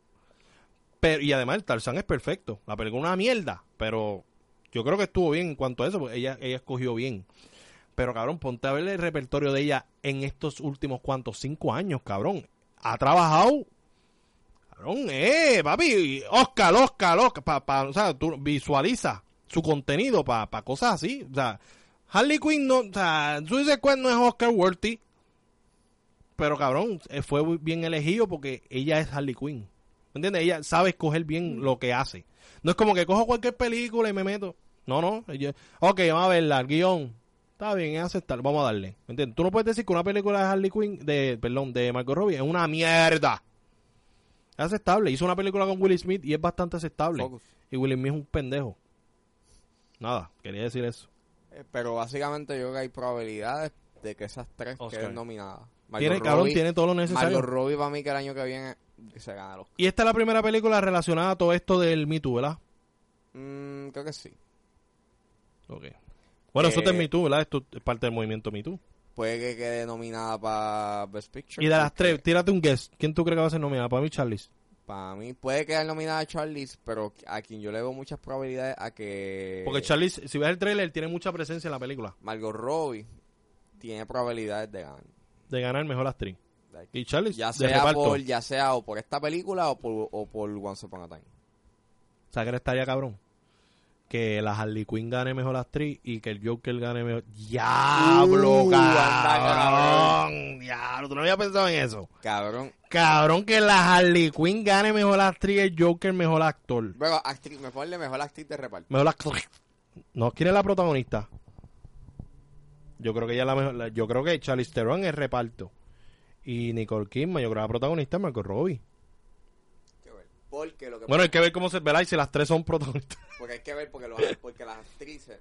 Speaker 3: Pero, y además, el Tarzán es perfecto. La película es una mierda. Pero yo creo que estuvo bien en cuanto a eso, porque ella, ella escogió bien. Pero, cabrón, ponte a ver el repertorio de ella en estos últimos cuantos, cinco años, cabrón. Ha trabajado. Cabrón, eh, papi. Oscar, Oscar, Oscar. Pa, pa- o sea, tú visualiza su contenido para cosas así. O sea, Harley Quinn no, o sea, Suicide Squad no es Oscar worthy, pero cabrón, eh, fue muy bien elegido porque ella es Harley Quinn. ¿Me entiendes? Ella sabe escoger bien lo que hace. No es como que cojo cualquier película y me meto. No, no. ella- ok, vamos a verla, el guión. Está bien, es aceptar, vamos a darle. ¿Me entiendes? Tú no puedes decir que una película de Harley Quinn, de, perdón, de Marco Robbie es una mierda. Es aceptable. Hizo una película con Will Smith y es bastante aceptable.
Speaker 2: Focus.
Speaker 3: Y Will Smith es un pendejo. Nada, quería decir eso.
Speaker 2: Eh, Pero básicamente yo creo que hay probabilidades de que esas tres
Speaker 3: Oscar.
Speaker 2: queden nominadas. Margot
Speaker 3: Tiene, cabrón,
Speaker 2: Robbie-
Speaker 3: tiene todo lo necesario.
Speaker 2: Margot Robbie para mí que el año que viene se gana los...
Speaker 3: Y esta es la primera película relacionada a todo esto del Me Too, ¿verdad?
Speaker 2: Mm, creo que sí.
Speaker 3: Bueno,
Speaker 2: Eh,
Speaker 3: eso es Me Too, ¿verdad? Esto es parte del movimiento Me Too.
Speaker 2: Puede que quede nominada para Best Picture.
Speaker 3: Y de las
Speaker 2: porque
Speaker 3: tres, tírate un guess. ¿Quién tú crees que va a ser nominada? Para mí, Charlize.
Speaker 2: Para mí puede quedar nominada a Charlize, pero a quien yo le veo muchas probabilidades a que...
Speaker 3: Porque Charlize, si ves el trailer, tiene mucha presencia en la película.
Speaker 2: Margot Robbie tiene probabilidades de ganar.
Speaker 3: De ganar mejor actriz.
Speaker 2: De aquí.
Speaker 3: Y Charlize,
Speaker 2: Ya
Speaker 3: de
Speaker 2: sea,
Speaker 3: reparto.
Speaker 2: por, ya sea o por esta película o por, o por Once Upon a Time.
Speaker 3: O sea, que estaría cabrón. Que la Harley Quinn gane mejor actriz y que el Joker gane mejor... ¡Diablo,
Speaker 2: Uh, anda,
Speaker 3: cabrón! ¡Diablo! ¿Tú no habías pensado en eso?
Speaker 2: Cabrón.
Speaker 3: Cabrón, que la Harley Quinn gane mejor actriz y el Joker mejor actor.
Speaker 2: Bueno, actriz, me ponle mejor actriz de reparto.
Speaker 3: Mejor actriz. No, ¿quién es la protagonista? Yo creo que ella es la mejor. la- yo creo que Charlize Theron es reparto. Y Nicole Kidman, yo creo que la protagonista es Marco Robbie.
Speaker 2: Porque lo que
Speaker 3: Bueno, hay que ver cómo se verá y si las tres son protagonistas.
Speaker 2: porque hay que ver porque, los- porque las actrices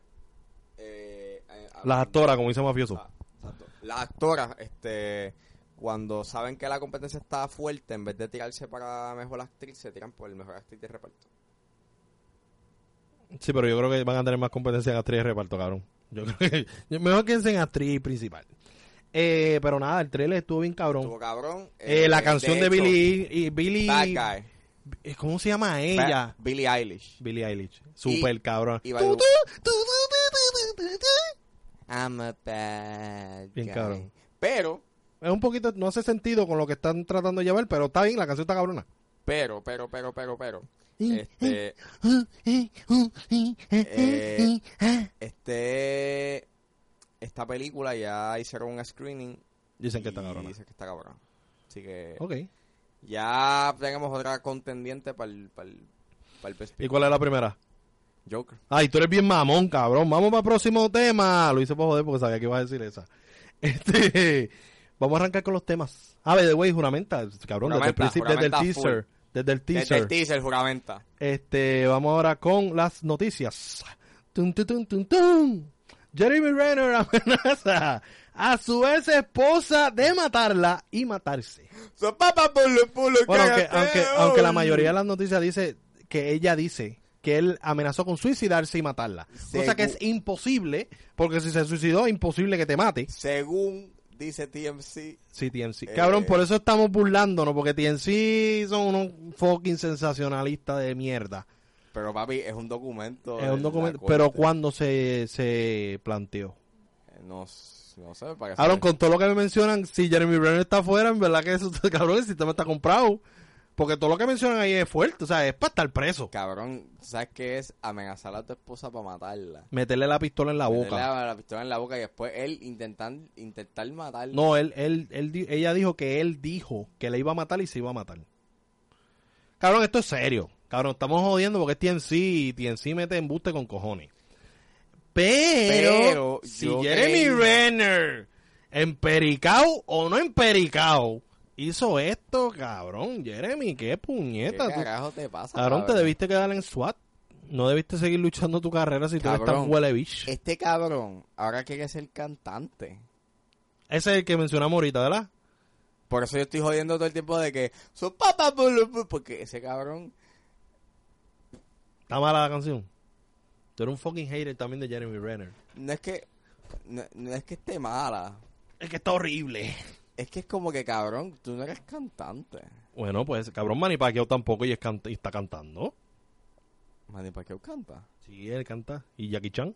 Speaker 2: eh, eh,
Speaker 3: Las actoras, como dice Mafioso.
Speaker 2: Ah, exacto. las actoras, este, cuando saben que la competencia está fuerte, en vez de tirarse para mejor actriz, se tiran por el mejor actriz de reparto.
Speaker 3: Sí, pero yo creo que van a tener más competencia en actriz de reparto, cabrón. Yo creo que yo- mejor que en actriz principal. Eh, pero nada, el trailer estuvo bien cabrón.
Speaker 2: Estuvo cabrón.
Speaker 3: Eh, la canción de,
Speaker 2: hecho,
Speaker 3: Billie y Billie
Speaker 2: Bad Guy.
Speaker 3: eh, ¿Cómo se llama ella?
Speaker 2: Ba- Billie Eilish.
Speaker 3: Billie Eilish. Super cabrón.
Speaker 2: y Badu.
Speaker 3: Tu, tu, tu, tu, tu, tu, tu, tu.
Speaker 2: I'm a bad
Speaker 3: Bien
Speaker 2: guy.
Speaker 3: cabrón.
Speaker 2: Pero,
Speaker 3: Es un poquito, no hace sentido con lo que están tratando de llevar, pero está bien, la canción está cabrona.
Speaker 2: pero, pero, pero, pero, pero.
Speaker 3: Mm,
Speaker 2: Este,
Speaker 3: uh, Eh,
Speaker 2: este, esta película ya hicieron un screening.
Speaker 3: Dicen que está
Speaker 2: y
Speaker 3: cabrona.
Speaker 2: Dicen que está cabrón. Así que
Speaker 3: Ok.
Speaker 2: ya tenemos otra contendiente para el, para el, Best
Speaker 3: ¿Y cuál es la primera?
Speaker 2: Joker.
Speaker 3: Ay, tú eres bien mamón, cabrón. Vamos para el próximo tema. Lo hice para joder porque sabía que ibas a decir esa. [laughs] Este, vamos a arrancar con los temas. Ah, by the way, juramenta, cabrón, desde el,
Speaker 2: Juramenta,
Speaker 3: principio- desde el
Speaker 2: juramenta full.
Speaker 3: teaser. Desde el teaser.
Speaker 2: Desde el teaser, juramenta.
Speaker 3: Este, vamos ahora con las noticias. Tun, tun, tun, tun, tun. Jeremy Renner amenaza a su ex esposa de matarla y matarse.
Speaker 2: So, papá, pulo, pulo,
Speaker 3: Bueno, aunque,
Speaker 2: cállate,
Speaker 3: aunque,
Speaker 2: oh.
Speaker 3: aunque la mayoría de las noticias dice que ella dice que él amenazó con suicidarse y matarla. Cosa
Speaker 2: Segu-
Speaker 3: que es imposible, porque si se suicidó, imposible que te mate.
Speaker 2: Según dice TMC,
Speaker 3: Sí, TNC.
Speaker 2: Eh.
Speaker 3: Cabrón, por eso estamos burlándonos, porque TNC son unos fucking sensacionalistas de mierda.
Speaker 2: pero papi, es un documento.
Speaker 3: Es
Speaker 2: de
Speaker 3: un
Speaker 2: la
Speaker 3: documento,
Speaker 2: corte.
Speaker 3: pero cuando se, se planteó.
Speaker 2: Eh, No, s- no sé, para que
Speaker 3: Cabrón, con todo lo que me mencionan, si Jeremy Renner está afuera, en verdad que eso, [laughs] cabrón, el sistema está comprado. Porque todo lo que mencionan ahí es fuerte, o sea, es para estar preso.
Speaker 2: Cabrón, ¿sabes qué es? Amenazar a tu esposa para matarla.
Speaker 3: Meterle la pistola en la boca.
Speaker 2: Meterle La, la pistola en la boca y después él intentar, intentar matarla.
Speaker 3: No, él, él, él, di- ella dijo que él dijo que le iba a matar y se iba a matar. Cabrón, esto es serio. Cabrón, estamos jodiendo porque es TNC y TNC mete embuste con cojones. Pero,
Speaker 2: Pero,
Speaker 3: si
Speaker 2: yo
Speaker 3: Jeremy
Speaker 2: creí-
Speaker 3: Renner, empericao o no empericao, hizo esto, cabrón. Jeremy, qué
Speaker 2: ¿Qué
Speaker 3: puñeta. tú-
Speaker 2: carajo te pasa?
Speaker 3: Cabrón, te debiste quedar en SWAT. No debiste seguir luchando tu carrera si tú eres tan
Speaker 2: Cabrón.
Speaker 3: huele bicho.
Speaker 2: Este cabrón ahora quiere ser cantante.
Speaker 3: Ese es el que mencionamos ahorita, ¿verdad?
Speaker 2: Por eso yo estoy jodiendo todo el tiempo de que su papá bulu, bulu", porque ese cabrón
Speaker 3: Está mala la canción. Tú eres un fucking hater también de Jeremy Renner.
Speaker 2: no es que no, no es que esté mala,
Speaker 3: Es que está horrible.
Speaker 2: es que es como que cabrón, tú no eres cantante.
Speaker 3: Bueno, pues cabrón Manny Pacquiao tampoco y, es cant- y está cantando.
Speaker 2: Manny Pacquiao canta.
Speaker 3: Sí, él canta. Y Jackie Chan.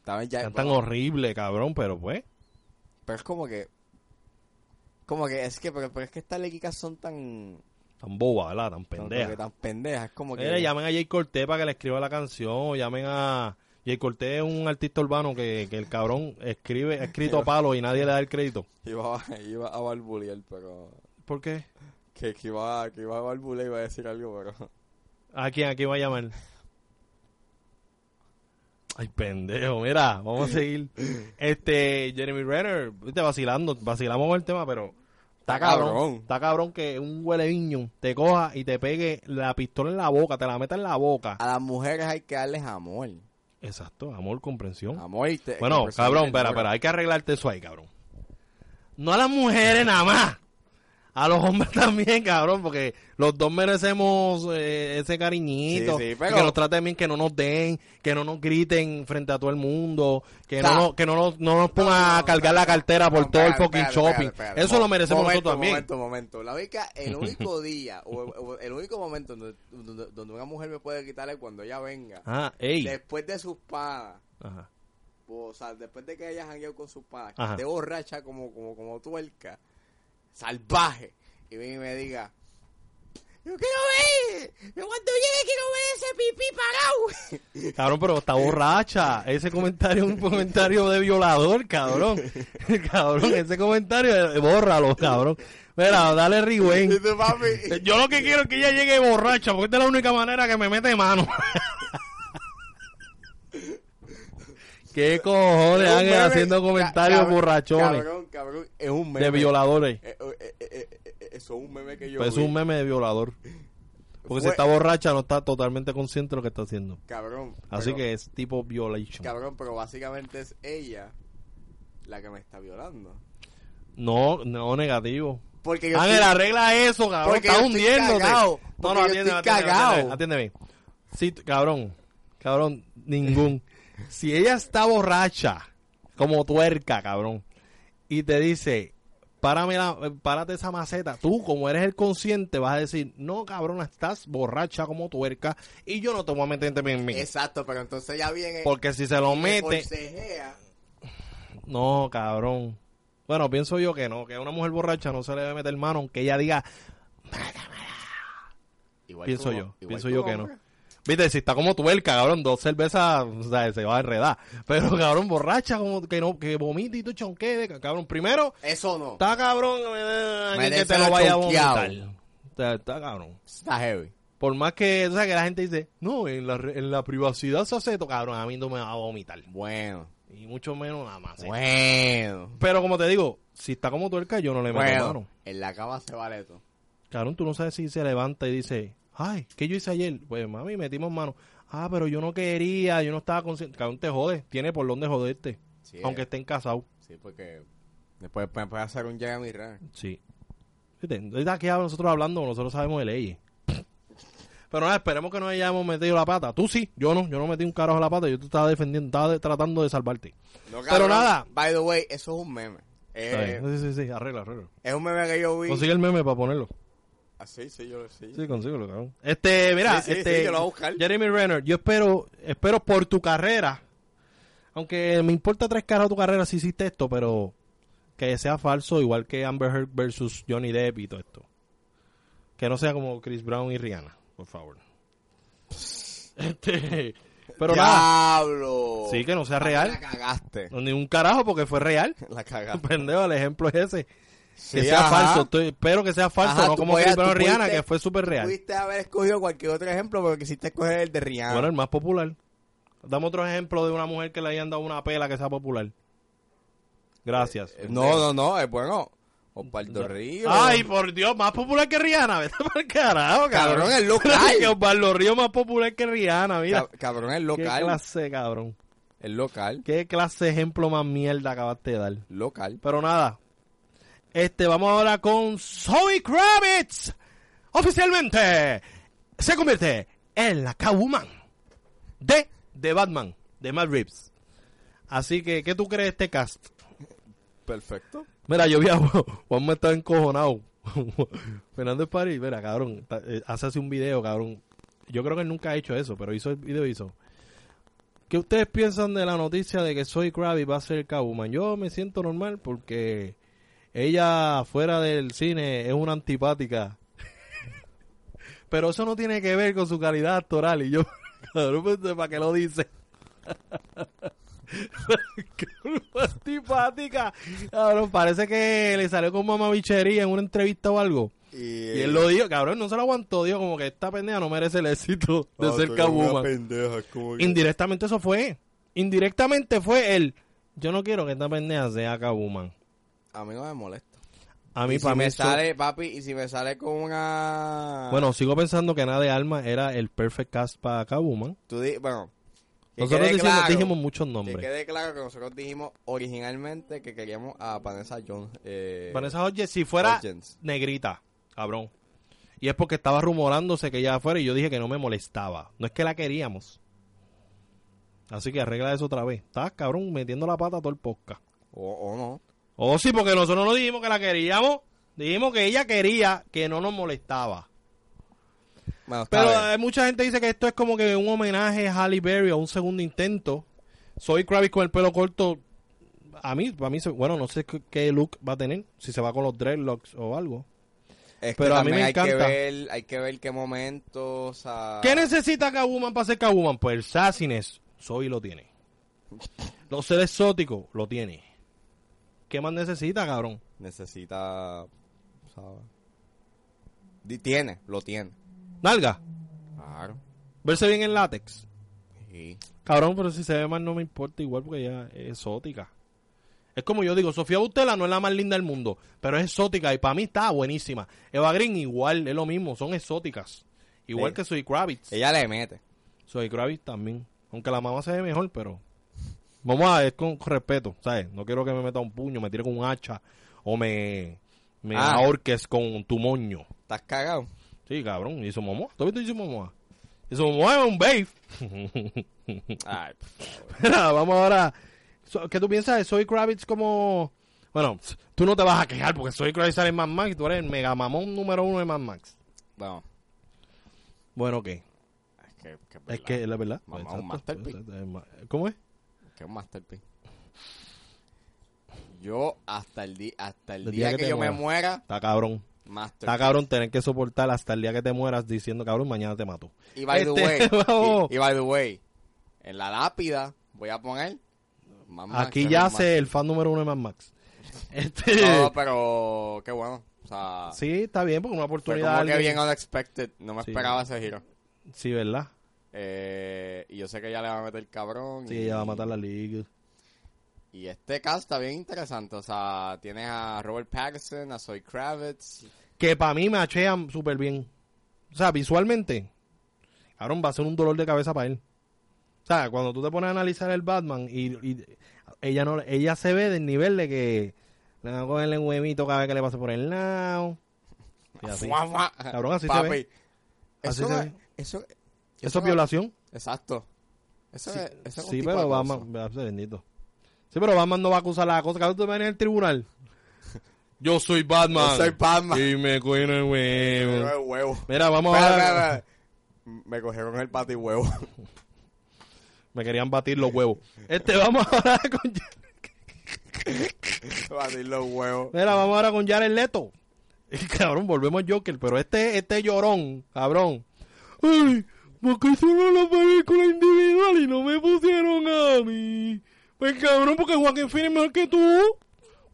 Speaker 2: Estaba en Jack
Speaker 3: Cantan horrible, cabrón, pero pues.
Speaker 2: Pero es como que. Como que es que, pero, pero es que estas líricas son tan.
Speaker 3: Tan boba, ¿verdad?
Speaker 2: tan-
Speaker 3: Tan pendeja.
Speaker 2: como que tan pendejas. Es como que.
Speaker 3: Mira, llamen a Jay Cortés para que le escriba la canción. O llamen a. Jay Cortés es un artista urbano que, que el cabrón escribe, ha escrito a palo y nadie le da el crédito.
Speaker 2: Iba, a- iba a barbulear, pero.
Speaker 3: ¿Por qué?
Speaker 2: Que, que iba, que iba a barbulear y iba a decir algo, pero.
Speaker 3: ¿A quién? ¿A quién va a llamar? Ay, pendejo, mira, vamos a seguir. Este, Jeremy Renner, viste, vacilando, vacilamos con el tema, pero está
Speaker 2: Está
Speaker 3: cabrón,
Speaker 2: cabrón.
Speaker 3: Está cabrón que un huele viño te coja y te pegue la pistola en la boca, te la meta en la boca.
Speaker 2: A las mujeres hay que darles amor.
Speaker 3: Exacto, amor, comprensión.
Speaker 2: Amor y te-
Speaker 3: bueno,
Speaker 2: que
Speaker 3: cabrón,
Speaker 2: personas
Speaker 3: espera,
Speaker 2: enamoran.
Speaker 3: espera, hay que arreglarte eso ahí, cabrón. No a las mujeres nada más. A los hombres [laughs] también, cabrón, porque los dos merecemos eh, ese cariñito.
Speaker 2: Sí, sí,
Speaker 3: y
Speaker 2: pero-
Speaker 3: Que nos traten bien, que no nos den, que no nos griten frente a todo el mundo, que
Speaker 2: O sea,
Speaker 3: no nos, que no nos, no nos pongan
Speaker 2: no, no,
Speaker 3: a cargar la cartera por
Speaker 2: No,
Speaker 3: todo el
Speaker 2: espérate,
Speaker 3: fucking
Speaker 2: espérate,
Speaker 3: shopping.
Speaker 2: espérate, espérate.
Speaker 3: Eso
Speaker 2: Mo-
Speaker 3: lo merecemos
Speaker 2: momento,
Speaker 3: nosotros también.
Speaker 2: Momento, momento. La única,
Speaker 3: [laughs]
Speaker 2: el único día, o, o el único momento donde, donde- donde una mujer me puede quitar es cuando ella venga.
Speaker 3: Ajá, Ah, ey.
Speaker 2: Después de sus panas.
Speaker 3: Ajá.
Speaker 2: O sea, después de que hayas jangueado con sus padres, que
Speaker 3: Ajá.
Speaker 2: esté borracha como, como, como tuerca, salvaje, y viene y me diga, yo quiero ver, yo cuando llegue quiero ver ese pipí parado.
Speaker 3: [laughs] Cabrón, pero está borracha. Ese comentario es un comentario de violador, cabrón. [laughs] Cabrón, ese comentario, eh, bórralo, cabrón. Mira, dale rewind.
Speaker 2: Dice,
Speaker 3: [laughs]
Speaker 2: papi,
Speaker 3: Yo lo que quiero es que ella llegue borracha, porque esta es la única manera que me mete mano. [laughs] ¿Qué cojones
Speaker 2: es un
Speaker 3: alguien
Speaker 2: meme,
Speaker 3: haciendo
Speaker 2: ca-
Speaker 3: comentarios
Speaker 2: cabrón,
Speaker 3: borrachones
Speaker 2: Cabrón, cabrón, es un meme.
Speaker 3: de violadores?
Speaker 2: Eh, eh, eh, eh, eh, eh, eso es un meme que yo
Speaker 3: Pues es
Speaker 2: vi.
Speaker 3: un meme de violador. Porque si
Speaker 2: Fue-
Speaker 3: está borracha no está totalmente consciente de lo que está haciendo.
Speaker 2: Cabrón.
Speaker 3: Así
Speaker 2: pero-
Speaker 3: que es tipo violation.
Speaker 2: Cabrón, pero básicamente es ella la que me está violando.
Speaker 3: No, no, negativo. Ah,
Speaker 2: Porque yo
Speaker 3: Ángel,
Speaker 2: estoy-
Speaker 3: arregla eso, cabrón.
Speaker 2: Porque
Speaker 3: Estás
Speaker 2: yo estoy
Speaker 3: hundiéndote.
Speaker 2: cagao,
Speaker 3: No,
Speaker 2: porque
Speaker 3: no,
Speaker 2: yo
Speaker 3: atiende,
Speaker 2: estoy
Speaker 3: atiende,
Speaker 2: cagao.
Speaker 3: atiende, atiéndeme. Sí, t- cabrón. Cabrón, ningún. si ella está borracha, como tuerca, cabrón, y te dice, Párame la, eh, párate esa maceta, tú, como eres el consciente, vas a decir, no, cabrón, estás borracha como tuerca y yo no te voy a meter en mí.
Speaker 2: Exacto, pero entonces ya viene.
Speaker 3: Porque si se lo
Speaker 2: me
Speaker 3: mete...
Speaker 2: forcejea.
Speaker 3: No, cabrón. Bueno, pienso yo que no, que a una mujer borracha no se le debe meter mano, aunque ella diga,
Speaker 2: Igual
Speaker 3: pienso
Speaker 2: como-
Speaker 3: yo,
Speaker 2: igual
Speaker 3: pienso yo
Speaker 2: como
Speaker 3: que no.
Speaker 2: hombre.
Speaker 3: Viste, si está como tuerca, cabrón, dos cervezas, o sea, se va a enredar. Pero, [laughs] cabrón, borracha, como que no, que vomita y tú chonquede, ca- cabrón. Primero,
Speaker 2: Eso no.
Speaker 3: está cabrón, eh, alguien que
Speaker 2: Merece
Speaker 3: te lo
Speaker 2: lo
Speaker 3: vaya a
Speaker 2: chonqueado.
Speaker 3: vomitar. O sea, está cabrón.
Speaker 2: Está heavy.
Speaker 3: Por más que, o sea, que la gente dice, no, en la, re- en la privacidad se hace esto, cabrón, a mí no me va a vomitar.
Speaker 2: Bueno.
Speaker 3: Y mucho menos nada más.
Speaker 2: Bueno.
Speaker 3: Pero como te digo, si está como tuerca, yo no le meto mano.
Speaker 2: Bueno. En la cama se vale todo.
Speaker 3: Cabrón, tú no sabes si se levanta y dice, ay, ¿qué yo hice ayer? Pues mami, metimos mano. Ah, pero yo no quería, yo no estaba consciente. Cabrón, te jode, tiene por dónde joderte.
Speaker 2: Sí,
Speaker 3: Aunque
Speaker 2: eh,
Speaker 3: estén casados.
Speaker 2: Sí, porque. Después me puede hacer un llega mi rana.
Speaker 3: Sí. Viste, ahorita aquí nosotros hablando, nosotros sabemos de leyes. [laughs] Pero nada, esperemos que no hayamos metido la pata. Tú sí, yo no, yo no metí un carajo a la pata, yo te estaba defendiendo, estaba de- tratando de salvarte.
Speaker 2: No,
Speaker 3: Pero
Speaker 2: cabrón,
Speaker 3: nada.
Speaker 2: By the way, eso es un meme.
Speaker 3: Está
Speaker 2: Eh,
Speaker 3: bien. sí, sí, sí, arregla, arregla.
Speaker 2: es un meme que yo vi.
Speaker 3: Consigue el meme para ponerlo.
Speaker 2: Ah, sí, sí, yo lo sí.
Speaker 3: Sí, consíguelo, cabrón. Este, mira,
Speaker 2: Sí, sí,
Speaker 3: este,
Speaker 2: sí, yo lo voy a buscar.
Speaker 3: Jeremy Renner, yo espero, espero por tu carrera, aunque me importa tres caras tu carrera si hiciste esto, pero que sea falso, igual que Amber Heard versus Johnny Depp y todo esto. Que no sea como Chris Brown y Rihanna, por favor. Este, pero nada,
Speaker 2: ¡Diablo!
Speaker 3: sí, que no sea
Speaker 2: Ah,
Speaker 3: real.
Speaker 2: La cagaste. [laughs]
Speaker 3: no, ni un carajo porque fue real. [laughs]
Speaker 2: La cagaste.
Speaker 3: Pendejo, el ejemplo es ese. Que
Speaker 2: Sí,
Speaker 3: sea
Speaker 2: ajá.
Speaker 3: falso, estoy- espero que sea falso,
Speaker 2: Ajá,
Speaker 3: no
Speaker 2: tú
Speaker 3: como
Speaker 2: podías-
Speaker 3: Chris Brown y
Speaker 2: tú
Speaker 3: Rihanna,
Speaker 2: pudiste-
Speaker 3: que fue súper real.
Speaker 2: Pudiste haber escogido cualquier otro ejemplo, pero quisiste escoger el de Rihanna.
Speaker 3: Bueno, el más popular. Dame otro ejemplo de una mujer que le hayan dado una pela que sea popular. Gracias.
Speaker 2: Eh, no, no, no, es bueno. O Puerto Rico.
Speaker 3: Ay, pues, por Dios, más popular que Rihanna. [laughs] Vete para el carajo, cabrón.
Speaker 2: Cabrón, es local.
Speaker 3: que Osvaldo Río más popular que Rihanna, mira.
Speaker 2: Cab- cabrón, es
Speaker 3: Qué
Speaker 2: local.
Speaker 3: clase, cabrón.
Speaker 2: Es local.
Speaker 3: Qué clase de ejemplo más mierda acabaste de dar.
Speaker 2: Local.
Speaker 3: Pero nada. Este, vamos ahora con Zoe Kravitz. Oficialmente se convierte en la Catwoman de The Batman, de Matt Reeves. Así que, ¿qué tú crees de este cast?
Speaker 2: Perfecto.
Speaker 3: Mira, yo vi a [laughs] Juan, Juan me estaba encojonado. [laughs] Fernando París, mira, cabrón, ta- eh, hace así un video, cabrón. Yo creo que él nunca ha hecho eso, pero hizo el video, hizo. ¿Qué ustedes piensan de la noticia de que Soy Krabby va a ser Catwoman? Yo me siento normal porque ella fuera del cine es una antipática. [laughs] pero eso no tiene que ver con su calidad actoral y yo, [laughs] cabrón, pues, ¿para qué lo dice? antipática. Cabrón, parece que le salió con mamabichería en una entrevista o algo.
Speaker 2: Y,
Speaker 3: Y él lo dijo, cabrón, no se lo aguantó, dijo como que esta pendeja no merece el éxito de ser Catwoman. Indirectamente eso fue. Indirectamente fue él. Yo no quiero que esta pendeja sea Catwoman.
Speaker 2: A mí no me molesta.
Speaker 3: A mí,
Speaker 2: Y
Speaker 3: para
Speaker 2: si
Speaker 3: mí,
Speaker 2: me
Speaker 3: eso-
Speaker 2: sale, papi, y si me sale con una...
Speaker 3: bueno, sigo pensando que nada de alma era el perfect cast para Catwoman.
Speaker 2: Tú di- bueno. que
Speaker 3: Nosotros
Speaker 2: quede
Speaker 3: diciendo-
Speaker 2: claro,
Speaker 3: dijimos muchos
Speaker 2: Que
Speaker 3: nombres.
Speaker 2: quede claro que nosotros dijimos originalmente que queríamos a Vanessa Jones. Eh,
Speaker 3: Vanessa Hodges, si fuera
Speaker 2: Hodgins.
Speaker 3: negrita, cabrón. Y es porque estaba rumorándose que ella fuera y yo dije que no me molestaba. No es que la queríamos. Así que arregla eso otra vez. Estás, cabrón, metiendo la pata a todo el podcast.
Speaker 2: O, o no.
Speaker 3: Oh, sí, porque nosotros no dijimos que la queríamos. Dijimos que ella quería, que no nos molestaba.
Speaker 2: Bueno, está
Speaker 3: Pero
Speaker 2: bien.
Speaker 3: eh, mucha gente dice que esto es como que un homenaje a Halle Berry a un segundo intento. Soy Kravitz con el pelo corto. A mí, para mí, se- bueno, no sé qué- qué look va a tener. Si se va con los dreadlocks o algo.
Speaker 2: Es que
Speaker 3: pero a mí me
Speaker 2: también hay
Speaker 3: encanta.
Speaker 2: Que ver, hay que ver qué momentos. o sea,
Speaker 3: ¿Qué necesita Catwoman para ser Catwoman? Pues el sassiness, Zoe lo tiene. Los seres exóticos, lo tiene. ¿Qué más necesita, cabrón?
Speaker 2: necesita. ¿sabes? Di- Tiene, lo tiene.
Speaker 3: Nalga,
Speaker 2: Claro.
Speaker 3: verse bien en látex.
Speaker 2: Sí.
Speaker 3: Cabrón, pero si se ve mal no me importa igual porque ella es exótica. Es como yo digo, Sofía Bustela no es la más linda del mundo, pero es exótica y para mí está buenísima. Eva Green igual, es lo mismo, son exóticas. Igual
Speaker 2: Sí.
Speaker 3: que Soy Kravitz.
Speaker 2: Ella le mete.
Speaker 3: Soy Kravitz también. Aunque la mamá se ve mejor, pero... Vamos a es con respeto, ¿sabes? No quiero que me meta un puño, me tire con un hacha o me, me
Speaker 2: Ah.
Speaker 3: ahorques con tu moño.
Speaker 2: Estás cagado.
Speaker 3: Sí, cabrón. ¿Y su Momoa? ¿Tú has visto Jason Momoa? Jason Momoa es un babe.
Speaker 2: [laughs] Ay, por favor.
Speaker 3: [laughs] Mira, vamos ahora. So- ¿Qué tú piensas de Soy Kravitz como... Bueno, tú no te vas a quejar porque Soy Kravitz sale en Mad Max y tú eres el mega mamón número uno de Mad Max.
Speaker 2: Vamos.
Speaker 3: Bueno, ¿qué?
Speaker 2: Es que, que es
Speaker 3: Es
Speaker 2: verdad.
Speaker 3: que es la verdad.
Speaker 2: Mamá, un
Speaker 3: Exacto,
Speaker 2: masterpiece.
Speaker 3: exacto, es ma- ¿Cómo es?
Speaker 2: Que es un masterpiece. Yo hasta el, di- hasta el,
Speaker 3: El
Speaker 2: día, que,
Speaker 3: te
Speaker 2: yo me
Speaker 3: mueras.
Speaker 2: muera,
Speaker 3: Está cabrón. Está
Speaker 2: masterpiece.
Speaker 3: cabrón tener que soportar hasta el día que te mueras diciendo, cabrón, mañana te mato.
Speaker 2: Y by the
Speaker 3: Este,
Speaker 2: way,
Speaker 3: [laughs] vamos.
Speaker 2: y, y by the way, en la lápida voy a poner Mad Max,
Speaker 3: Aquí
Speaker 2: es Mad
Speaker 3: yace el fan número uno de
Speaker 2: [laughs]
Speaker 3: Mad Max. Este...
Speaker 2: Max. No, pero qué bueno. O sea,
Speaker 3: Sí, está bien, porque una
Speaker 2: fue
Speaker 3: oportunidad...
Speaker 2: como
Speaker 3: a
Speaker 2: que
Speaker 3: alguien-
Speaker 2: bien unexpected. No me
Speaker 3: Sí.
Speaker 2: esperaba ese giro.
Speaker 3: Sí, ¿verdad?
Speaker 2: Eh, y yo sé que ella le va a meter cabrón.
Speaker 3: Sí,
Speaker 2: y,
Speaker 3: ella va a matar la liga.
Speaker 2: Y este caso está bien interesante. O sea, tienes a Robert Pattinson, a Zoe Kravitz.
Speaker 3: que para mí machean súper bien. O sea, visualmente, cabrón, va a ser un dolor de cabeza para él. O sea, cuando tú te pones a analizar el Batman y, y ella no ella se ve del nivel de que le van a cogerle un huevito cada vez que le pase por el lado. Y así.
Speaker 2: Fuá, fuá.
Speaker 3: Cabrón, así se
Speaker 2: Papi,
Speaker 3: ve. Así
Speaker 2: Eso,
Speaker 3: se
Speaker 2: no-
Speaker 3: ve.
Speaker 2: eso,
Speaker 3: Eso es
Speaker 2: no-
Speaker 3: violación.
Speaker 2: Exacto. Eso
Speaker 3: Sí,
Speaker 2: es, eso es un
Speaker 3: Eh, sí,
Speaker 2: tipo de
Speaker 3: pero
Speaker 2: acoso.
Speaker 3: Batman, ah, sí, bendito. Sí, pero Batman no va a acusar la cosa. Cabrón, tú te ven en el tribunal. Yo soy Batman.
Speaker 2: Yo soy Batman. Eh,
Speaker 3: Y me cogen el
Speaker 2: Pero
Speaker 3: huevo.
Speaker 2: es huevo.
Speaker 3: Mira, vamos
Speaker 2: [laughs] Espera,
Speaker 3: a
Speaker 2: espera, espera. Me cogieron el pati huevo. [laughs]
Speaker 3: Me querían batir los huevos. Este, vamos ahora con...
Speaker 2: Batir los huevos.
Speaker 3: Mira, vamos ahora con Jared [laughs] Leto. Eh, Cabrón, volvemos a Joker, pero este, este llorón, cabrón. Ay, porque hicieron la película individual y no me pusieron a mí. Pues cabrón, porque Joaquín Phoenix es mejor que tú.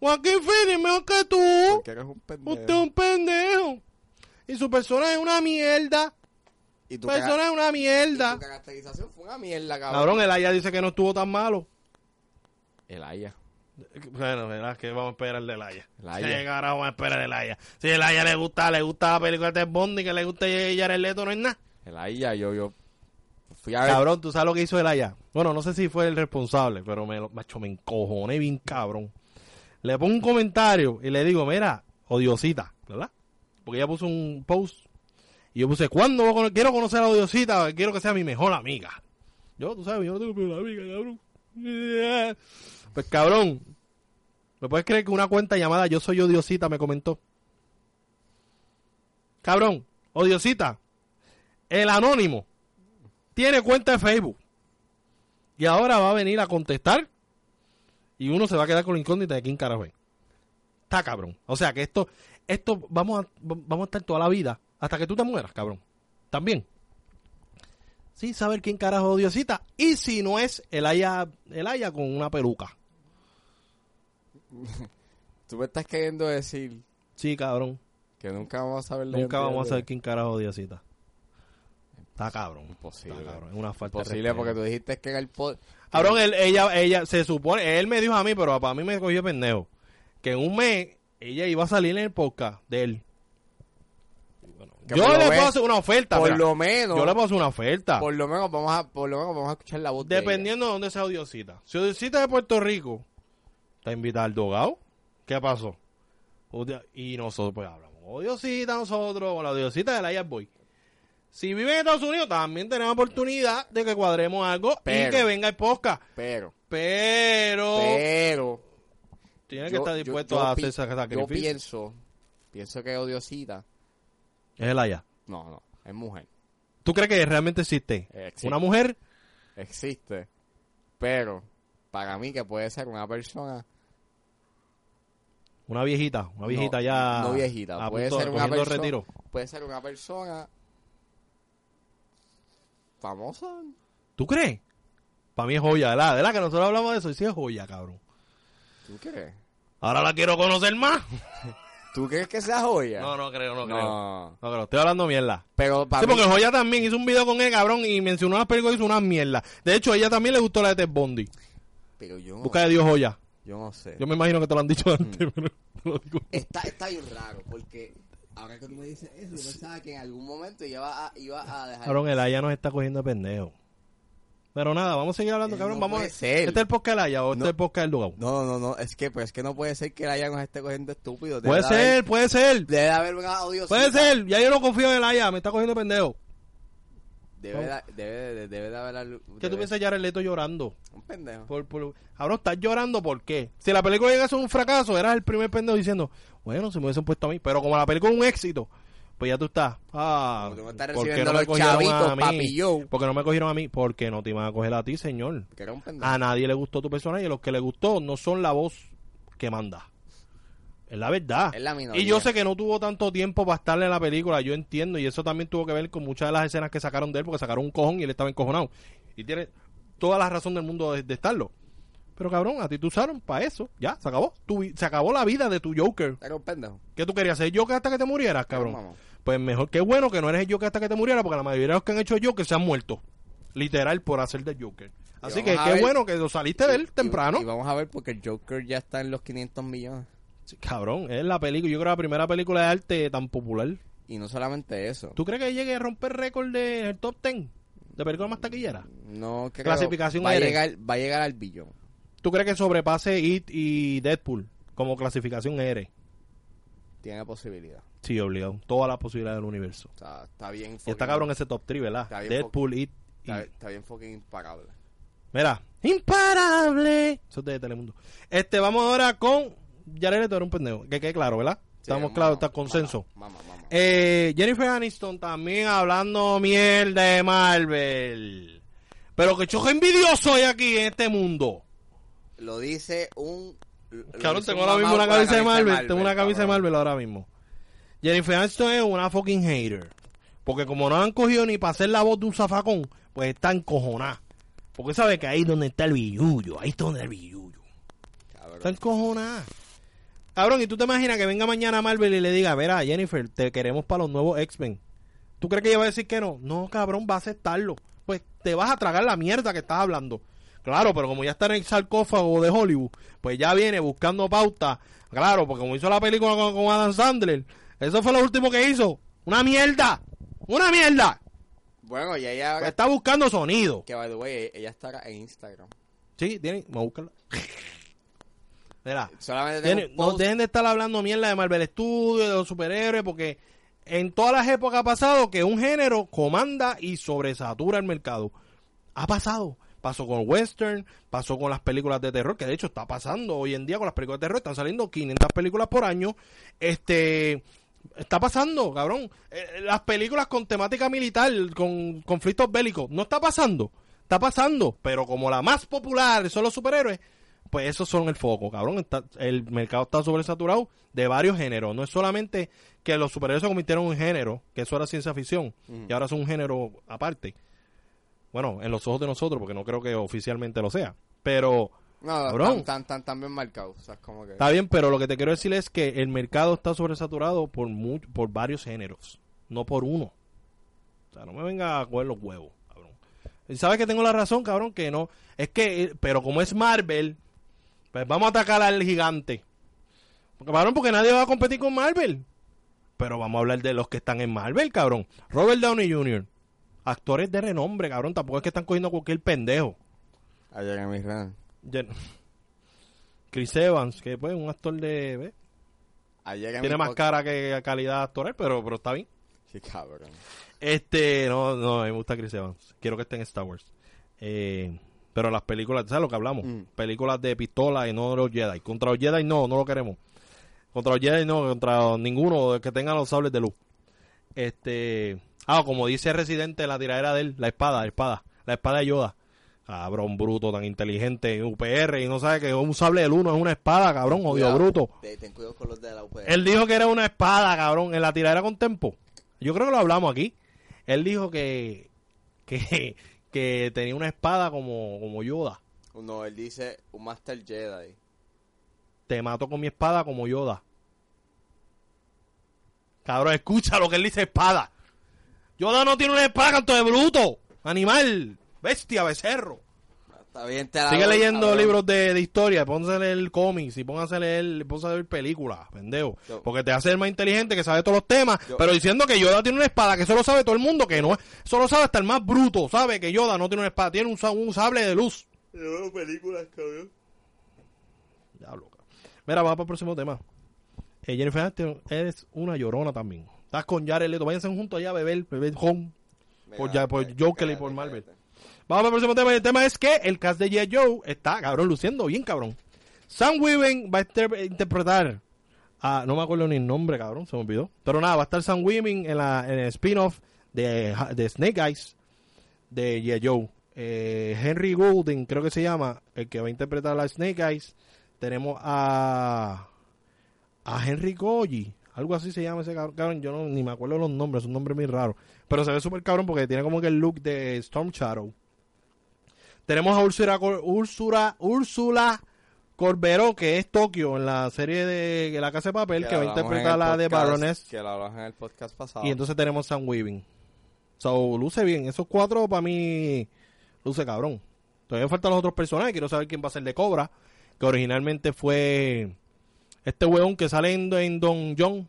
Speaker 3: Joaquín Phoenix es mejor que tú.
Speaker 2: Porque eh, eres un pendejo.
Speaker 3: Usted es un pendejo. Y su persona es una mierda.
Speaker 2: Y
Speaker 3: Su
Speaker 2: tu
Speaker 3: persona
Speaker 2: caga-
Speaker 3: es una
Speaker 2: Tu
Speaker 3: mierda.
Speaker 2: caracterización fue una mierda, cabrón.
Speaker 3: Cabrón, el Aya dice que no estuvo tan malo.
Speaker 2: El Aya.
Speaker 3: Bueno, verás que vamos a esperar del Aya.
Speaker 2: El Aya.
Speaker 3: Sí, ahora vamos a esperar del Aya. Si el Aya le gusta, le gusta la película de Bondi, que le gusta Jared Leto, no es nada.
Speaker 2: El Aya, yo, yo. Fui a ver.
Speaker 3: Cabrón, tú sabes lo que hizo el Aya. Bueno, no sé si fue el responsable, pero me, lo- macho, me encojoné bien cabrón. Le pongo un comentario y le digo, mira, odiosita, ¿verdad? Porque ella puso un post y yo puse, ¿cuándo voy a cono- quiero conocer a odiosita? Quiero que sea mi mejor amiga. Yo, tú sabes, yo no tengo mejor amiga, cabrón. Pues cabrón, ¿me puedes creer que una cuenta llamada Yo Soy Odiosita me comentó? Cabrón, Odiosita, el anónimo tiene cuenta de Facebook. Y ahora va a venir a contestar. Y uno se va a quedar con la incógnita de quién carajo es. Está cabrón. O sea que esto, esto vamos a, vamos a estar toda la vida hasta que tú te mueras, cabrón. También. Sin saber quién carajo es Diosita. Y si no es el haya, el haya con una peluca.
Speaker 2: Tú me estás queriendo decir
Speaker 3: Sí, cabrón.
Speaker 2: que nunca vamos a saber la
Speaker 3: Nunca
Speaker 2: identidad
Speaker 3: vamos a
Speaker 2: de-
Speaker 3: saber quién carajo es Diosita. Está cabrón.
Speaker 2: Imposible.
Speaker 3: Está cabrón. Es una falta de
Speaker 2: Posible
Speaker 3: respeto.
Speaker 2: porque tú dijiste que era el pod.
Speaker 3: Cabrón, él, ella, ella, se supone, él me dijo a mí, pero para mí me cogió pendejo, que en un mes ella iba a salir en el podcast de él.
Speaker 2: Que
Speaker 3: yo
Speaker 2: por lo
Speaker 3: le puedo
Speaker 2: menos-
Speaker 3: hacer una oferta,
Speaker 2: Por
Speaker 3: mira.
Speaker 2: lo menos.
Speaker 3: yo le puedo hacer una oferta.
Speaker 2: Por lo menos vamos a, por lo menos vamos a escuchar la voz de
Speaker 3: Dependiendo de dónde sea Odiosita. Si Odiosita es de Puerto Rico, te invita al Dogao. ¿Qué pasó? Odio- Y nosotros pues hablamos. Odiosita nosotros, o la Odiosita de la Yard Boy. Si vive en Estados Unidos, también tenemos oportunidad de que cuadremos algo y
Speaker 2: Pero-
Speaker 3: que venga el podcast.
Speaker 2: ella. Pero,
Speaker 3: Pero...
Speaker 2: pero.
Speaker 3: Tiene
Speaker 2: yo-
Speaker 3: que estar
Speaker 2: yo-
Speaker 3: dispuesto
Speaker 2: yo
Speaker 3: a
Speaker 2: pi-
Speaker 3: hacer ese
Speaker 2: Yo
Speaker 3: sacrificio.
Speaker 2: pienso, pienso que odiosita.
Speaker 3: Es el allá.
Speaker 2: No, no, es mujer.
Speaker 3: ¿Tú crees que realmente existe?
Speaker 2: Eh, existe.
Speaker 3: Una mujer,
Speaker 2: Existe. Pero, para mí que puede ser una persona.
Speaker 3: una viejita, una viejita
Speaker 2: no,
Speaker 3: ya.
Speaker 2: No viejita.
Speaker 3: a
Speaker 2: Puede
Speaker 3: punto-
Speaker 2: ser una
Speaker 3: cogiendo
Speaker 2: persona.
Speaker 3: retiro.
Speaker 2: Puede ser una persona. Famosa.
Speaker 3: ¿Tú crees? Para mí es joya, ¿verdad? ¿Verdad que nosotros hablamos de eso? Y sí es joya, cabrón.
Speaker 2: ¿Tú crees?
Speaker 3: Ahora la quiero conocer más.
Speaker 2: ¿Tú crees que sea joya?
Speaker 3: No, no creo, no, creo.
Speaker 2: No.
Speaker 3: No creo, estoy hablando mierda.
Speaker 2: Pero para
Speaker 3: Sí,
Speaker 2: mí.
Speaker 3: porque Joya también hizo un video con él, cabrón, y mencionó las películas y hizo una mierda. De hecho, a ella también le gustó la de Ted Bondi.
Speaker 2: Pero yo no,
Speaker 3: Busca de Dios Joya.
Speaker 2: yo no sé.
Speaker 3: Yo me imagino que te lo han
Speaker 2: Mm.
Speaker 3: dicho antes, pero te lo digo.
Speaker 2: Está, está bien raro, porque ahora que tú me dices eso, yo pensaba que en algún momento iba a, iba a dejar.
Speaker 3: Cabrón, el Aya nos está cogiendo de pendejo. Pero nada, vamos a seguir hablando,
Speaker 2: Eh,
Speaker 3: cabrón.
Speaker 2: no
Speaker 3: vamos a...
Speaker 2: puede ser.
Speaker 3: Este es el podcast de Laya o este
Speaker 2: No.
Speaker 3: es el podcast del Lugau.
Speaker 2: No, no, no, es que, pues, es que no puede ser que la haya nos esté cogiendo estúpido. Debe
Speaker 3: puede
Speaker 2: de
Speaker 3: ser,
Speaker 2: haber-
Speaker 3: puede ser.
Speaker 2: Debe de haber un audio.
Speaker 3: Puede ser. Ya yo no confío en el Laya, me está cogiendo pendejo.
Speaker 2: Debe de, debe de, debe de haber. algo-
Speaker 3: ¿Qué
Speaker 2: debe-
Speaker 3: tú piensas, Jared Leto llorando?
Speaker 2: Un pendejo.
Speaker 3: Por, por... Cabrón, estás llorando, ¿por qué? Si la película llega a ser un fracaso, eras el primer pendejo diciendo, bueno, si me hubiesen puesto a mí. Pero como la película es un éxito, pues ya tú estás. Ah,
Speaker 2: Como tú me estás
Speaker 3: ¿por qué
Speaker 2: recibiendo
Speaker 3: me
Speaker 2: los
Speaker 3: cogieron
Speaker 2: chavitos,
Speaker 3: a mí?
Speaker 2: papi, yo.
Speaker 3: ¿Por qué no me cogieron a mí? Porque no te iban a coger a ti, señor.
Speaker 2: Que era un pendejo.
Speaker 3: A nadie le gustó tu personaje y los que le gustó no son la voz que manda. Es la verdad.
Speaker 2: Es la minoría.
Speaker 3: y yo sé que no tuvo tanto tiempo para estarle en la película, yo entiendo, y eso también tuvo que ver con muchas de las escenas que sacaron de él, porque sacaron un cojón y él estaba encojonado. Y tiene toda la razón del mundo de, de estarlo. Pero cabrón, a ti te usaron para eso. Ya, se acabó. Tu vi- se acabó la vida de tu Joker.
Speaker 2: Era un pendejo.
Speaker 3: ¿Qué tú querías ser Joker hasta que te murieras,
Speaker 2: Era un
Speaker 3: cabrón?
Speaker 2: mamón.
Speaker 3: Pues mejor, qué bueno que no eres el Joker hasta que te murieras, porque la mayoría de los que han hecho Joker se han muerto. Literal, por hacer del Joker. Así
Speaker 2: vamos
Speaker 3: que
Speaker 2: a
Speaker 3: qué
Speaker 2: ver-
Speaker 3: bueno que lo saliste de él
Speaker 2: Y-
Speaker 3: temprano.
Speaker 2: Y, vamos a ver porque el Joker ya está en los 500 millones.
Speaker 3: Sí, Cabrón, es la película, yo creo la primera película de arte tan popular.
Speaker 2: Y no solamente eso.
Speaker 3: ¿Tú crees que llegue a romper récord del top 10 de película más taquillera?
Speaker 2: No creo.
Speaker 3: Clasificación
Speaker 2: va a,
Speaker 3: R.
Speaker 2: llegar, va a llegar al billón.
Speaker 3: ¿Tú crees que sobrepase It y Deadpool como clasificación R?
Speaker 2: Tiene posibilidad.
Speaker 3: Sí, obligado. Todas las posibilidades del universo.
Speaker 2: O sea, está bien.
Speaker 3: Y está
Speaker 2: fucking-
Speaker 3: cabrón ese top 3, ¿verdad?
Speaker 2: Está bien
Speaker 3: Deadpool, It y...
Speaker 2: Está, está bien fucking impagable.
Speaker 3: Mira, imparable. Eso es de Telemundo. Este, vamos ahora con... Jared Leto era un pendejo. Que quede claro, ¿verdad? Estamos claros, está consenso.
Speaker 2: Mamá, mamá.
Speaker 3: Eh, Jennifer Aniston también hablando miel de Marvel. Pero que choque envidioso hay aquí en este mundo.
Speaker 2: Lo dice un. lo
Speaker 3: Cabrón,
Speaker 2: dice
Speaker 3: tengo
Speaker 2: un
Speaker 3: ahora
Speaker 2: mamado
Speaker 3: mismo
Speaker 2: con
Speaker 3: una
Speaker 2: la
Speaker 3: camisa de Marvel. Tengo una
Speaker 2: cabrón.
Speaker 3: camisa de Marvel ahora mismo. Jennifer Aniston es una fucking hater. Porque como no han cogido ni para hacer la voz de un zafacón, pues está encojonada. Porque sabe que ahí es donde está el billullo. Ahí está donde el billullo.
Speaker 2: Cabrón.
Speaker 3: Está encojonada. Cabrón, ¿y tú te imaginas que venga mañana Marvel y le diga, verá, Jennifer, te queremos para los nuevos X-Men? ¿Tú crees que ella va a decir que no? No, cabrón, va a aceptarlo. Pues te vas a tragar la mierda que estás hablando. Claro, pero como ya está en el sarcófago de Hollywood, pues ya viene buscando pauta. Claro, porque como hizo la película con, con Adam Sandler, eso fue lo último que hizo. ¡Una mierda! ¡Una mierda!
Speaker 2: Bueno, y ella
Speaker 3: Pues
Speaker 2: ahora.
Speaker 3: está buscando sonido.
Speaker 2: Que by the way, ella está en Instagram.
Speaker 3: Sí, tiene. Vamos a [laughs] buscarla. Verá.
Speaker 2: Solamente tengo
Speaker 3: Tiene-
Speaker 2: un
Speaker 3: no
Speaker 2: post.
Speaker 3: dejen de estar hablando mierda de Marvel Studios, de los superhéroes, porque en todas las épocas ha pasado que un género comanda y sobresatura el mercado. Ha pasado. Pasó con Western, pasó con las películas de terror, que de hecho está pasando hoy en día con las películas de terror. Están saliendo 500 películas por año. Este. Está pasando, cabrón. Eh, las películas con temática militar, con conflictos bélicos, no está pasando. Está pasando, pero como la más popular son los superhéroes, pues esos son el foco, cabrón. Está- el mercado está sobresaturado de varios géneros. No es solamente que los superhéroes se convirtieron en un género, que eso era ciencia ficción, y ahora son un género aparte. Bueno, en los ojos de nosotros, porque no creo que oficialmente lo sea. Pero
Speaker 2: No,
Speaker 3: Cabrón.
Speaker 2: Tan, tan, tan, tan bien marcado. O sea, es como que.
Speaker 3: Está bien, pero lo que te quiero decir es que el mercado está sobresaturado por mu- por varios géneros, no por uno. O sea, no me venga a coger los huevos, cabrón. Y sabes que tengo la razón, cabrón, que no. Es que, eh, pero como es Marvel, pues vamos a atacar al gigante. Porque, Cabrón, porque nadie va a competir con Marvel. Pero vamos a hablar de los que están en Marvel, cabrón. Robert Downey Jr., actores de renombre, cabrón. Tampoco es que están cogiendo a cualquier pendejo.
Speaker 2: Ayer en mis redes.
Speaker 3: Jen- [laughs] Chris Evans, que pues un actor de... ¿ves?
Speaker 2: Ayer en
Speaker 3: Tiene
Speaker 2: mi
Speaker 3: más
Speaker 2: podcast.
Speaker 3: cara que calidad actoral, pero, pero está bien.
Speaker 2: Sí, cabrón.
Speaker 3: Este, no, no, a mí me gusta Chris Evans. Quiero que esté en Star Wars. Eh, pero las películas, ¿sabes lo que hablamos?
Speaker 2: Mm.
Speaker 3: Películas de pistola y no de los Jedi. Contra los Jedi no, no lo queremos. Contra los Jedi no, contra ninguno que tenga los sables de luz. Este, ah, como dice Residente, la tiradera de él, la espada, la espada, la espada de Yoda. Cabrón bruto, tan inteligente, UPR, y no sabe que un sable de luz no es una espada, cabrón, odio
Speaker 2: Cuidado.
Speaker 3: bruto.
Speaker 2: Te- Ten cuidado con los de la UPR.
Speaker 3: Él dijo que era una espada, cabrón, en la tiradera con tempo. Yo creo que lo hablamos aquí. Él dijo que que, [laughs] que tenía una espada como, como Yoda.
Speaker 2: No, él dice un Master Jedi.
Speaker 3: Te mato con mi espada como Yoda. Cabrón, escucha lo que él dice, espada. Yoda no tiene una espada, canto de bruto. Animal, bestia, becerro.
Speaker 2: Está bien, te la
Speaker 3: Sigue
Speaker 2: doy,
Speaker 3: leyendo
Speaker 2: cabrón.
Speaker 3: libros de, de historia, pónganse a leer cómics y pónganse a leer, pónganse a leer películas, pendejo.
Speaker 2: Yo-
Speaker 3: Porque te hace el más inteligente que sabe todos los temas,
Speaker 2: Yo-
Speaker 3: pero diciendo que Yoda tiene una espada, que eso lo sabe todo el mundo, que no es, eso lo sabe hasta el más bruto, sabe que Yoda no tiene una espada, tiene un, sa- un sable de luz. Diablo, cabrón. Mira, vamos para el próximo tema. Eh, Jennifer Aniston, eres una llorona también. Estás con Jared Leto, váyanse juntos allá a beber, beber home.
Speaker 2: Mira, pues,
Speaker 3: Por Pues ya- por
Speaker 2: cállate,
Speaker 3: Joker y por
Speaker 2: cállate,
Speaker 3: Marvel.
Speaker 2: cállate.
Speaker 3: Vamos al próximo tema. y El tema es que el cast de G.I. Joe está, cabrón, luciendo bien, cabrón. Sam Weaving va a inter- interpretar a... No me acuerdo ni el nombre, cabrón, se me olvidó. Pero nada, va a estar Sam Weaving en, la, en el spin-off de, de Snake Eyes de G.I. Joe. Eh, Henry Goulding, creo que se llama, el que va a interpretar a Snake Eyes. Tenemos a... A Henry Goyi. Algo así se llama ese cabrón. Cabrón, Yo no, ni me acuerdo los nombres, es un nombre muy raro. Pero se ve súper cabrón porque tiene como que el look de Storm Shadow. Tenemos a Úrsula, Cor- Úrsula, Úrsula Corberó, que es Tokio en la serie de La Casa de Papel, que,
Speaker 2: la
Speaker 3: va a
Speaker 2: hablamos en
Speaker 3: interpretar
Speaker 2: el
Speaker 3: la de
Speaker 2: podcast,
Speaker 3: Baroness.
Speaker 2: Que la hablamos en el podcast pasado.
Speaker 3: Y entonces tenemos Sam Weaving. So, luce bien. Esos cuatro para mí luce cabrón. Todavía faltan los otros personajes. Quiero saber quién va a ser de Cobra, que originalmente fue este weón que sale en, en Don John.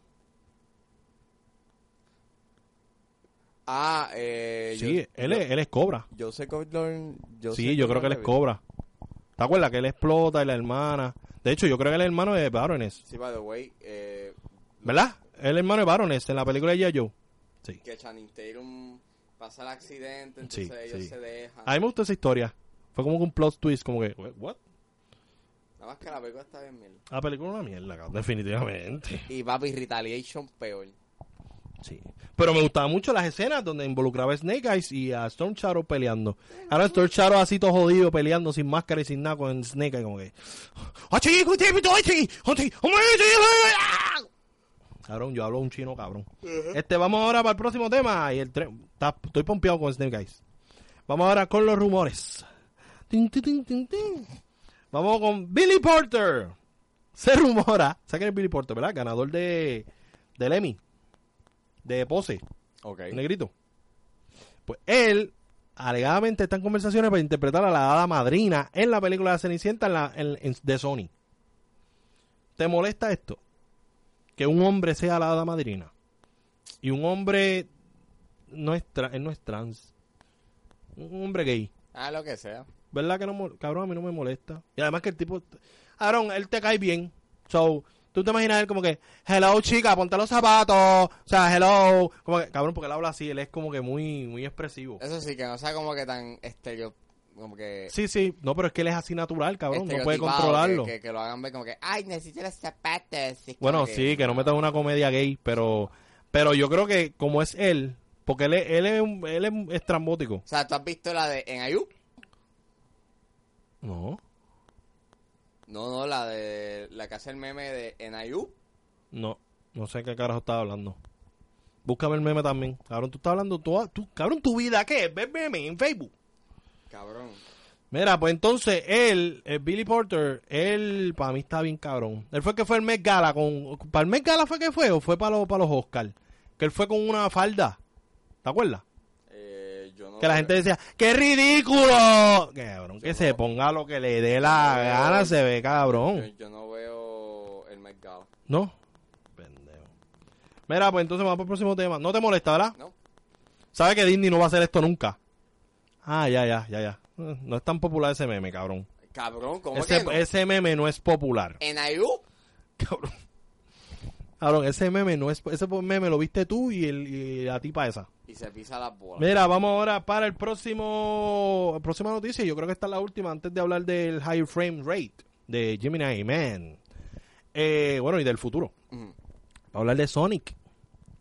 Speaker 2: Ah, eh.
Speaker 3: sí,
Speaker 2: yo-
Speaker 3: él, es, él es Cobra.
Speaker 2: Yo sé Gordon. Yo
Speaker 3: sí, yo creo que él es Cobra. ¿Te acuerdas que él explota y la hermana? De hecho, yo creo que él es hermano de Baroness.
Speaker 2: Sí, by the way, eh,
Speaker 3: ¿Verdad? Él es hermano de Baroness en la película de G.I. Joe. Sí.
Speaker 2: que Channing Tatum pasa el accidente,
Speaker 3: Sí,
Speaker 2: entonces ellos
Speaker 3: sí.
Speaker 2: se dejan.
Speaker 3: A mí me gustó esa historia. Fue como que un plot twist, como que, ¿what?
Speaker 2: Nada más que la película está bien mierda.
Speaker 3: La película es una mierda, cabrón, definitivamente.
Speaker 2: Y papi, Retaliation peor.
Speaker 3: Sí. Pero me gustaban mucho las escenas donde involucraba a Snake Eyes y a Storm Shadow peleando. Ahora Storm Shadow así todo jodido peleando sin máscara y sin nada con Snake Eyes como que... ¡Achi, cuite, pito, achi! ¡Achi! ¡Hombre, achi! ¡Ah! Cabrón, yo hablo un chino cabrón. Este, vamos ahora para el próximo tema. Y el tre- está- Estoy pompeado con Snake Eyes. Vamos ahora con los rumores. Tin, tin, tin, tin, tin. Vamos con Billy Porter. Se rumora. ¿Sabes quién es Billy Porter, verdad? Ganador de... Del Emmy. De pose.
Speaker 2: Ok.
Speaker 3: Negrito. Pues él, alegadamente, está en conversaciones para interpretar a la hada madrina en la película de Cenicienta en la- en- en- de Sony. ¿Te molesta esto? Que un hombre sea la hada madrina. Y un hombre no es, tra- él no es trans. Un hombre gay.
Speaker 2: Ah, lo que sea.
Speaker 3: ¿Verdad que no mol- Cabrón, a mí no me molesta. Y además que el tipo... Aaron, él te cae bien. So, tú te imaginas él como que... Hello, chica, ponte los zapatos. O sea, hello. Como que, cabrón, porque él habla así. Él es como que muy, muy expresivo.
Speaker 2: Eso sí, que no sea como que tan estereo. Como que.
Speaker 3: Sí, sí. No, pero es que él es así natural, cabrón. No puede
Speaker 2: estereotipado,
Speaker 3: controlarlo.
Speaker 2: Que, que, que lo hagan ver como que. Ay, necesito los zapatos. y es
Speaker 3: Bueno,
Speaker 2: como
Speaker 3: sí, que no metas una comedia gay. Pero pero yo creo que como es él... Porque él, es- él es, un- él es un estrambótico.
Speaker 2: O sea, ¿tú has visto la de. En Ayub?
Speaker 3: No.
Speaker 2: No, no, la de. La que hace el meme de En Ayub.
Speaker 3: No, no sé qué carajo estaba hablando. Búscame el meme también. Cabrón, tú estás hablando toda. Tú, cabrón, tu vida, ¿qué es? Ver meme en Facebook.
Speaker 2: Cabrón.
Speaker 3: Mira, pues entonces él, eh, Billy Porter, él para mí está bien cabrón. Él fue el que fue el Met Gala con para el Met Gala fue que fue o fue para los para los Oscar, que él fue con una falda. ¿Te acuerdas?
Speaker 2: Eh, yo no
Speaker 3: Que la gente decía, ¡qué ridículo! Cabrón, que se ponga lo que le dé la gana, se ve
Speaker 2: Yo,
Speaker 3: cabrón.
Speaker 2: yo no veo el mercado.
Speaker 3: ¿No? Pendejo. Mira, pues entonces vamos para el próximo tema. No te molesta, ¿verdad?
Speaker 2: No.
Speaker 3: sabe que Disney no va a hacer esto nunca. Ah, ya, ya, ya, ya. Eh, No es tan popular ese meme, cabrón.
Speaker 2: Cabrón, ¿cómo
Speaker 3: Ese,
Speaker 2: que no? Eh,
Speaker 3: ese meme no es popular.
Speaker 2: En Ayub.
Speaker 3: Cabrón. Cabrón, ese meme no es... Ese meme lo viste tú y, el, y la tipa esa.
Speaker 2: Y se pisa las bolas.
Speaker 3: Mira, vamos ahora para el próximo... la Próxima noticia. Yo creo que esta es la última antes de hablar del high frame rate de Gemini Man. Eh, bueno, y del futuro.
Speaker 2: Ujú.
Speaker 3: Para hablar de Sonic.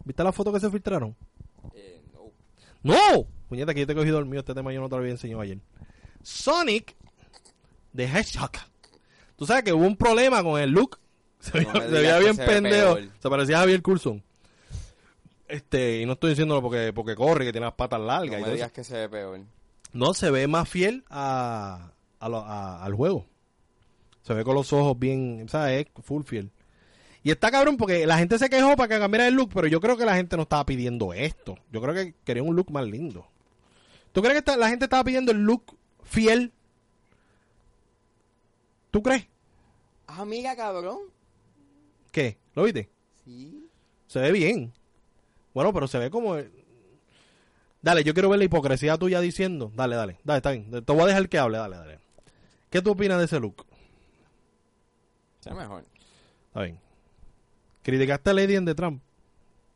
Speaker 3: ¿Viste la foto que se filtraron?
Speaker 2: Eh, no.
Speaker 3: ¡No! Puñeta, que yo te he cogido dormido. Este tema yo no te lo había enseñado ayer. Sonic de Hedgehog. Tú sabes que hubo un problema con el look. Se veía,
Speaker 2: No
Speaker 3: [laughs]
Speaker 2: me
Speaker 3: se
Speaker 2: digas
Speaker 3: veía
Speaker 2: que
Speaker 3: bien
Speaker 2: se ve
Speaker 3: pendejo.
Speaker 2: peor.
Speaker 3: Se parecía a Javier Coulson. Este, y no estoy diciéndolo porque, porque corre, que tiene las patas largas.
Speaker 2: No
Speaker 3: y
Speaker 2: me
Speaker 3: todo
Speaker 2: digas
Speaker 3: eso.
Speaker 2: que se ve peor.
Speaker 3: No, se ve más fiel a, a lo- a- al juego. Se ve con los ojos bien, ¿sabes? Es Full fiel. Y está cabrón porque la gente se quejó para que cambiara el look, pero yo creo que la gente no estaba pidiendo esto. Yo creo que quería un look más lindo. ¿Tú crees que esta- la gente estaba pidiendo el look fiel ¿Tú crees?
Speaker 2: Ah, mira, cabrón.
Speaker 3: ¿Qué? ¿Lo viste?
Speaker 2: Sí.
Speaker 3: Se ve bien. Bueno, pero se ve como... Dale, yo quiero ver la hipocresía tuya diciendo... Dale, dale, dale, está bien. Te voy a dejar que hable, dale, dale. ¿Qué tú opinas de ese look?
Speaker 2: Se ve mejor.
Speaker 3: Está bien. Criticaste a Lady en The Trump.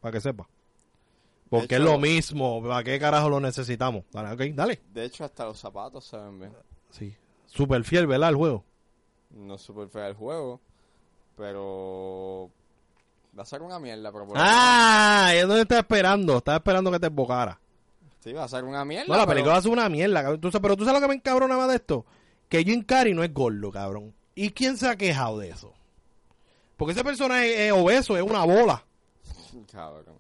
Speaker 3: Para que sepa. Porque
Speaker 2: De
Speaker 3: es
Speaker 2: hecho-
Speaker 3: lo mismo. ¿Para qué carajo lo necesitamos? Dale, ok, dale.
Speaker 2: De hecho, hasta los zapatos se ven bien.
Speaker 3: Sí. Super fiel, ¿verdad? El juego.
Speaker 2: No es súper fea el juego, pero... Va a ser una mierda, pero por lo
Speaker 3: ¡Ah! Yo no te estaba esperando. Estaba esperando que te embocara.
Speaker 2: menos- Sí, va a ser una mierda.
Speaker 3: No, la
Speaker 2: pero-
Speaker 3: película es una mierda, cabrón. Tú sa- pero tú sabes lo que me encabrona más de esto. Que Jim Carrey no es gordo, cabrón. ¿Y quién se ha quejado de eso? Porque ese personaje es obeso, es una bola.
Speaker 2: Cabrón.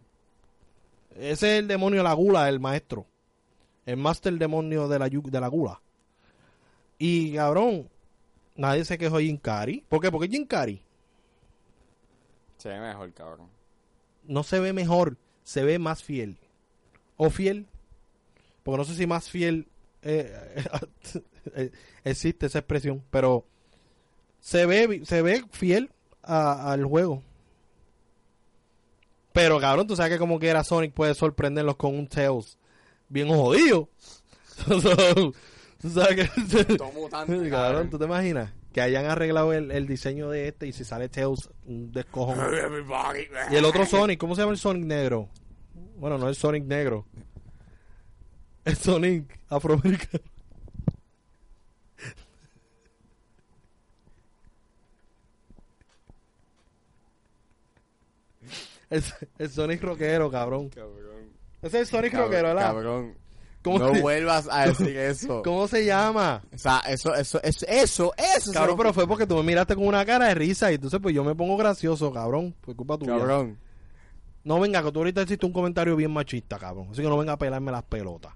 Speaker 3: Ese es el demonio de la gula, el maestro. El master demonio de la, yu- de la gula. Y, cabrón, nadie se quejó de Jim Carrey. ¿Por qué? Porque Jim Carrey
Speaker 2: Se ve mejor, cabrón.
Speaker 3: no se ve mejor, se ve más fiel. O fiel. Porque no sé si más fiel eh, [laughs] eh, existe esa expresión, pero se ve, se ve fiel a- al juego. Pero cabrón, tú sabes que como quiera Sonic puede sorprenderlos con un Tails bien jodido. [laughs] So, tú sabes que... [laughs]
Speaker 2: Todo mutante,
Speaker 3: Sí,
Speaker 2: cabrón. [laughs]
Speaker 3: cabrón, ¿tú te imaginas? Que hayan arreglado el, el diseño de este y si sale Tails, un descojón. y el otro Sonic, ¿cómo se llama el Sonic negro? Bueno, no el Sonic negro. El Sonic afroamericano. El, el Sonic rockero, cabrón.
Speaker 2: Cabrón.
Speaker 3: Ese es el Sonic
Speaker 2: Cabrón,
Speaker 3: rockero, ¿verdad?
Speaker 2: cabrón.
Speaker 3: ¿Cómo
Speaker 2: no
Speaker 3: se-
Speaker 2: vuelvas a decir eso.
Speaker 3: [laughs] ¿Cómo se llama?
Speaker 2: O sea, eso, eso, eso, eso, eso.
Speaker 3: Cabrón,
Speaker 2: se lo-
Speaker 3: pero fue porque tú me miraste con una cara de risa y entonces pues yo me pongo gracioso, cabrón, por culpa tuya.
Speaker 2: Cabrón.
Speaker 3: No venga, que tú ahorita hiciste un comentario bien machista, cabrón. Así que no venga a pelarme las pelotas.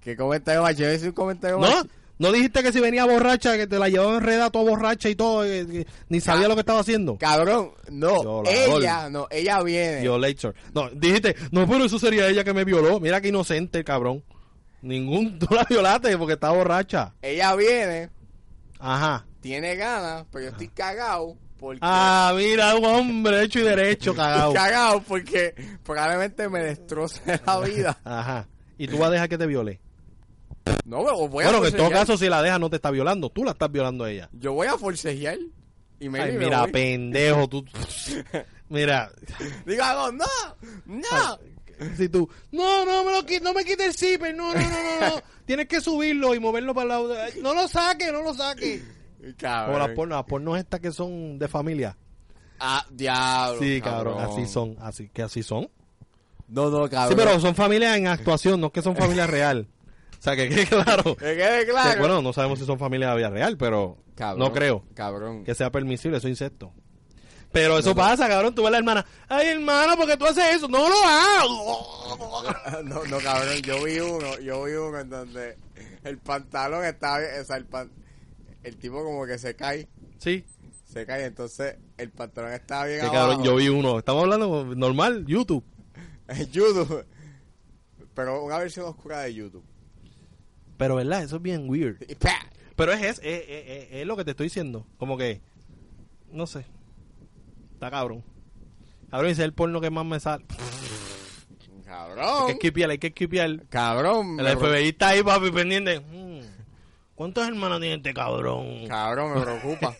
Speaker 2: ¿Qué comentario más? Yo hice un comentario
Speaker 3: ¿No?
Speaker 2: más.
Speaker 3: ¿No dijiste que si venía borracha, que te la llevaba enredada toda borracha y todo, que- que ni
Speaker 2: Ah.
Speaker 3: sabía lo que estaba haciendo?
Speaker 2: Cabrón, no.
Speaker 3: Yo la
Speaker 2: ella, no, ella viene.
Speaker 3: Violator. No, dijiste, no, pero eso sería ella que me violó. Mira que inocente, cabrón. Ningún, [laughs] tú la violaste porque estaba borracha.
Speaker 2: Ella viene,
Speaker 3: Ajá.
Speaker 2: tiene ganas, pero yo estoy cagado porque...
Speaker 3: Ah, mira, un hombre hecho y derecho, cagado.
Speaker 2: cagado porque probablemente me destroce la vida.
Speaker 3: Ajá. Y tú vas a dejar que te viole.
Speaker 2: No, pero voy a
Speaker 3: Bueno, que en todo
Speaker 2: forcejear.
Speaker 3: caso, si la deja, no te está violando. Tú la estás violando a ella.
Speaker 2: Yo voy a forcejear y me, y
Speaker 3: Ay,
Speaker 2: me
Speaker 3: mira,
Speaker 2: voy. [laughs]
Speaker 3: pendejo, tú. mira,
Speaker 2: Digo, hago, no, no.
Speaker 3: si tú. No, no, me lo qui- no me quites el zipper. No, no, no, no, no. [laughs] Tienes que subirlo y moverlo para el lado. de- Ay, No lo saques, no lo saques. Como las
Speaker 2: Cabrón.
Speaker 3: pornos, las pornos estas que son de familia.
Speaker 2: Ah, diablo.
Speaker 3: Sí, cabrón, así son. Así que así son.
Speaker 2: No, no,
Speaker 3: Sí,
Speaker 2: cabrón.
Speaker 3: pero son familias en actuación, no es que son [laughs] familia real. O sea, que, que [laughs] claro.
Speaker 2: Que quede claro.
Speaker 3: Que, bueno, no sabemos si son familia de vida real, pero
Speaker 2: Cabrón,
Speaker 3: no creo.
Speaker 2: Cabrón.
Speaker 3: que sea permisible, eso es incesto. Pero eso pasa, cabrón, tú ves a la hermana, ay hermana, ¿por qué tú haces eso? No lo hagas.
Speaker 2: [laughs] no, no, cabrón. Yo vi uno, yo vi uno en donde el pantalón estaba. bien- O sea, el, pan- el tipo como que se cae.
Speaker 3: [laughs] Sí,
Speaker 2: Se cae, entonces el pantalón estaba bien
Speaker 3: que
Speaker 2: abajo.
Speaker 3: cabrón, yo vi uno, estamos hablando normal, YouTube.
Speaker 2: En YouTube. Pero una versión oscura de YouTube.
Speaker 3: Pero verdad, eso es bien weird.
Speaker 2: Y ¡pah!
Speaker 3: Pero es, es, es- es- es lo que te estoy diciendo, como que, no sé, está cabrón. Cabrón, ese es el porno que más me sale.
Speaker 2: Cabrón.
Speaker 3: Hay que esquipear, hay que esquipear.
Speaker 2: Oh. Cabrón.
Speaker 3: El
Speaker 2: me preocupa-
Speaker 3: FBI está ahí, papi, pendiente. Mm, ¿Cuántas hermanas tiene este cabrón?
Speaker 2: Cabrón, me
Speaker 3: [laughs]
Speaker 2: preocupa.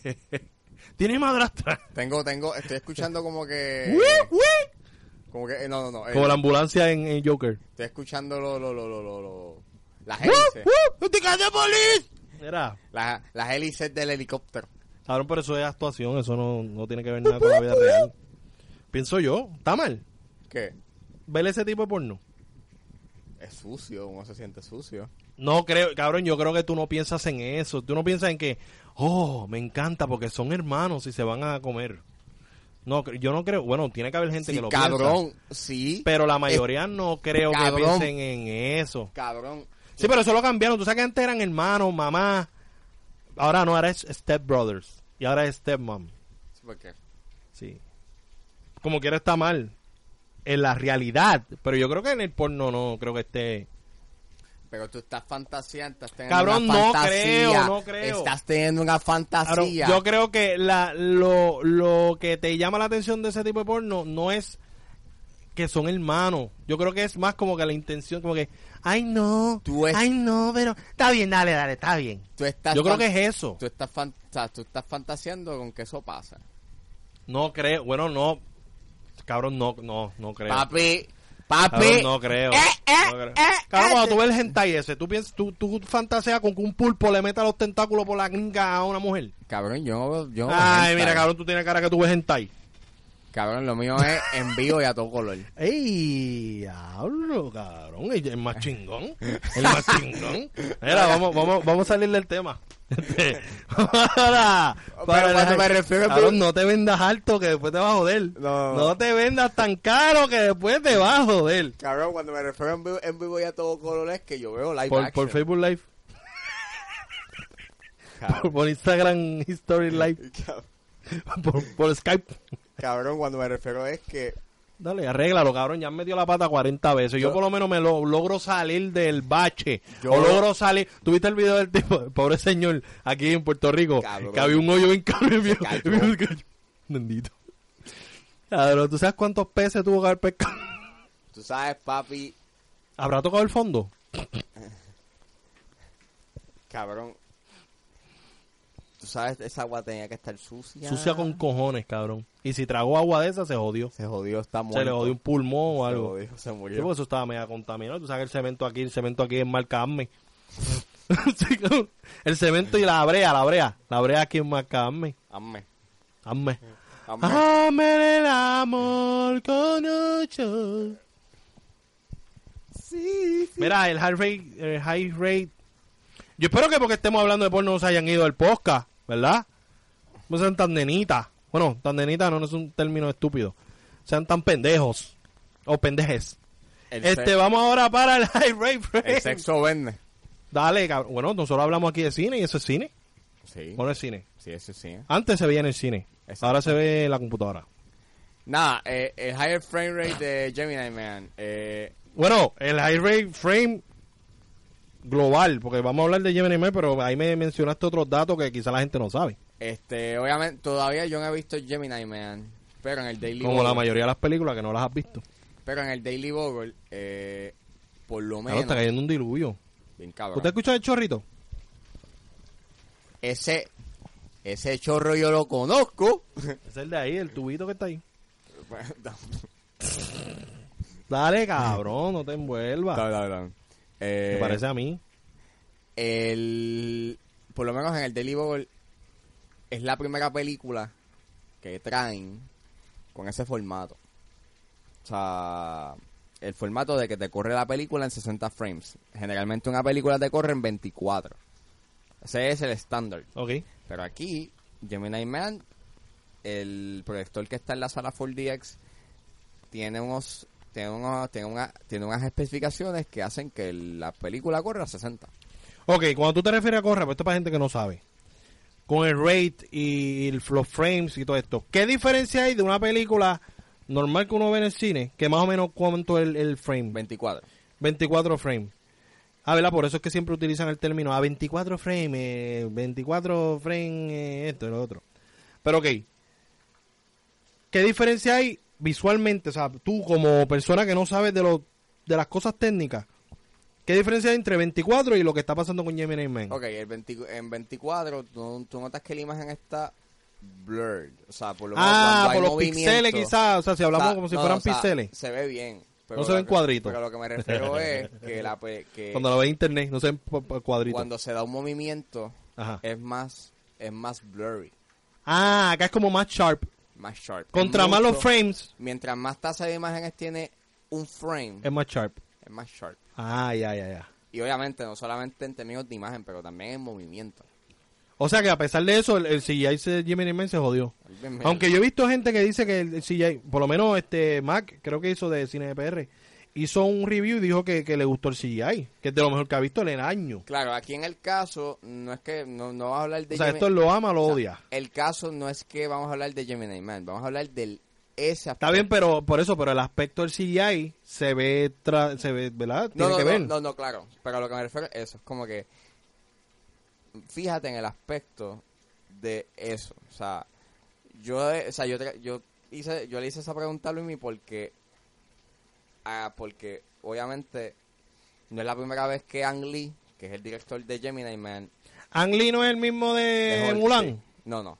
Speaker 3: ¿Tiene madrastra?
Speaker 2: tengo, tengo, estoy escuchando como
Speaker 3: [laughs]
Speaker 2: que.
Speaker 3: Wee, wee.
Speaker 2: Como que, eh, no, no, no. eh,
Speaker 3: Como la ambulancia en, en Joker.
Speaker 2: Estoy escuchando lo, lo, lo, lo, lo, lo- Las
Speaker 3: ¡Woo!
Speaker 2: hélices.
Speaker 3: ¡Woo! ¡Uticación de polis! Mira,
Speaker 2: Las, las hélices del helicóptero.
Speaker 3: cabrón, pero eso es actuación, eso no, no tiene que ver nada con la vida real. Pienso yo, está mal.
Speaker 2: ¿Qué?
Speaker 3: Ver ese tipo de porno.
Speaker 2: Es sucio, uno se siente sucio.
Speaker 3: No creo, cabrón, yo creo que tú no piensas en eso. Tú no piensas en que, oh, me encanta porque son hermanos y se van a comer. No, cre- yo no creo. Bueno, tiene que haber gente
Speaker 2: Sí,
Speaker 3: que lo
Speaker 2: cabrón,
Speaker 3: piensa.
Speaker 2: sí.
Speaker 3: Pero la mayoría no creo
Speaker 2: Cabrón.
Speaker 3: que piensen en eso.
Speaker 2: Cabrón.
Speaker 3: Sí, pero eso lo cambiaron. Tú sabes que antes eran hermanos, mamá. Ahora no, ahora es stepbrothers. Y ahora es stepmom.
Speaker 2: Sí, ¿Por qué?
Speaker 3: Sí. Como quiera está mal. En la realidad. Pero yo creo que en el porno no creo que esté.
Speaker 2: pero tú estás fantaseando, estás teniendo
Speaker 3: Cabrón,
Speaker 2: una
Speaker 3: no
Speaker 2: fantasía,
Speaker 3: creo, no creo.
Speaker 2: Estás teniendo una
Speaker 3: Claro,
Speaker 2: fantasía.
Speaker 3: yo creo que la, lo, lo que te llama la atención de ese tipo de porno no es que son hermanos. Yo creo que es más como que la intención, como que, ay no,
Speaker 2: Tú es-
Speaker 3: ay no, pero está bien, dale, dale, está bien.
Speaker 2: Tú estás
Speaker 3: Yo creo
Speaker 2: fan-
Speaker 3: que es eso.
Speaker 2: Tú estás, fan- o sea, tú estás fantaseando con que eso pasa.
Speaker 3: No creo, bueno, no, cabrón, no, no, no creo.
Speaker 2: Papi, eh, papi.
Speaker 3: Cabrón, no creo. No creo.
Speaker 2: eh,
Speaker 3: Cabrón, cuando tú ves el hentai ese, tú, piensas, tú, tú fantaseas con que un pulpo le meta los tentáculos por la gringa a una mujer.
Speaker 2: Cabrón, yo no veo- yo no veo
Speaker 3: Ay,
Speaker 2: hentai.
Speaker 3: mira, cabrón, tú tienes cara que tú ves hentai.
Speaker 2: Cabrón, lo mío es en vivo y a todo color.
Speaker 3: ¡Ey! ¡Hablo, cabrón! El el más
Speaker 2: [laughs]
Speaker 3: chingón. El más chingón. Mira, vamos, vamos, vamos a salir del tema. Este, [laughs] Ahora,
Speaker 2: Pero
Speaker 3: para
Speaker 2: cuando
Speaker 3: dejar-
Speaker 2: me refiero a-
Speaker 3: cabrón, no te vendas alto que después te va a joder.
Speaker 2: No.
Speaker 3: te vendas tan caro que después te va a joder.
Speaker 2: Cabrón, cuando me refiero en vivo, en vivo y a todo color es que yo veo live
Speaker 3: Por,
Speaker 2: action.
Speaker 3: por Facebook Live, [laughs] por, [laughs]
Speaker 2: Cabrón,
Speaker 3: por Instagram History Live, [laughs]
Speaker 2: cab-
Speaker 3: por, por Skype.
Speaker 2: cabrón, cuando me refiero es que
Speaker 3: Dale, arréglalo, cabrón. Ya me dio la pata 40 veces. Yo,
Speaker 2: Yo-
Speaker 3: por lo menos me lo, logro salir del bache.
Speaker 2: Yo-
Speaker 3: o logro salir. ¿Tuviste el video del tipo, [laughs] el pobre señor, aquí en Puerto Rico?
Speaker 2: Cabrón.
Speaker 3: Que había un hoyo bien cabrón. vio-
Speaker 2: cayó.
Speaker 3: vio- cayó. Bendito. Cabrón, ¿tú sabes cuántos peces tuvo que haber pescado? [laughs]
Speaker 2: tú sabes, papi,
Speaker 3: ¿Habrá tocado el fondo?
Speaker 2: cabrón. Tú sabes, esa agua tenía que estar sucia.
Speaker 3: Sucia con cojones, cabrón. Y si tragó agua de esa, se jodió.
Speaker 2: Se jodió, está muerto.
Speaker 3: Se le jodió un pulmón o
Speaker 2: Se
Speaker 3: algo.
Speaker 2: jodió, se
Speaker 3: Sí,
Speaker 2: murió.
Speaker 3: porque eso estaba mega contaminado. Tú sabes que el cemento aquí, el cemento aquí es marca Amme. [laughs] Sí, cabrón. el cemento y la brea, la brea. La brea aquí es marca Amme.
Speaker 2: Hazme,
Speaker 3: Amme.
Speaker 2: hazme.
Speaker 3: Ah, Amme el amor con mucho.
Speaker 2: Sí, sí.
Speaker 3: Mira, el high rate, el high rate. Yo espero que porque estemos hablando de porno no se hayan ido del podcast, ¿verdad? No sean tan nenitas. Bueno, tan nenitas no, no es un término estúpido. Sean tan pendejos. O pendejes.
Speaker 2: El, se-
Speaker 3: Este, vamos ahora para el [laughs] high rate.
Speaker 2: el
Speaker 3: friend.
Speaker 2: sexo vende.
Speaker 3: Dale, cabrón. Bueno, nosotros hablamos aquí de cine y eso es cine.
Speaker 2: Sí,
Speaker 3: Bueno, es cine.
Speaker 2: sí, eso sí. ¿eh?
Speaker 3: Antes se veía en el cine.
Speaker 2: Exacto.
Speaker 3: Ahora se ve en la computadora.
Speaker 2: Nada, eh, el higher frame rate de Gemini Man. Eh,
Speaker 3: Bueno, el high rate frame global, porque vamos a hablar de Gemini Man, pero ahí me mencionaste otros datos que quizá la gente no sabe.
Speaker 2: Este, obviamente, todavía yo no he visto Gemini Man, pero en el Daily
Speaker 3: Como
Speaker 2: Bugle-
Speaker 3: la mayoría de las películas que no las has visto.
Speaker 2: Pero en el Daily Bugle, eh, por lo
Speaker 3: Claro,
Speaker 2: menos,
Speaker 3: está cayendo un diluvio.
Speaker 2: bien cabrón.
Speaker 3: ¿Usted escucha el chorrito?
Speaker 2: Ese, ese chorro yo lo conozco.
Speaker 3: Es el de ahí, el tubito que está ahí. Ah. Dale, cabrón, no te envuelvas.
Speaker 2: Eh,
Speaker 3: Me parece a mí.
Speaker 2: el, por lo menos en el Daily Bugle, es la primera película que traen con ese formato. O sea, el formato de que te corre la película en 60 frames. Generalmente una película te corre en 24. Ese es el estándar.
Speaker 3: Ok.
Speaker 2: Pero aquí, Gemini Man, el proyector que está en la sala 4DX, tiene unos tiene, unos, tiene, una- tiene unas especificaciones que hacen que la película corra a 60.
Speaker 3: Ok, cuando tú te refieres a correr, pues esto es para gente que no sabe. Con el rate y el- los frames y todo esto. ¿Qué diferencia hay de una película normal que uno ve en el cine? Que más o menos cuánto es el, el frame.
Speaker 2: 24.
Speaker 3: 24 frames. Ah, ¿verdad? Por eso es que siempre utilizan el término a 24 frames, eh, 24 frames, eh, esto y lo otro. Pero ok. ¿Qué diferencia hay visualmente? O sea, tú como persona que no sabes de, lo, de las cosas técnicas. ¿Qué diferencia hay entre 24 y lo que está pasando con Gemini Man?
Speaker 2: Ok, el 20 en 24 tú, tú notas que la imagen está blurred. O sea, por lo menos
Speaker 3: Ah,
Speaker 2: cuando hay
Speaker 3: por los
Speaker 2: movimiento-
Speaker 3: pixeles quizás, o sea, si hablamos
Speaker 2: O sea,
Speaker 3: como si
Speaker 2: no, no,
Speaker 3: fueran
Speaker 2: o sea,
Speaker 3: pixeles.
Speaker 2: Se ve bien. pero
Speaker 3: No se
Speaker 2: lo
Speaker 3: ven
Speaker 2: que-
Speaker 3: cuadritos.
Speaker 2: Pero lo que me
Speaker 3: [laughs]
Speaker 2: refiero es que, la, pe- que
Speaker 3: Cuando lo ve en internet, no sé, por- por cuadrito.
Speaker 2: cuando se da un movimiento
Speaker 3: Ajá.
Speaker 2: es más es más blurry,
Speaker 3: Ah, acá es como más sharp.
Speaker 2: más sharp.
Speaker 3: Contra
Speaker 2: Es
Speaker 3: más los
Speaker 2: mucho-
Speaker 3: frames,
Speaker 2: Mientras más tasa de imágenes tiene un frame,
Speaker 3: es más sharp.
Speaker 2: es más sharp.
Speaker 3: Ah, ya, ya, ya.
Speaker 2: Y obviamente no solamente en términos de imagen, pero también en movimiento.
Speaker 3: O sea que a pesar de eso, el, el CGI de Jimmy Man se jodió. Aunque yo he visto gente que dice que el CGI, por lo menos este Mac, creo que hizo de Cine de PR, hizo un review y dijo que, que le gustó el CGI, que es de lo mejor que ha visto en el año.
Speaker 2: Claro, aquí en el caso no es que no, no vamos a hablar de Ah.
Speaker 3: O sea,
Speaker 2: Gemini-
Speaker 3: esto lo ama, lo
Speaker 2: no,
Speaker 3: odia.
Speaker 2: El caso no es que vamos a hablar de Gemini Man, vamos a hablar del ese aspecto.
Speaker 3: Está bien, pero por eso, pero el aspecto del CGI se ve, tra- se ve ¿verdad?
Speaker 2: No,
Speaker 3: Tiene
Speaker 2: no,
Speaker 3: que
Speaker 2: no,
Speaker 3: ver.
Speaker 2: no, no, claro. Pero a lo que me refiero es eso. Es como que. Fíjate en el aspecto de eso. O sea, yo, eh, o sea, yo, tra- yo, hice, yo le hice esa pregunta a Luis porque. Ah, porque obviamente no es la primera vez que Ang Lee, que es el director de Gemini Man.
Speaker 3: Ang Lee no es el mismo de,
Speaker 2: de Hulk,
Speaker 3: Eh, Mulan.
Speaker 2: sí. No, no.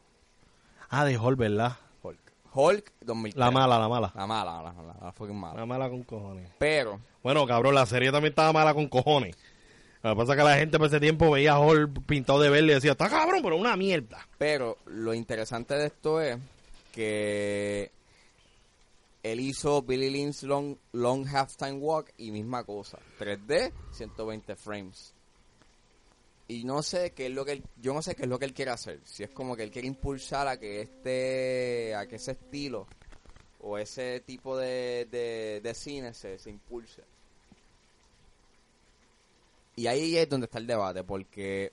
Speaker 3: Ah, de Hulk, ¿verdad?
Speaker 2: Hulk. Hulk 2003.
Speaker 3: La mala, la mala.
Speaker 2: La mala, la mala, la fucking mala.
Speaker 3: La mala con cojones.
Speaker 2: Pero.
Speaker 3: Bueno, cabrón, la serie también estaba mala con cojones. Lo que pasa es que la gente por ese tiempo veía a Hulk pintado de verde y decía, está cabrón, pero una mierda.
Speaker 2: Pero lo interesante de esto es que él hizo Billy Lynn's Long, long Halftime Walk y misma cosa. 3D, 120 frames. Y no sé qué es lo que él, yo no sé qué es lo que él quiere hacer. Si es como que él quiere impulsar a que este, a que ese estilo o ese tipo de, de, de cine se, se impulse. Y ahí es donde está el debate, porque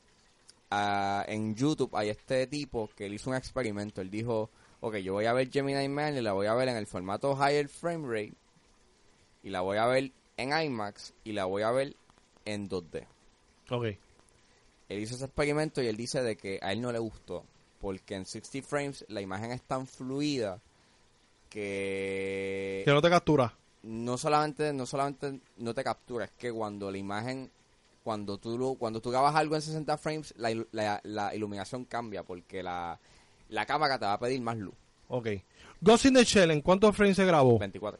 Speaker 2: ah, en YouTube hay este tipo que él hizo un experimento. Él dijo, ok, yo voy a ver Gemini Man y la voy a ver en el formato higher frame rate. Y la voy a ver en IMAX y la voy a ver en 2D.
Speaker 3: Ok.
Speaker 2: Él hizo ese experimento y él dice de que a él no le gustó. Porque en 60 frames la imagen es tan fluida que
Speaker 3: Que no te captura.
Speaker 2: no solamente no solamente no te captura, es que cuando la imagen cuando tú lo- cuando tú grabas algo en 60 frames la, ilu- la- la iluminación cambia porque la, la cámara te va a pedir más luz,
Speaker 3: Ok. Ghost in the Shell, ¿en cuántos frames se grabó?
Speaker 2: 24.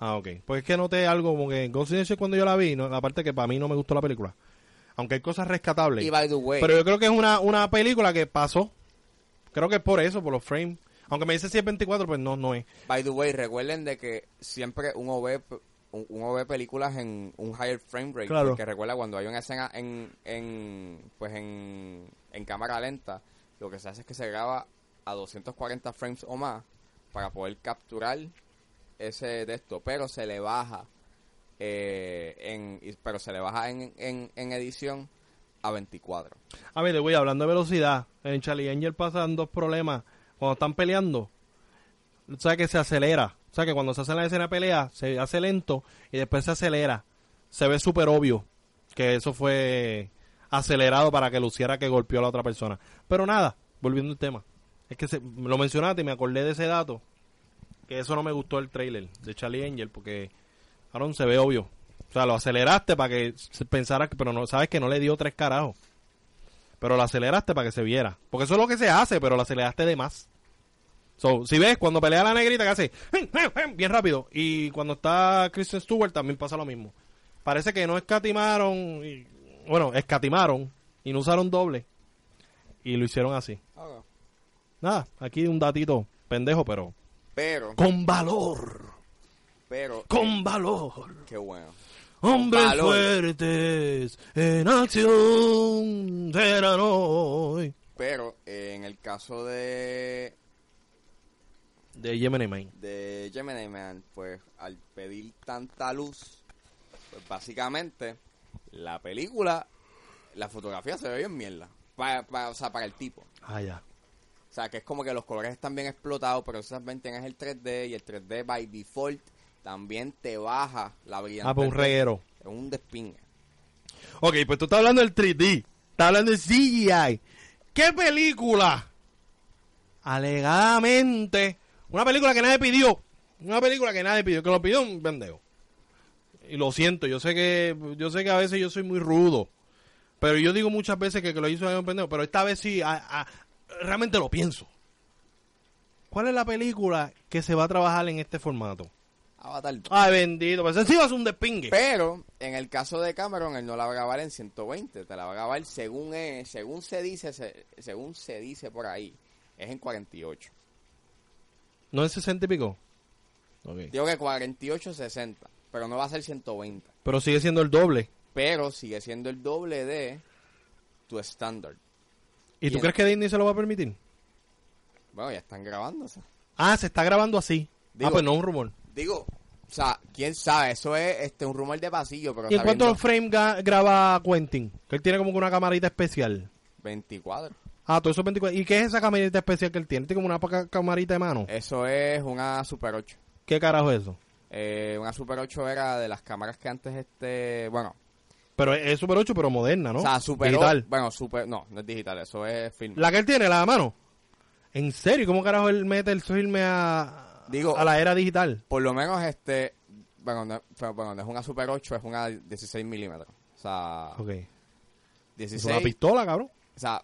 Speaker 3: Ah, ok. Pues es que noté algo como que en Ghost in the Shell cuando yo la vi, no, aparte que para mí no me gustó la película. Aunque hay cosas rescatables.
Speaker 2: Y by the way,
Speaker 3: Pero yo creo que es una, una película que pasó. Creo que es por eso, por los frames. Aunque me dice si es 24, pues no, no es.
Speaker 2: by the way, recuerden de que siempre uno ve p- un- uno ve películas en un higher frame rate,
Speaker 3: Claro.
Speaker 2: porque recuerda cuando hay una escena en, en pues en, en cámara lenta, lo que se hace es que se graba a 240 frames o más para poder capturar ese de esto, pero se le baja eh, en y- pero se le baja en, en, en edición a 24.
Speaker 3: A ver, güey, hablando de velocidad, en Charlie Angel pasan dos problemas. Cuando están peleando, o sea que se acelera. O sea que cuando se hace la escena de pelea, se hace lento y después se acelera. Se ve súper obvio que eso fue acelerado para que luciera que golpeó a la otra persona. Pero nada, volviendo al tema. Es que se- lo mencionaste y me acordé de ese dato. Que eso no me gustó el trailer de Charlie Angel porque, Aaron, se ve obvio. O sea, lo aceleraste para que se pensara, que- pero no sabes que no le dio tres carajos pero la aceleraste para que se viera. Porque eso es lo que se hace, pero la aceleraste de más. So, si ves, cuando pelea la negrita que hace bien rápido. Y cuando está Kristen Stewart también pasa lo mismo. Parece que no escatimaron, y- bueno, escatimaron y no usaron doble. Y lo hicieron así. Nada, aquí un datito pendejo, pero
Speaker 2: Pero
Speaker 3: con valor,
Speaker 2: pero
Speaker 3: con valor.
Speaker 2: qué bueno.
Speaker 3: Hombres
Speaker 2: Con valor.
Speaker 3: fuertes en acción serán hoy.
Speaker 2: Pero eh, en el caso de
Speaker 3: De Gemini Man.
Speaker 2: de Gemini Man, pues al pedir tanta luz, pues básicamente la película, la fotografía se ve bien mierda. Para, para- o sea, para el tipo.
Speaker 3: Ah, ya.
Speaker 2: O sea, que es como que los colores están bien explotados, pero esas tienes el 3D y el 3D by default también te baja la brillantez.
Speaker 3: Ah, pues un reguero.
Speaker 2: Es un despingue.
Speaker 3: Ok, pues tú estás hablando del 3D. Estás hablando del CGI. ¿Qué película? Alegadamente. Una película que nadie pidió. Una película que nadie pidió. Que lo pidió un pendejo. Y lo siento, yo sé que yo sé que a veces yo soy muy rudo. Pero yo digo muchas veces que, que lo hizo un pendejo. Pero esta vez sí, a- a- realmente lo pienso. ¿Cuál es la película que se va a trabajar en este formato?
Speaker 2: Avatar.
Speaker 3: Ay, bendito. Pues sí va a ser un despingue.
Speaker 2: Pero en el caso de Cameron, él no la va a grabar en 120, te la va a grabar según eh, según se dice, se- según se dice por ahí, es en 48.
Speaker 3: ¿No es 60 y pico? Ok.
Speaker 2: Digo que 48 60, pero no va a ser 120.
Speaker 3: Pero sigue siendo el doble.
Speaker 2: Pero sigue siendo el doble de tu estándar.
Speaker 3: ¿Y tú
Speaker 2: Bien.
Speaker 3: crees que Disney se lo va a permitir?
Speaker 2: Bueno, ya están grabándose.
Speaker 3: Ah, se está grabando así.
Speaker 2: Digo-
Speaker 3: ah, pues no un rumor.
Speaker 2: Digo, o sea, quién sabe, eso es este un rumor de pasillo, pero
Speaker 3: ¿Y en
Speaker 2: está viendo
Speaker 3: cuántos frames ga- graba Quentin? Que él tiene como que una camarita especial.
Speaker 2: 24.
Speaker 3: Ah, todo eso es 24. ¿Y qué es esa camarita especial que él tiene? Tiene como una paca- camarita de mano.
Speaker 2: Eso es una Super 8.
Speaker 3: ¿Qué carajo es eso?
Speaker 2: Eh, una Super 8 era de las cámaras que antes este... Bueno,
Speaker 3: Pero es, es Super 8, pero moderna, ¿no?
Speaker 2: o sea, Super
Speaker 3: Digital.
Speaker 2: Bueno, Super... No, no es digital, eso es film.
Speaker 3: La que él tiene, la de mano. ¿En serio? ¿Cómo carajo él mete el filme a,
Speaker 2: Digo-
Speaker 3: a la era digital?
Speaker 2: Por lo menos este... Bueno no, pero, bueno, no es una Super 8, es una 16 milímetros. O sea,
Speaker 3: Ok. Es
Speaker 2: 16...
Speaker 3: una pistola, cabrón.
Speaker 2: O sea,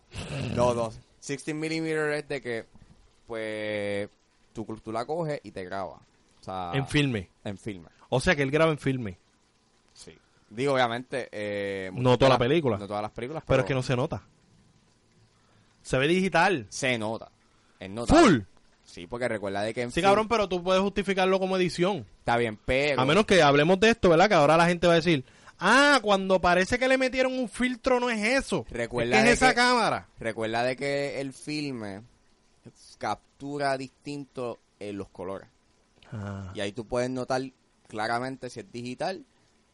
Speaker 2: los dos. 16 milímetros es de que, pues, tú, tú la coges y te graba. O sea,
Speaker 3: En filme.
Speaker 2: En filme,
Speaker 3: O sea que él graba en filme.
Speaker 2: sí. Digo, obviamente. Eh,
Speaker 3: No
Speaker 2: muchas
Speaker 3: toda
Speaker 2: de
Speaker 3: la película.
Speaker 2: No todas las películas,
Speaker 3: Pero es que no se nota. Se ve digital.
Speaker 2: Se nota. Es nota.
Speaker 3: Full.
Speaker 2: Sí, porque recuerda de que en
Speaker 3: Sí,
Speaker 2: film
Speaker 3: cabrón, pero tú puedes justificarlo como edición.
Speaker 2: Está bien, pero.
Speaker 3: A menos que hablemos de esto, ¿verdad? Que ahora la gente va a decir, ah, cuando parece que le metieron un filtro no es eso.
Speaker 2: Recuerda
Speaker 3: Es que
Speaker 2: de
Speaker 3: es esa
Speaker 2: que-
Speaker 3: cámara.
Speaker 2: Recuerda de que el filme captura distinto eh, los colores. Y ahí tú puedes notar claramente si es digital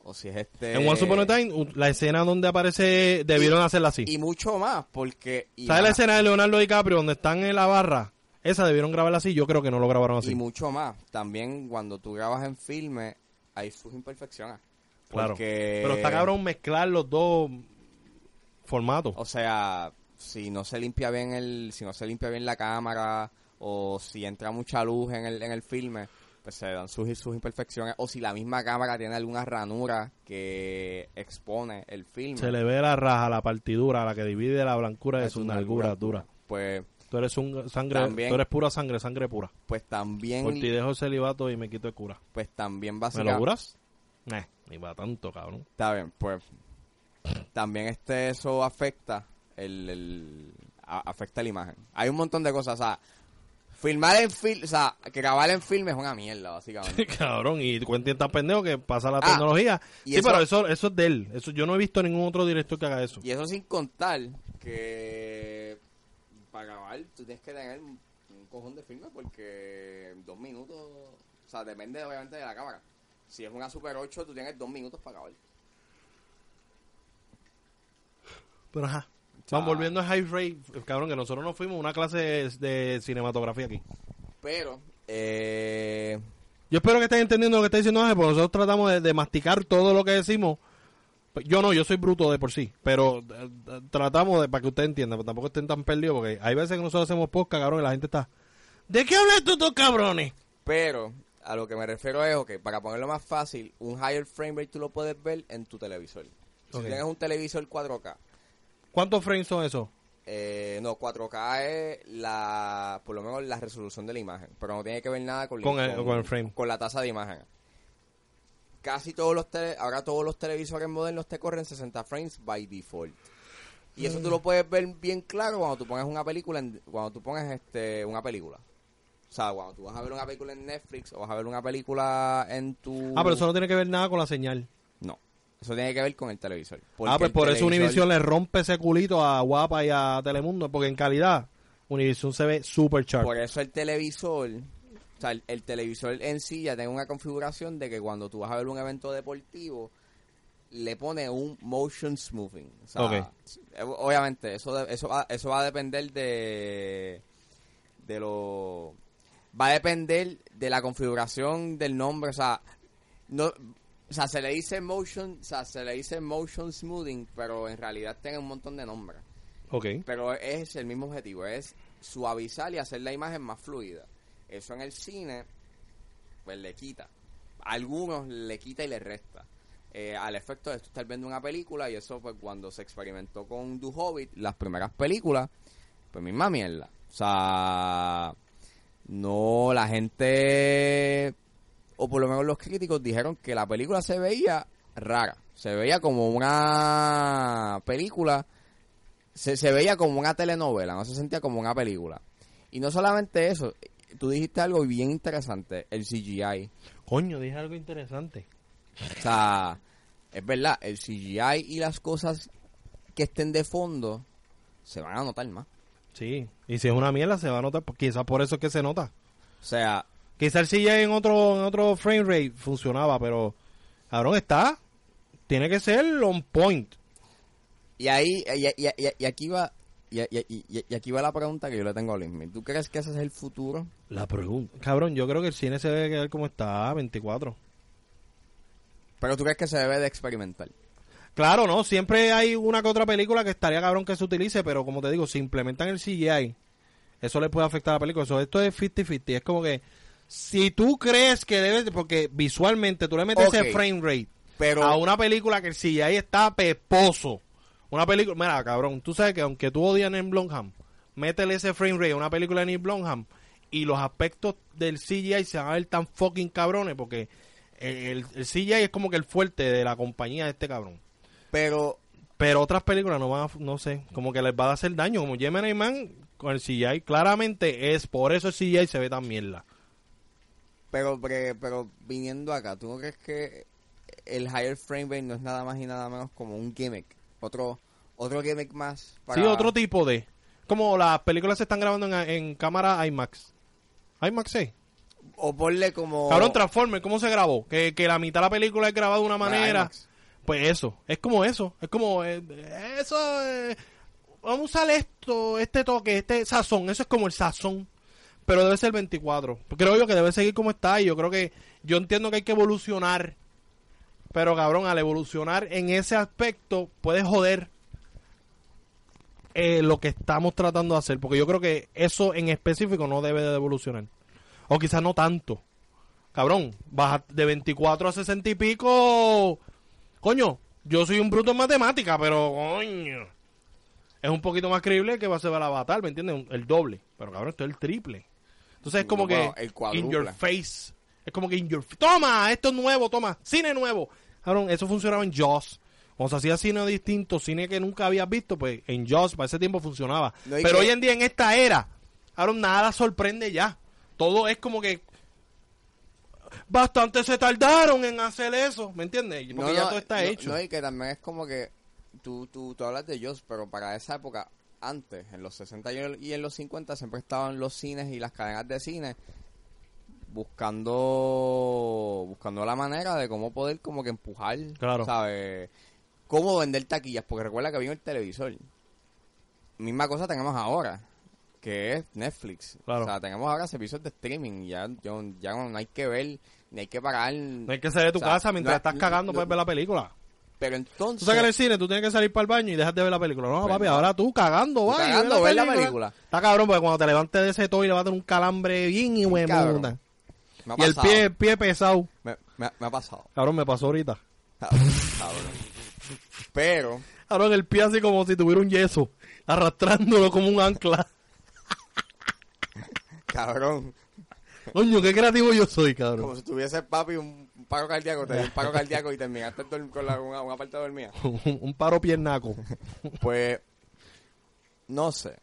Speaker 2: o si es este.
Speaker 3: En One Upon a Time, u- la escena donde aparece, debieron hacerla así.
Speaker 2: Y mucho más, porque. y
Speaker 3: ¿Sabes la
Speaker 2: más-
Speaker 3: escena de Leonardo DiCaprio donde están en la barra? Esa debieron grabarla así, yo creo que no lo grabaron
Speaker 2: Y
Speaker 3: así.
Speaker 2: mucho más. También cuando tú grabas en filme, hay sus imperfecciones.
Speaker 3: Claro.
Speaker 2: Porque-
Speaker 3: Pero está cabrón mezclar los dos formatos.
Speaker 2: O sea, si no se limpia bien el, si no se limpia bien la cámara, o si entra mucha luz en el, en el filme, pues se dan sus, sus imperfecciones. O si la misma cámara tiene alguna ranura que expone el filme. pues
Speaker 3: Se le ve la raja, la partidura, la que divide la blancura de
Speaker 2: Es
Speaker 3: sus
Speaker 2: una
Speaker 3: nalguras
Speaker 2: nalgura.
Speaker 3: duras.
Speaker 2: Pues,
Speaker 3: Tú eres un sangre,
Speaker 2: También-
Speaker 3: tú eres pura sangre, sangre pura.
Speaker 2: pues también,
Speaker 3: Por ti dejo el celibato y me quito de cura.
Speaker 2: pues también
Speaker 3: ¿Me lo
Speaker 2: básicamente.
Speaker 3: curas? Nah, ni va tanto, cabrón. [laughs]
Speaker 2: Está bien, pues también este eso afecta el, el- a- afecta la imagen. Hay un montón de cosas, o sea, filmar en film, o sea, grabar en film es una mierda
Speaker 3: [laughs]
Speaker 2: básicamente.
Speaker 3: cabrón, y Quentin tan pendejo que pasa la
Speaker 2: Ah,
Speaker 3: tecnología.
Speaker 2: y
Speaker 3: Sí,
Speaker 2: eso-
Speaker 3: pero eso, eso es de él. Eso, yo no he visto ningún otro director que haga eso.
Speaker 2: y eso sin contar que para grabar tú tienes que tener un un cojón de filme porque dos minutos, o sea, depende obviamente de la cámara. Si es una Super 8, tú tienes dos minutos para grabar.
Speaker 3: Pero ajá.
Speaker 2: sea-
Speaker 3: Van volviendo a High Ray, cabrón, que nosotros nos fuimos a una clase de, de cinematografía aquí.
Speaker 2: Pero, eh,
Speaker 3: Yo espero que estén entendiendo lo que está diciendo Ángel, porque nosotros tratamos de, de masticar todo lo que decimos. Pues Yo no, yo soy bruto de por sí, pero eh, eh, tratamos de, para que ustedes entiendan, pero tampoco estén tan perdidos, porque hay veces que nosotros hacemos podcast, cabrón, y la gente está... ¿De qué hablan estos dos cabrones?
Speaker 2: Pero a lo que me refiero es, ok, para ponerlo más fácil, un higher frame rate tú lo puedes ver en tu televisor. Si
Speaker 3: Ok.
Speaker 2: tienes un televisor 4K,
Speaker 3: ¿Cuántos frames son esos?
Speaker 2: eh, no, 4K es la, por lo menos la resolución de la imagen, pero no tiene que ver nada con,
Speaker 3: Con el- con el frame.
Speaker 2: con la tasa de imagen. Casi todos los tele- ahora todos los televisores modernos te corren 60 frames by default. Y eso tú lo puedes ver bien claro cuando tú pones una película, en- cuando tú pones este una película. O sea, cuando tú vas a ver una película en Netflix o vas a ver una película en tu
Speaker 3: Ah, pero eso no tiene que ver nada con la señal.
Speaker 2: No. Eso tiene que ver con el televisor. Porque
Speaker 3: Ah, pues
Speaker 2: el
Speaker 3: por eso
Speaker 2: televisor-
Speaker 3: Univision le rompe ese culito a Guapa y a Telemundo, porque en calidad Univision se ve super sharp.
Speaker 2: Por eso el televisor, o sea, el, el televisor en sí ya tiene una configuración de que cuando tú vas a ver un evento deportivo, le pone un motion smoothing. O sea,
Speaker 3: Ok.
Speaker 2: eh, Obviamente, eso, de- eso, va, eso va a depender de, de lo... Va a depender de la configuración del nombre, o sea, no, o sea, se le dice motion, o sea, se le dice motion smoothing, pero en realidad tiene un montón de nombres.
Speaker 3: Ok.
Speaker 2: Pero es el mismo objetivo, es suavizar y hacer la imagen más fluida. Eso en el cine, pues le quita. A algunos le quita y le resta. Eh, al efecto de tú estar viendo una película y eso pues cuando se experimentó con Du Hobbit, las primeras películas, pues misma mierda. O sea, no, la gente, o por lo menos los críticos dijeron que la película se veía rara. Se veía como una película se, se veía como una telenovela, no se sentía como una película. Y no solamente eso, tú dijiste algo bien interesante, el CGI.
Speaker 3: Coño, dije algo interesante.
Speaker 2: O sea, es verdad, el CGI y las cosas que estén de fondo se van a notar más.
Speaker 3: Sí. Y si es una mierda se va a notar, pues quizás por eso es que se nota.
Speaker 2: O sea,
Speaker 3: Quizás el CGI en otro, en otro frame rate funcionaba, pero cabrón está. Tiene que ser on point.
Speaker 2: y ahí, y, y- y- y aquí va Y, y- y- y aquí va la pregunta que yo le tengo a Luismi. ¿Tú crees que ese es el futuro?
Speaker 3: La pregunta. Cabrón, yo creo que el cine se debe quedar como está, 24.
Speaker 2: Pero tú crees que se debe de experimentar.
Speaker 3: Claro, no, siempre hay una que otra película que estaría cabrón que se utilice, pero como te digo, si implementan el CGI, eso le puede afectar a la película. Eso, esto es 50-50, es como que si tú crees que debes, porque visualmente tú le metes ese
Speaker 2: Ok.
Speaker 3: frame rate
Speaker 2: Pero-
Speaker 3: a una película que el CGI está peposo. Una película, mira, cabrón, tú sabes que aunque tú odias a Neil Blomkamp, métele ese frame rate a una película de Neil Blomkamp y los aspectos del CGI se van a ver tan fucking cabrones porque el, el CGI es como que el fuerte de la compañía de este cabrón.
Speaker 2: Pero
Speaker 3: Pero otras películas no van a, no sé, como que les va a hacer daño, como Gemini Man con el CGI, claramente es por eso el CGI se ve tan mierda.
Speaker 2: Pero, pre- pero viniendo acá, ¿tú no crees que el higher frame rate no es nada más y nada menos como un gimmick? Otro otro gimmick más.
Speaker 3: Sí, otro tipo de. Como las películas se están grabando en, en cámara IMAX. IMAX, sí.
Speaker 2: O ponle como.
Speaker 3: Cabrón, Transformer, ¿cómo se grabó? Que, que la mitad de la película es grabada de una
Speaker 2: Bueno,
Speaker 3: manera.
Speaker 2: IMAX.
Speaker 3: Pues eso, es como eso. Es como, eh, eso. eh, vamos a usar esto, este toque, este sazón. Eso es como el sazón. Pero debe ser 24. Creo yo que debe seguir como está. Y yo creo que. Yo entiendo que hay que evolucionar. Pero cabrón, al evolucionar en ese aspecto, puedes joder eh, lo que estamos tratando de hacer. Porque yo creo que eso en específico no debe de evolucionar. O quizás no tanto. Cabrón, baja de 24 a 60 y pico. Coño, yo soy un bruto en matemática, pero coño. Es un poquito más creíble que va a ser el avatar, ¿me entiendes? Un- El doble. Pero cabrón, esto es el triple. Entonces es como
Speaker 2: Mm, Bueno,
Speaker 3: que.
Speaker 2: el cuádruple.
Speaker 3: in your face. Es como que in your fa- Toma, esto es nuevo, toma. Cine nuevo. Cabrón, eso funcionaba en Jaws. Cuando se hacía cine distinto, cine que nunca habías visto, pues en Jaws para ese tiempo funcionaba.
Speaker 2: No, y
Speaker 3: pero
Speaker 2: que-
Speaker 3: hoy en día, en esta era, cabrón, nada sorprende ya. Todo es como que bastante se tardaron en hacer eso, ¿me entiendes? Porque ya todo está
Speaker 2: no,
Speaker 3: hecho.
Speaker 2: no, y que también es como que tú, tú, tú hablas de ellos, pero para esa época, antes, en los 60 y en- y en los 50, siempre estaban los cines y las cadenas de cine buscando buscando la manera de cómo poder como que empujar,
Speaker 3: Claro.
Speaker 2: ¿sabes? Cómo vender taquillas, porque recuerda que vino el televisor. Misma cosa tenemos ahora, que es Netflix.
Speaker 3: Claro.
Speaker 2: O sea, tenemos ahora servicios de streaming, ya, yo- ya no hay que ver, ni hay que pagar.
Speaker 3: No hay que salir de tu
Speaker 2: o sea,
Speaker 3: casa mientras
Speaker 2: no-
Speaker 3: estás cagando
Speaker 2: no-
Speaker 3: para ver la película.
Speaker 2: pero
Speaker 3: Tú
Speaker 2: entonces.
Speaker 3: sabes que en el cine tú tienes que salir para el baño y dejas de ver la película. No,
Speaker 2: Bueno.
Speaker 3: papi, ahora tú cagando, vas y ves
Speaker 2: Pues cagando, ves la película.
Speaker 3: Está cabrón, porque cuando te levantes de ese toile va a tener un calambre bien y buen
Speaker 2: cabrón.
Speaker 3: puta.
Speaker 2: me ha
Speaker 3: Y el
Speaker 2: pasado.
Speaker 3: pie, pie pesado.
Speaker 2: Me, me- me ha pasado.
Speaker 3: Cabrón, me pasó ahorita.
Speaker 2: Cabrón. Pero,
Speaker 3: Cabrón, el pie así como si tuviera un yeso, arrastrándolo como un ancla.
Speaker 2: cabrón,
Speaker 3: Coño, qué creativo yo soy,
Speaker 2: como
Speaker 3: cabrón.
Speaker 2: si tuviese papi un un paro cardíaco, te dio un paro cardíaco y terminaste dorm- con la, una, una parte dormida.
Speaker 3: Un, [laughs] un paro piernaco.
Speaker 2: Pues, no sé.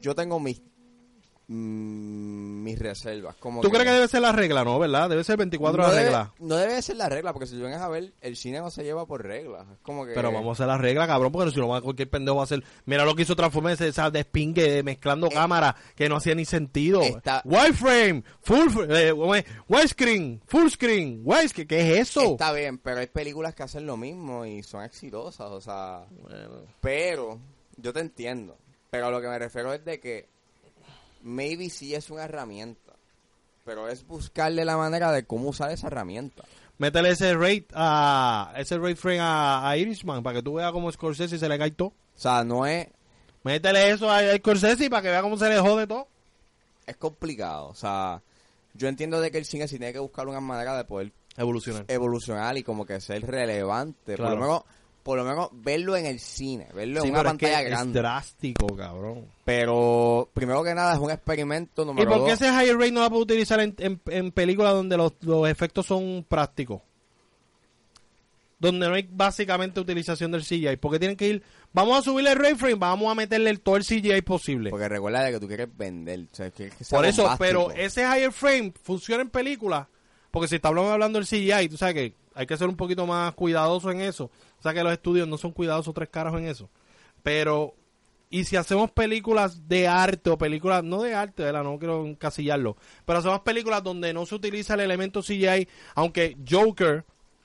Speaker 2: Yo tengo mis mm, mis reservas. Como
Speaker 3: ¿Tú crees que debe ser la regla? No, ¿verdad? Debe ser 24
Speaker 2: no
Speaker 3: la
Speaker 2: debe-
Speaker 3: regla.
Speaker 2: No debe ser la regla, porque si tú vienes a ver, el cine no se lleva por reglas. Es como que.
Speaker 3: Pero vamos a hacer la regla, cabrón, porque si no, va- cualquier pendejo va a hacer. Mira lo que hizo Transformers, esa despingue de mezclando cámaras que no hacía ni sentido.
Speaker 2: Eh. Está-
Speaker 3: Wireframe, full, fr- eh, ¿cómo es? widescreen, full screen, widescreen, ¿qué es eso?
Speaker 2: Está bien, pero hay películas que hacen lo mismo y son exitosas, o sea... Pero, yo te entiendo. Pero a lo que me refiero es de que... Maybe sí es una herramienta. Pero es buscarle la manera de cómo usar esa herramienta.
Speaker 3: Métele ese rate a ese rate frame a, a Irishman para que tú veas cómo Scorsese se le cae todo.
Speaker 2: O sea, no es...
Speaker 3: Métele eso a, a Scorsese para que vea cómo se le jode todo.
Speaker 2: Es complicado, o sea... Yo entiendo de que el cine sí tiene que buscar una manera de poder
Speaker 3: Evolucionar.
Speaker 2: Eh, evolucionar y como que ser relevante. Por
Speaker 3: Claro.
Speaker 2: lo menos... Por lo menos verlo en el cine, verlo
Speaker 3: Sí,
Speaker 2: en una
Speaker 3: pero es que
Speaker 2: pantalla
Speaker 3: es
Speaker 2: grande.
Speaker 3: drástico, cabrón.
Speaker 2: Pero primero que nada es un experimento
Speaker 3: ¿Y
Speaker 2: número
Speaker 3: por qué
Speaker 2: dos.
Speaker 3: ese high rate no la puede utilizar en, en- en películas donde los, los efectos son prácticos? Donde no hay básicamente utilización del CGI. Porque tienen que ir, vamos a subirle el ray frame, vamos a meterle el, todo el CGI posible.
Speaker 2: Porque recuerda de que tú quieres vender. o sea, quieres que sea
Speaker 3: Por eso,
Speaker 2: bombástico.
Speaker 3: pero ese higher frame funciona en películas. Porque si estamos hablando del CGI, tú sabes que hay que ser un poquito más cuidadoso en eso. O sea que los estudios no son cuidadosos tres caras en eso. Pero, y si hacemos películas de arte o películas, no de arte, ¿verdad? No quiero encasillarlo. Pero hacemos películas donde no se utiliza el elemento CGI. Aunque Joker,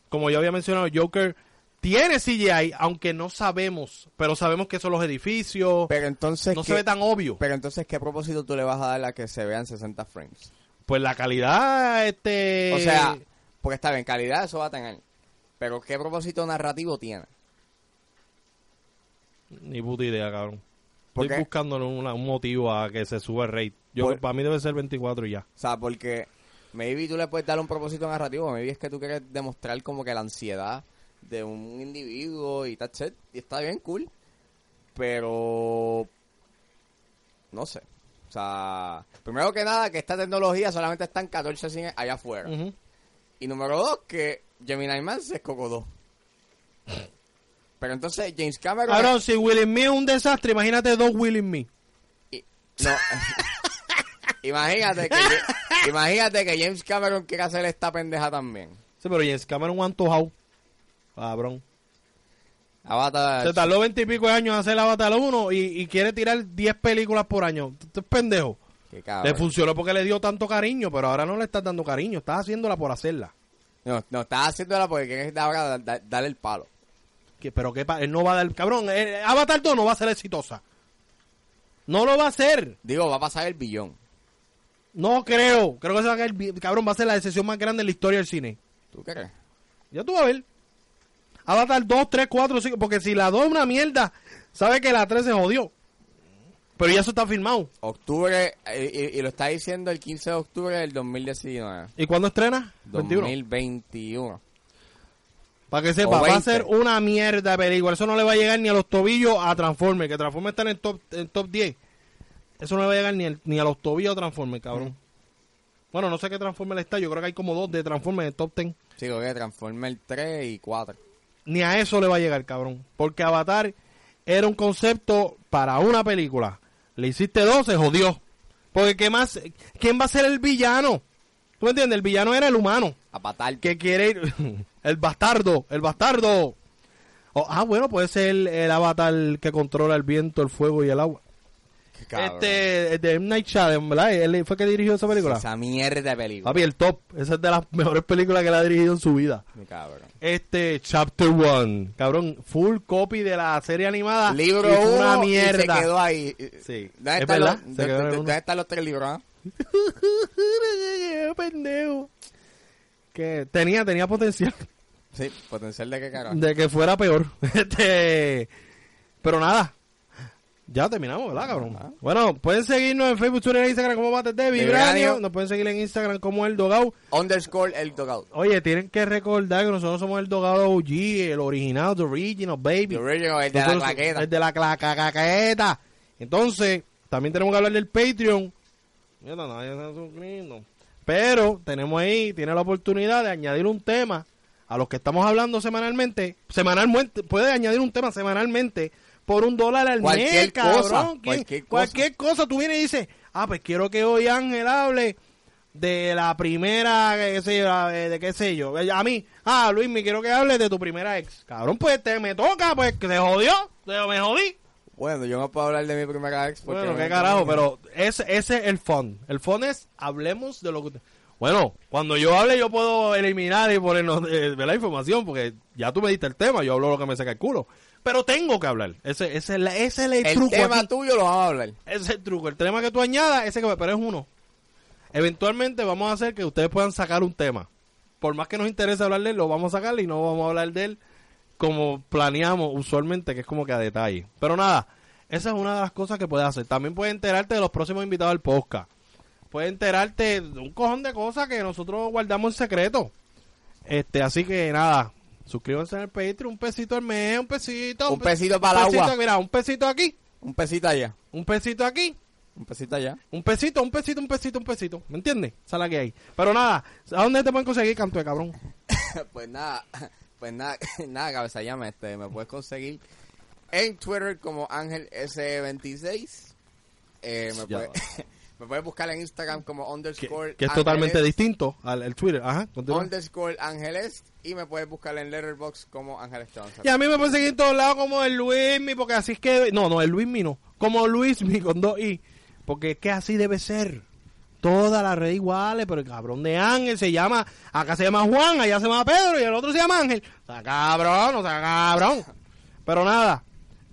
Speaker 3: como ya había mencionado, Joker Tiene CGI, aunque no sabemos, pero sabemos que son los edificios.
Speaker 2: Pero entonces,
Speaker 3: no
Speaker 2: ¿qué,
Speaker 3: se ve tan obvio.
Speaker 2: pero entonces, ¿qué propósito tú le vas a dar a que se vean 60 frames?
Speaker 3: Pues la calidad, este...
Speaker 2: O sea, porque está bien, calidad eso va a tener. Pero ¿qué propósito narrativo tiene?
Speaker 3: Ni puta idea, cabrón.
Speaker 2: ¿Por
Speaker 3: Estoy
Speaker 2: qué?
Speaker 3: buscándole una- un motivo a que se suba el rate. Yo,
Speaker 2: Por-
Speaker 3: Para mí debe ser 24 y ya.
Speaker 2: O sea, porque maybe tú le puedes dar un propósito narrativo, maybe es que tú quieres demostrar como que la ansiedad de un individuo y tal, shit, y está bien cool, pero no sé. O sea, primero que nada, que esta tecnología solamente está en 14 cines allá afuera.
Speaker 3: Ujú.
Speaker 2: Y número dos, que Gemini Man se escocodó. Pero entonces James Cameron...
Speaker 3: Cabrón, si Will Me es un desastre, imagínate dos Will Me.
Speaker 2: Y- No. [laughs] imagínate, que, Ja- imagínate que James Cameron quiere hacer esta pendeja también.
Speaker 3: Sí, pero James Cameron un antojado. Cabrón.
Speaker 2: Avatar.
Speaker 3: Se tardó 20 y pico de años en hacer Avatar 1 y, y quiere tirar 10 películas por año. Tú- tú eres pendejo.
Speaker 2: Qué
Speaker 3: le
Speaker 2: cabrón.
Speaker 3: funcionó porque le dio tanto cariño, pero ahora no le estás dando cariño. Estás haciéndola por hacerla.
Speaker 2: No, no, estás haciéndola porque quieres dar- ahora da- darle el palo.
Speaker 3: Que- pero que él no va a dar... Cabrón, eh, Avatar 2 no va a ser exitosa. No lo va a hacer.
Speaker 2: Digo, va a pasar el billón.
Speaker 3: No creo. Creo que se va a caer bien. Cabrón, va a ser la decepción más grande en la historia del cine.
Speaker 2: ¿Tú qué crees?
Speaker 3: Ya tú vas a ver. Avatar 2, 3, 4, 5. Porque si la 2 es una mierda, sabe que la 3 se jodió. Pero ya eso está firmado.
Speaker 2: Octubre, eh, y, y lo está diciendo el 15 de octubre del 2019.
Speaker 3: ¿Y cuándo estrena? 21.
Speaker 2: 2021.
Speaker 3: Para que
Speaker 2: O
Speaker 3: sepa, va a
Speaker 2: 20.
Speaker 3: ser una mierda de película. Eso no le va a llegar ni a los tobillos a Transformers. Que Transformers está en el top, el top 10. Eso no le va a llegar ni, al- ni a los tobillos a Transformers, cabrón. Bueno, no sé qué Transformers está. Yo creo que hay como dos de Transformers en el top 10.
Speaker 2: Sí, creo que transforma el 3 y 4.
Speaker 3: ni a eso le va a llegar, cabrón. Porque Avatar era un concepto para una película. Le hiciste dos, se jodió. Porque ¿qué más? ¿Quién va a ser el villano? ¿Tú me entiendes? El villano era el humano.
Speaker 2: Avatar.
Speaker 3: Que quiere ir... [laughs] el bastardo, el bastardo. Oh, ah, bueno, puede ser el, el avatar que controla el viento, el fuego y el agua.
Speaker 2: Qué cabrón.
Speaker 3: Este, el de M. Night Shyamalan, ¿verdad? Él fue que dirigió esa película.
Speaker 2: Esa mierda de película.
Speaker 3: Papi, el top. Esa es de las [laughs] mejores películas que él ha dirigido en su vida.
Speaker 2: Mi cabrón.
Speaker 3: Este, Chapter 1. Cabrón, full copy de la serie animada.
Speaker 2: Libro
Speaker 3: Ah, Y
Speaker 2: uno
Speaker 3: fue Una
Speaker 2: y se quedó
Speaker 3: [laughs] mierda.
Speaker 2: ahí.
Speaker 3: Sí.
Speaker 2: ¿Dónde,
Speaker 3: Es
Speaker 2: están
Speaker 3: verdad,
Speaker 2: los,
Speaker 3: se quedó en el
Speaker 2: dónde-
Speaker 3: uno.
Speaker 2: dónde están los tres libros? ah?
Speaker 3: Pendejo. Que tenía, tenía potencial
Speaker 2: Sí, potencial de qué carajo.
Speaker 3: de que fuera peor. [laughs] Este, pero nada. Ya terminamos, ¿verdad, cabrón?
Speaker 2: Ajá.
Speaker 3: Bueno, pueden seguirnos en Facebook, Twitter e Instagram como Bate de
Speaker 2: Vibranio.
Speaker 3: Vibranio. Nos pueden seguir en Instagram como El Dogao.
Speaker 2: Underscore el dogout.
Speaker 3: Oye, tienen que recordar que nosotros somos El Dogao OG, el original, the original, baby.
Speaker 2: The original, el de la
Speaker 3: Nosotros-
Speaker 2: claqueta.
Speaker 3: El de la cla- ca- claqueta. Entonces, también tenemos que hablar del Patreon. Mira, nadie se está suscribiendo. Pero tenemos ahí, tiene la oportunidad de añadir un tema a los que estamos hablando semanalmente. Semanalmente, puede añadir un tema semanalmente por un dólar al
Speaker 2: Cualquier
Speaker 3: mes, cabrón.
Speaker 2: cosa,
Speaker 3: ¿Quién-
Speaker 2: cualquier cosa.
Speaker 3: cualquier cosa. Tú vienes y dices, ah, pues quiero que hoy Ángel hable de la primera, qué sé yo, la- de qué sé yo. A mí, ah, Luis, me quiero que hables de tu primera ex. Cabrón, pues te me toca, pues que se jodió, se me jodí.
Speaker 2: Bueno, yo no puedo hablar de mi primera ex porque...
Speaker 3: Bueno,
Speaker 2: no
Speaker 3: qué
Speaker 2: tengo
Speaker 3: carajo,
Speaker 2: ni-
Speaker 3: pero ese, ese es el fun. El fun es hablemos de lo que. Bueno, cuando yo hable, yo puedo eliminar y poner no- eh, la información, porque ya tú me diste el tema, yo hablo lo que me saca el culo. Pero tengo que hablar. Ese, ese es la- ese es el,
Speaker 2: El
Speaker 3: truco.
Speaker 2: tema
Speaker 3: aquí.
Speaker 2: tuyo lo vamos a hablar.
Speaker 3: Ese es el truco. El tema que tú añadas, ese que va, pero es uno. Eventualmente vamos a hacer que ustedes puedan sacar un tema. Por más que nos interese hablar de él, lo vamos a sacar y no vamos a hablar de él como planeamos usualmente, que es como que a detalle. Pero nada, esa es una de las cosas que puedes hacer. También puedes enterarte de los próximos invitados al podcast. Puedes enterarte de un cojón de cosas que nosotros guardamos en secreto. Este, así que nada, suscríbanse en el Patreon, un pesito al mes, un pesito.
Speaker 2: Un
Speaker 3: pe-
Speaker 2: pesito para el
Speaker 3: un pesito,
Speaker 2: agua.
Speaker 3: Mira, un pesito aquí,
Speaker 2: Un pesito allá.
Speaker 3: un pesito aquí,
Speaker 2: Un pesito allá.
Speaker 3: un pesito, un pesito, un pesito, un pesito. ¿Me entiendes? Esa es la que hay. Pero nada, ¿a dónde te pueden conseguir, canto de cabrón?
Speaker 2: [laughs] pues nada, [laughs] pues nada, nada, cabeza llama. Este, me puedes conseguir en Twitter como Ángel S26. Eh, me,
Speaker 3: Ya
Speaker 2: puedes, [laughs] me puedes buscar en Instagram como
Speaker 3: Que,
Speaker 2: underscore
Speaker 3: que es
Speaker 2: Ángeles,
Speaker 3: totalmente distinto al el Twitter. Ajá, continúa.
Speaker 2: Underscore Ángeles. Y me puedes buscar en Letterboxd como Ángeles Johnson.
Speaker 3: Y a mí me pueden seguir en todos lados como el Luismi, porque así es que... No, no, el Luismi no. Como Luismi con dos i. Porque es que así debe ser. todas las redes iguales, pero el cabrón de Ángel se llama, acá se llama Juan, allá se llama Pedro y el otro se llama Ángel. O sea, cabrón, o sea, cabrón. Pero nada,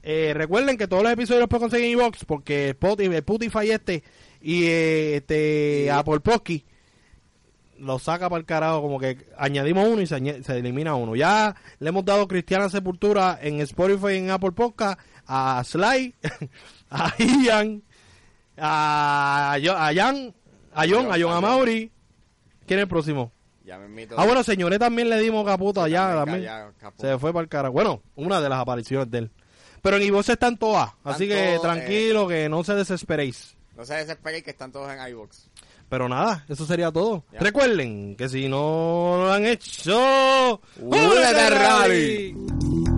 Speaker 3: eh, recuerden que todos los episodios los pueden conseguir en iVox porque Spotify, Spotify este y eh, este Apple Podcast lo saca para el carajo, como que añadimos uno y se, añe- se elimina uno. Ya le hemos dado Cristiana Sepultura en Spotify y en Apple Podcast a Sly, [laughs] a Ian, a, Yo- a Jan, a John, a John Amaury. ¿Quién es el próximo?
Speaker 2: Ya me invito.
Speaker 3: Ah, bueno, señores, también le dimos caputa ya, también.
Speaker 2: Ya, capo.
Speaker 3: Se fue para el carajo. Bueno, una de las apariciones de él. Pero en Ivox están todas, así
Speaker 2: Están
Speaker 3: que
Speaker 2: todas, eh.
Speaker 3: tranquilo, que no se desesperéis.
Speaker 2: No se desesperen que están todos en iBox.
Speaker 3: Pero nada, eso sería todo.
Speaker 2: Ya.
Speaker 3: Recuerden que si no lo han hecho,
Speaker 2: ¡Únete al rally!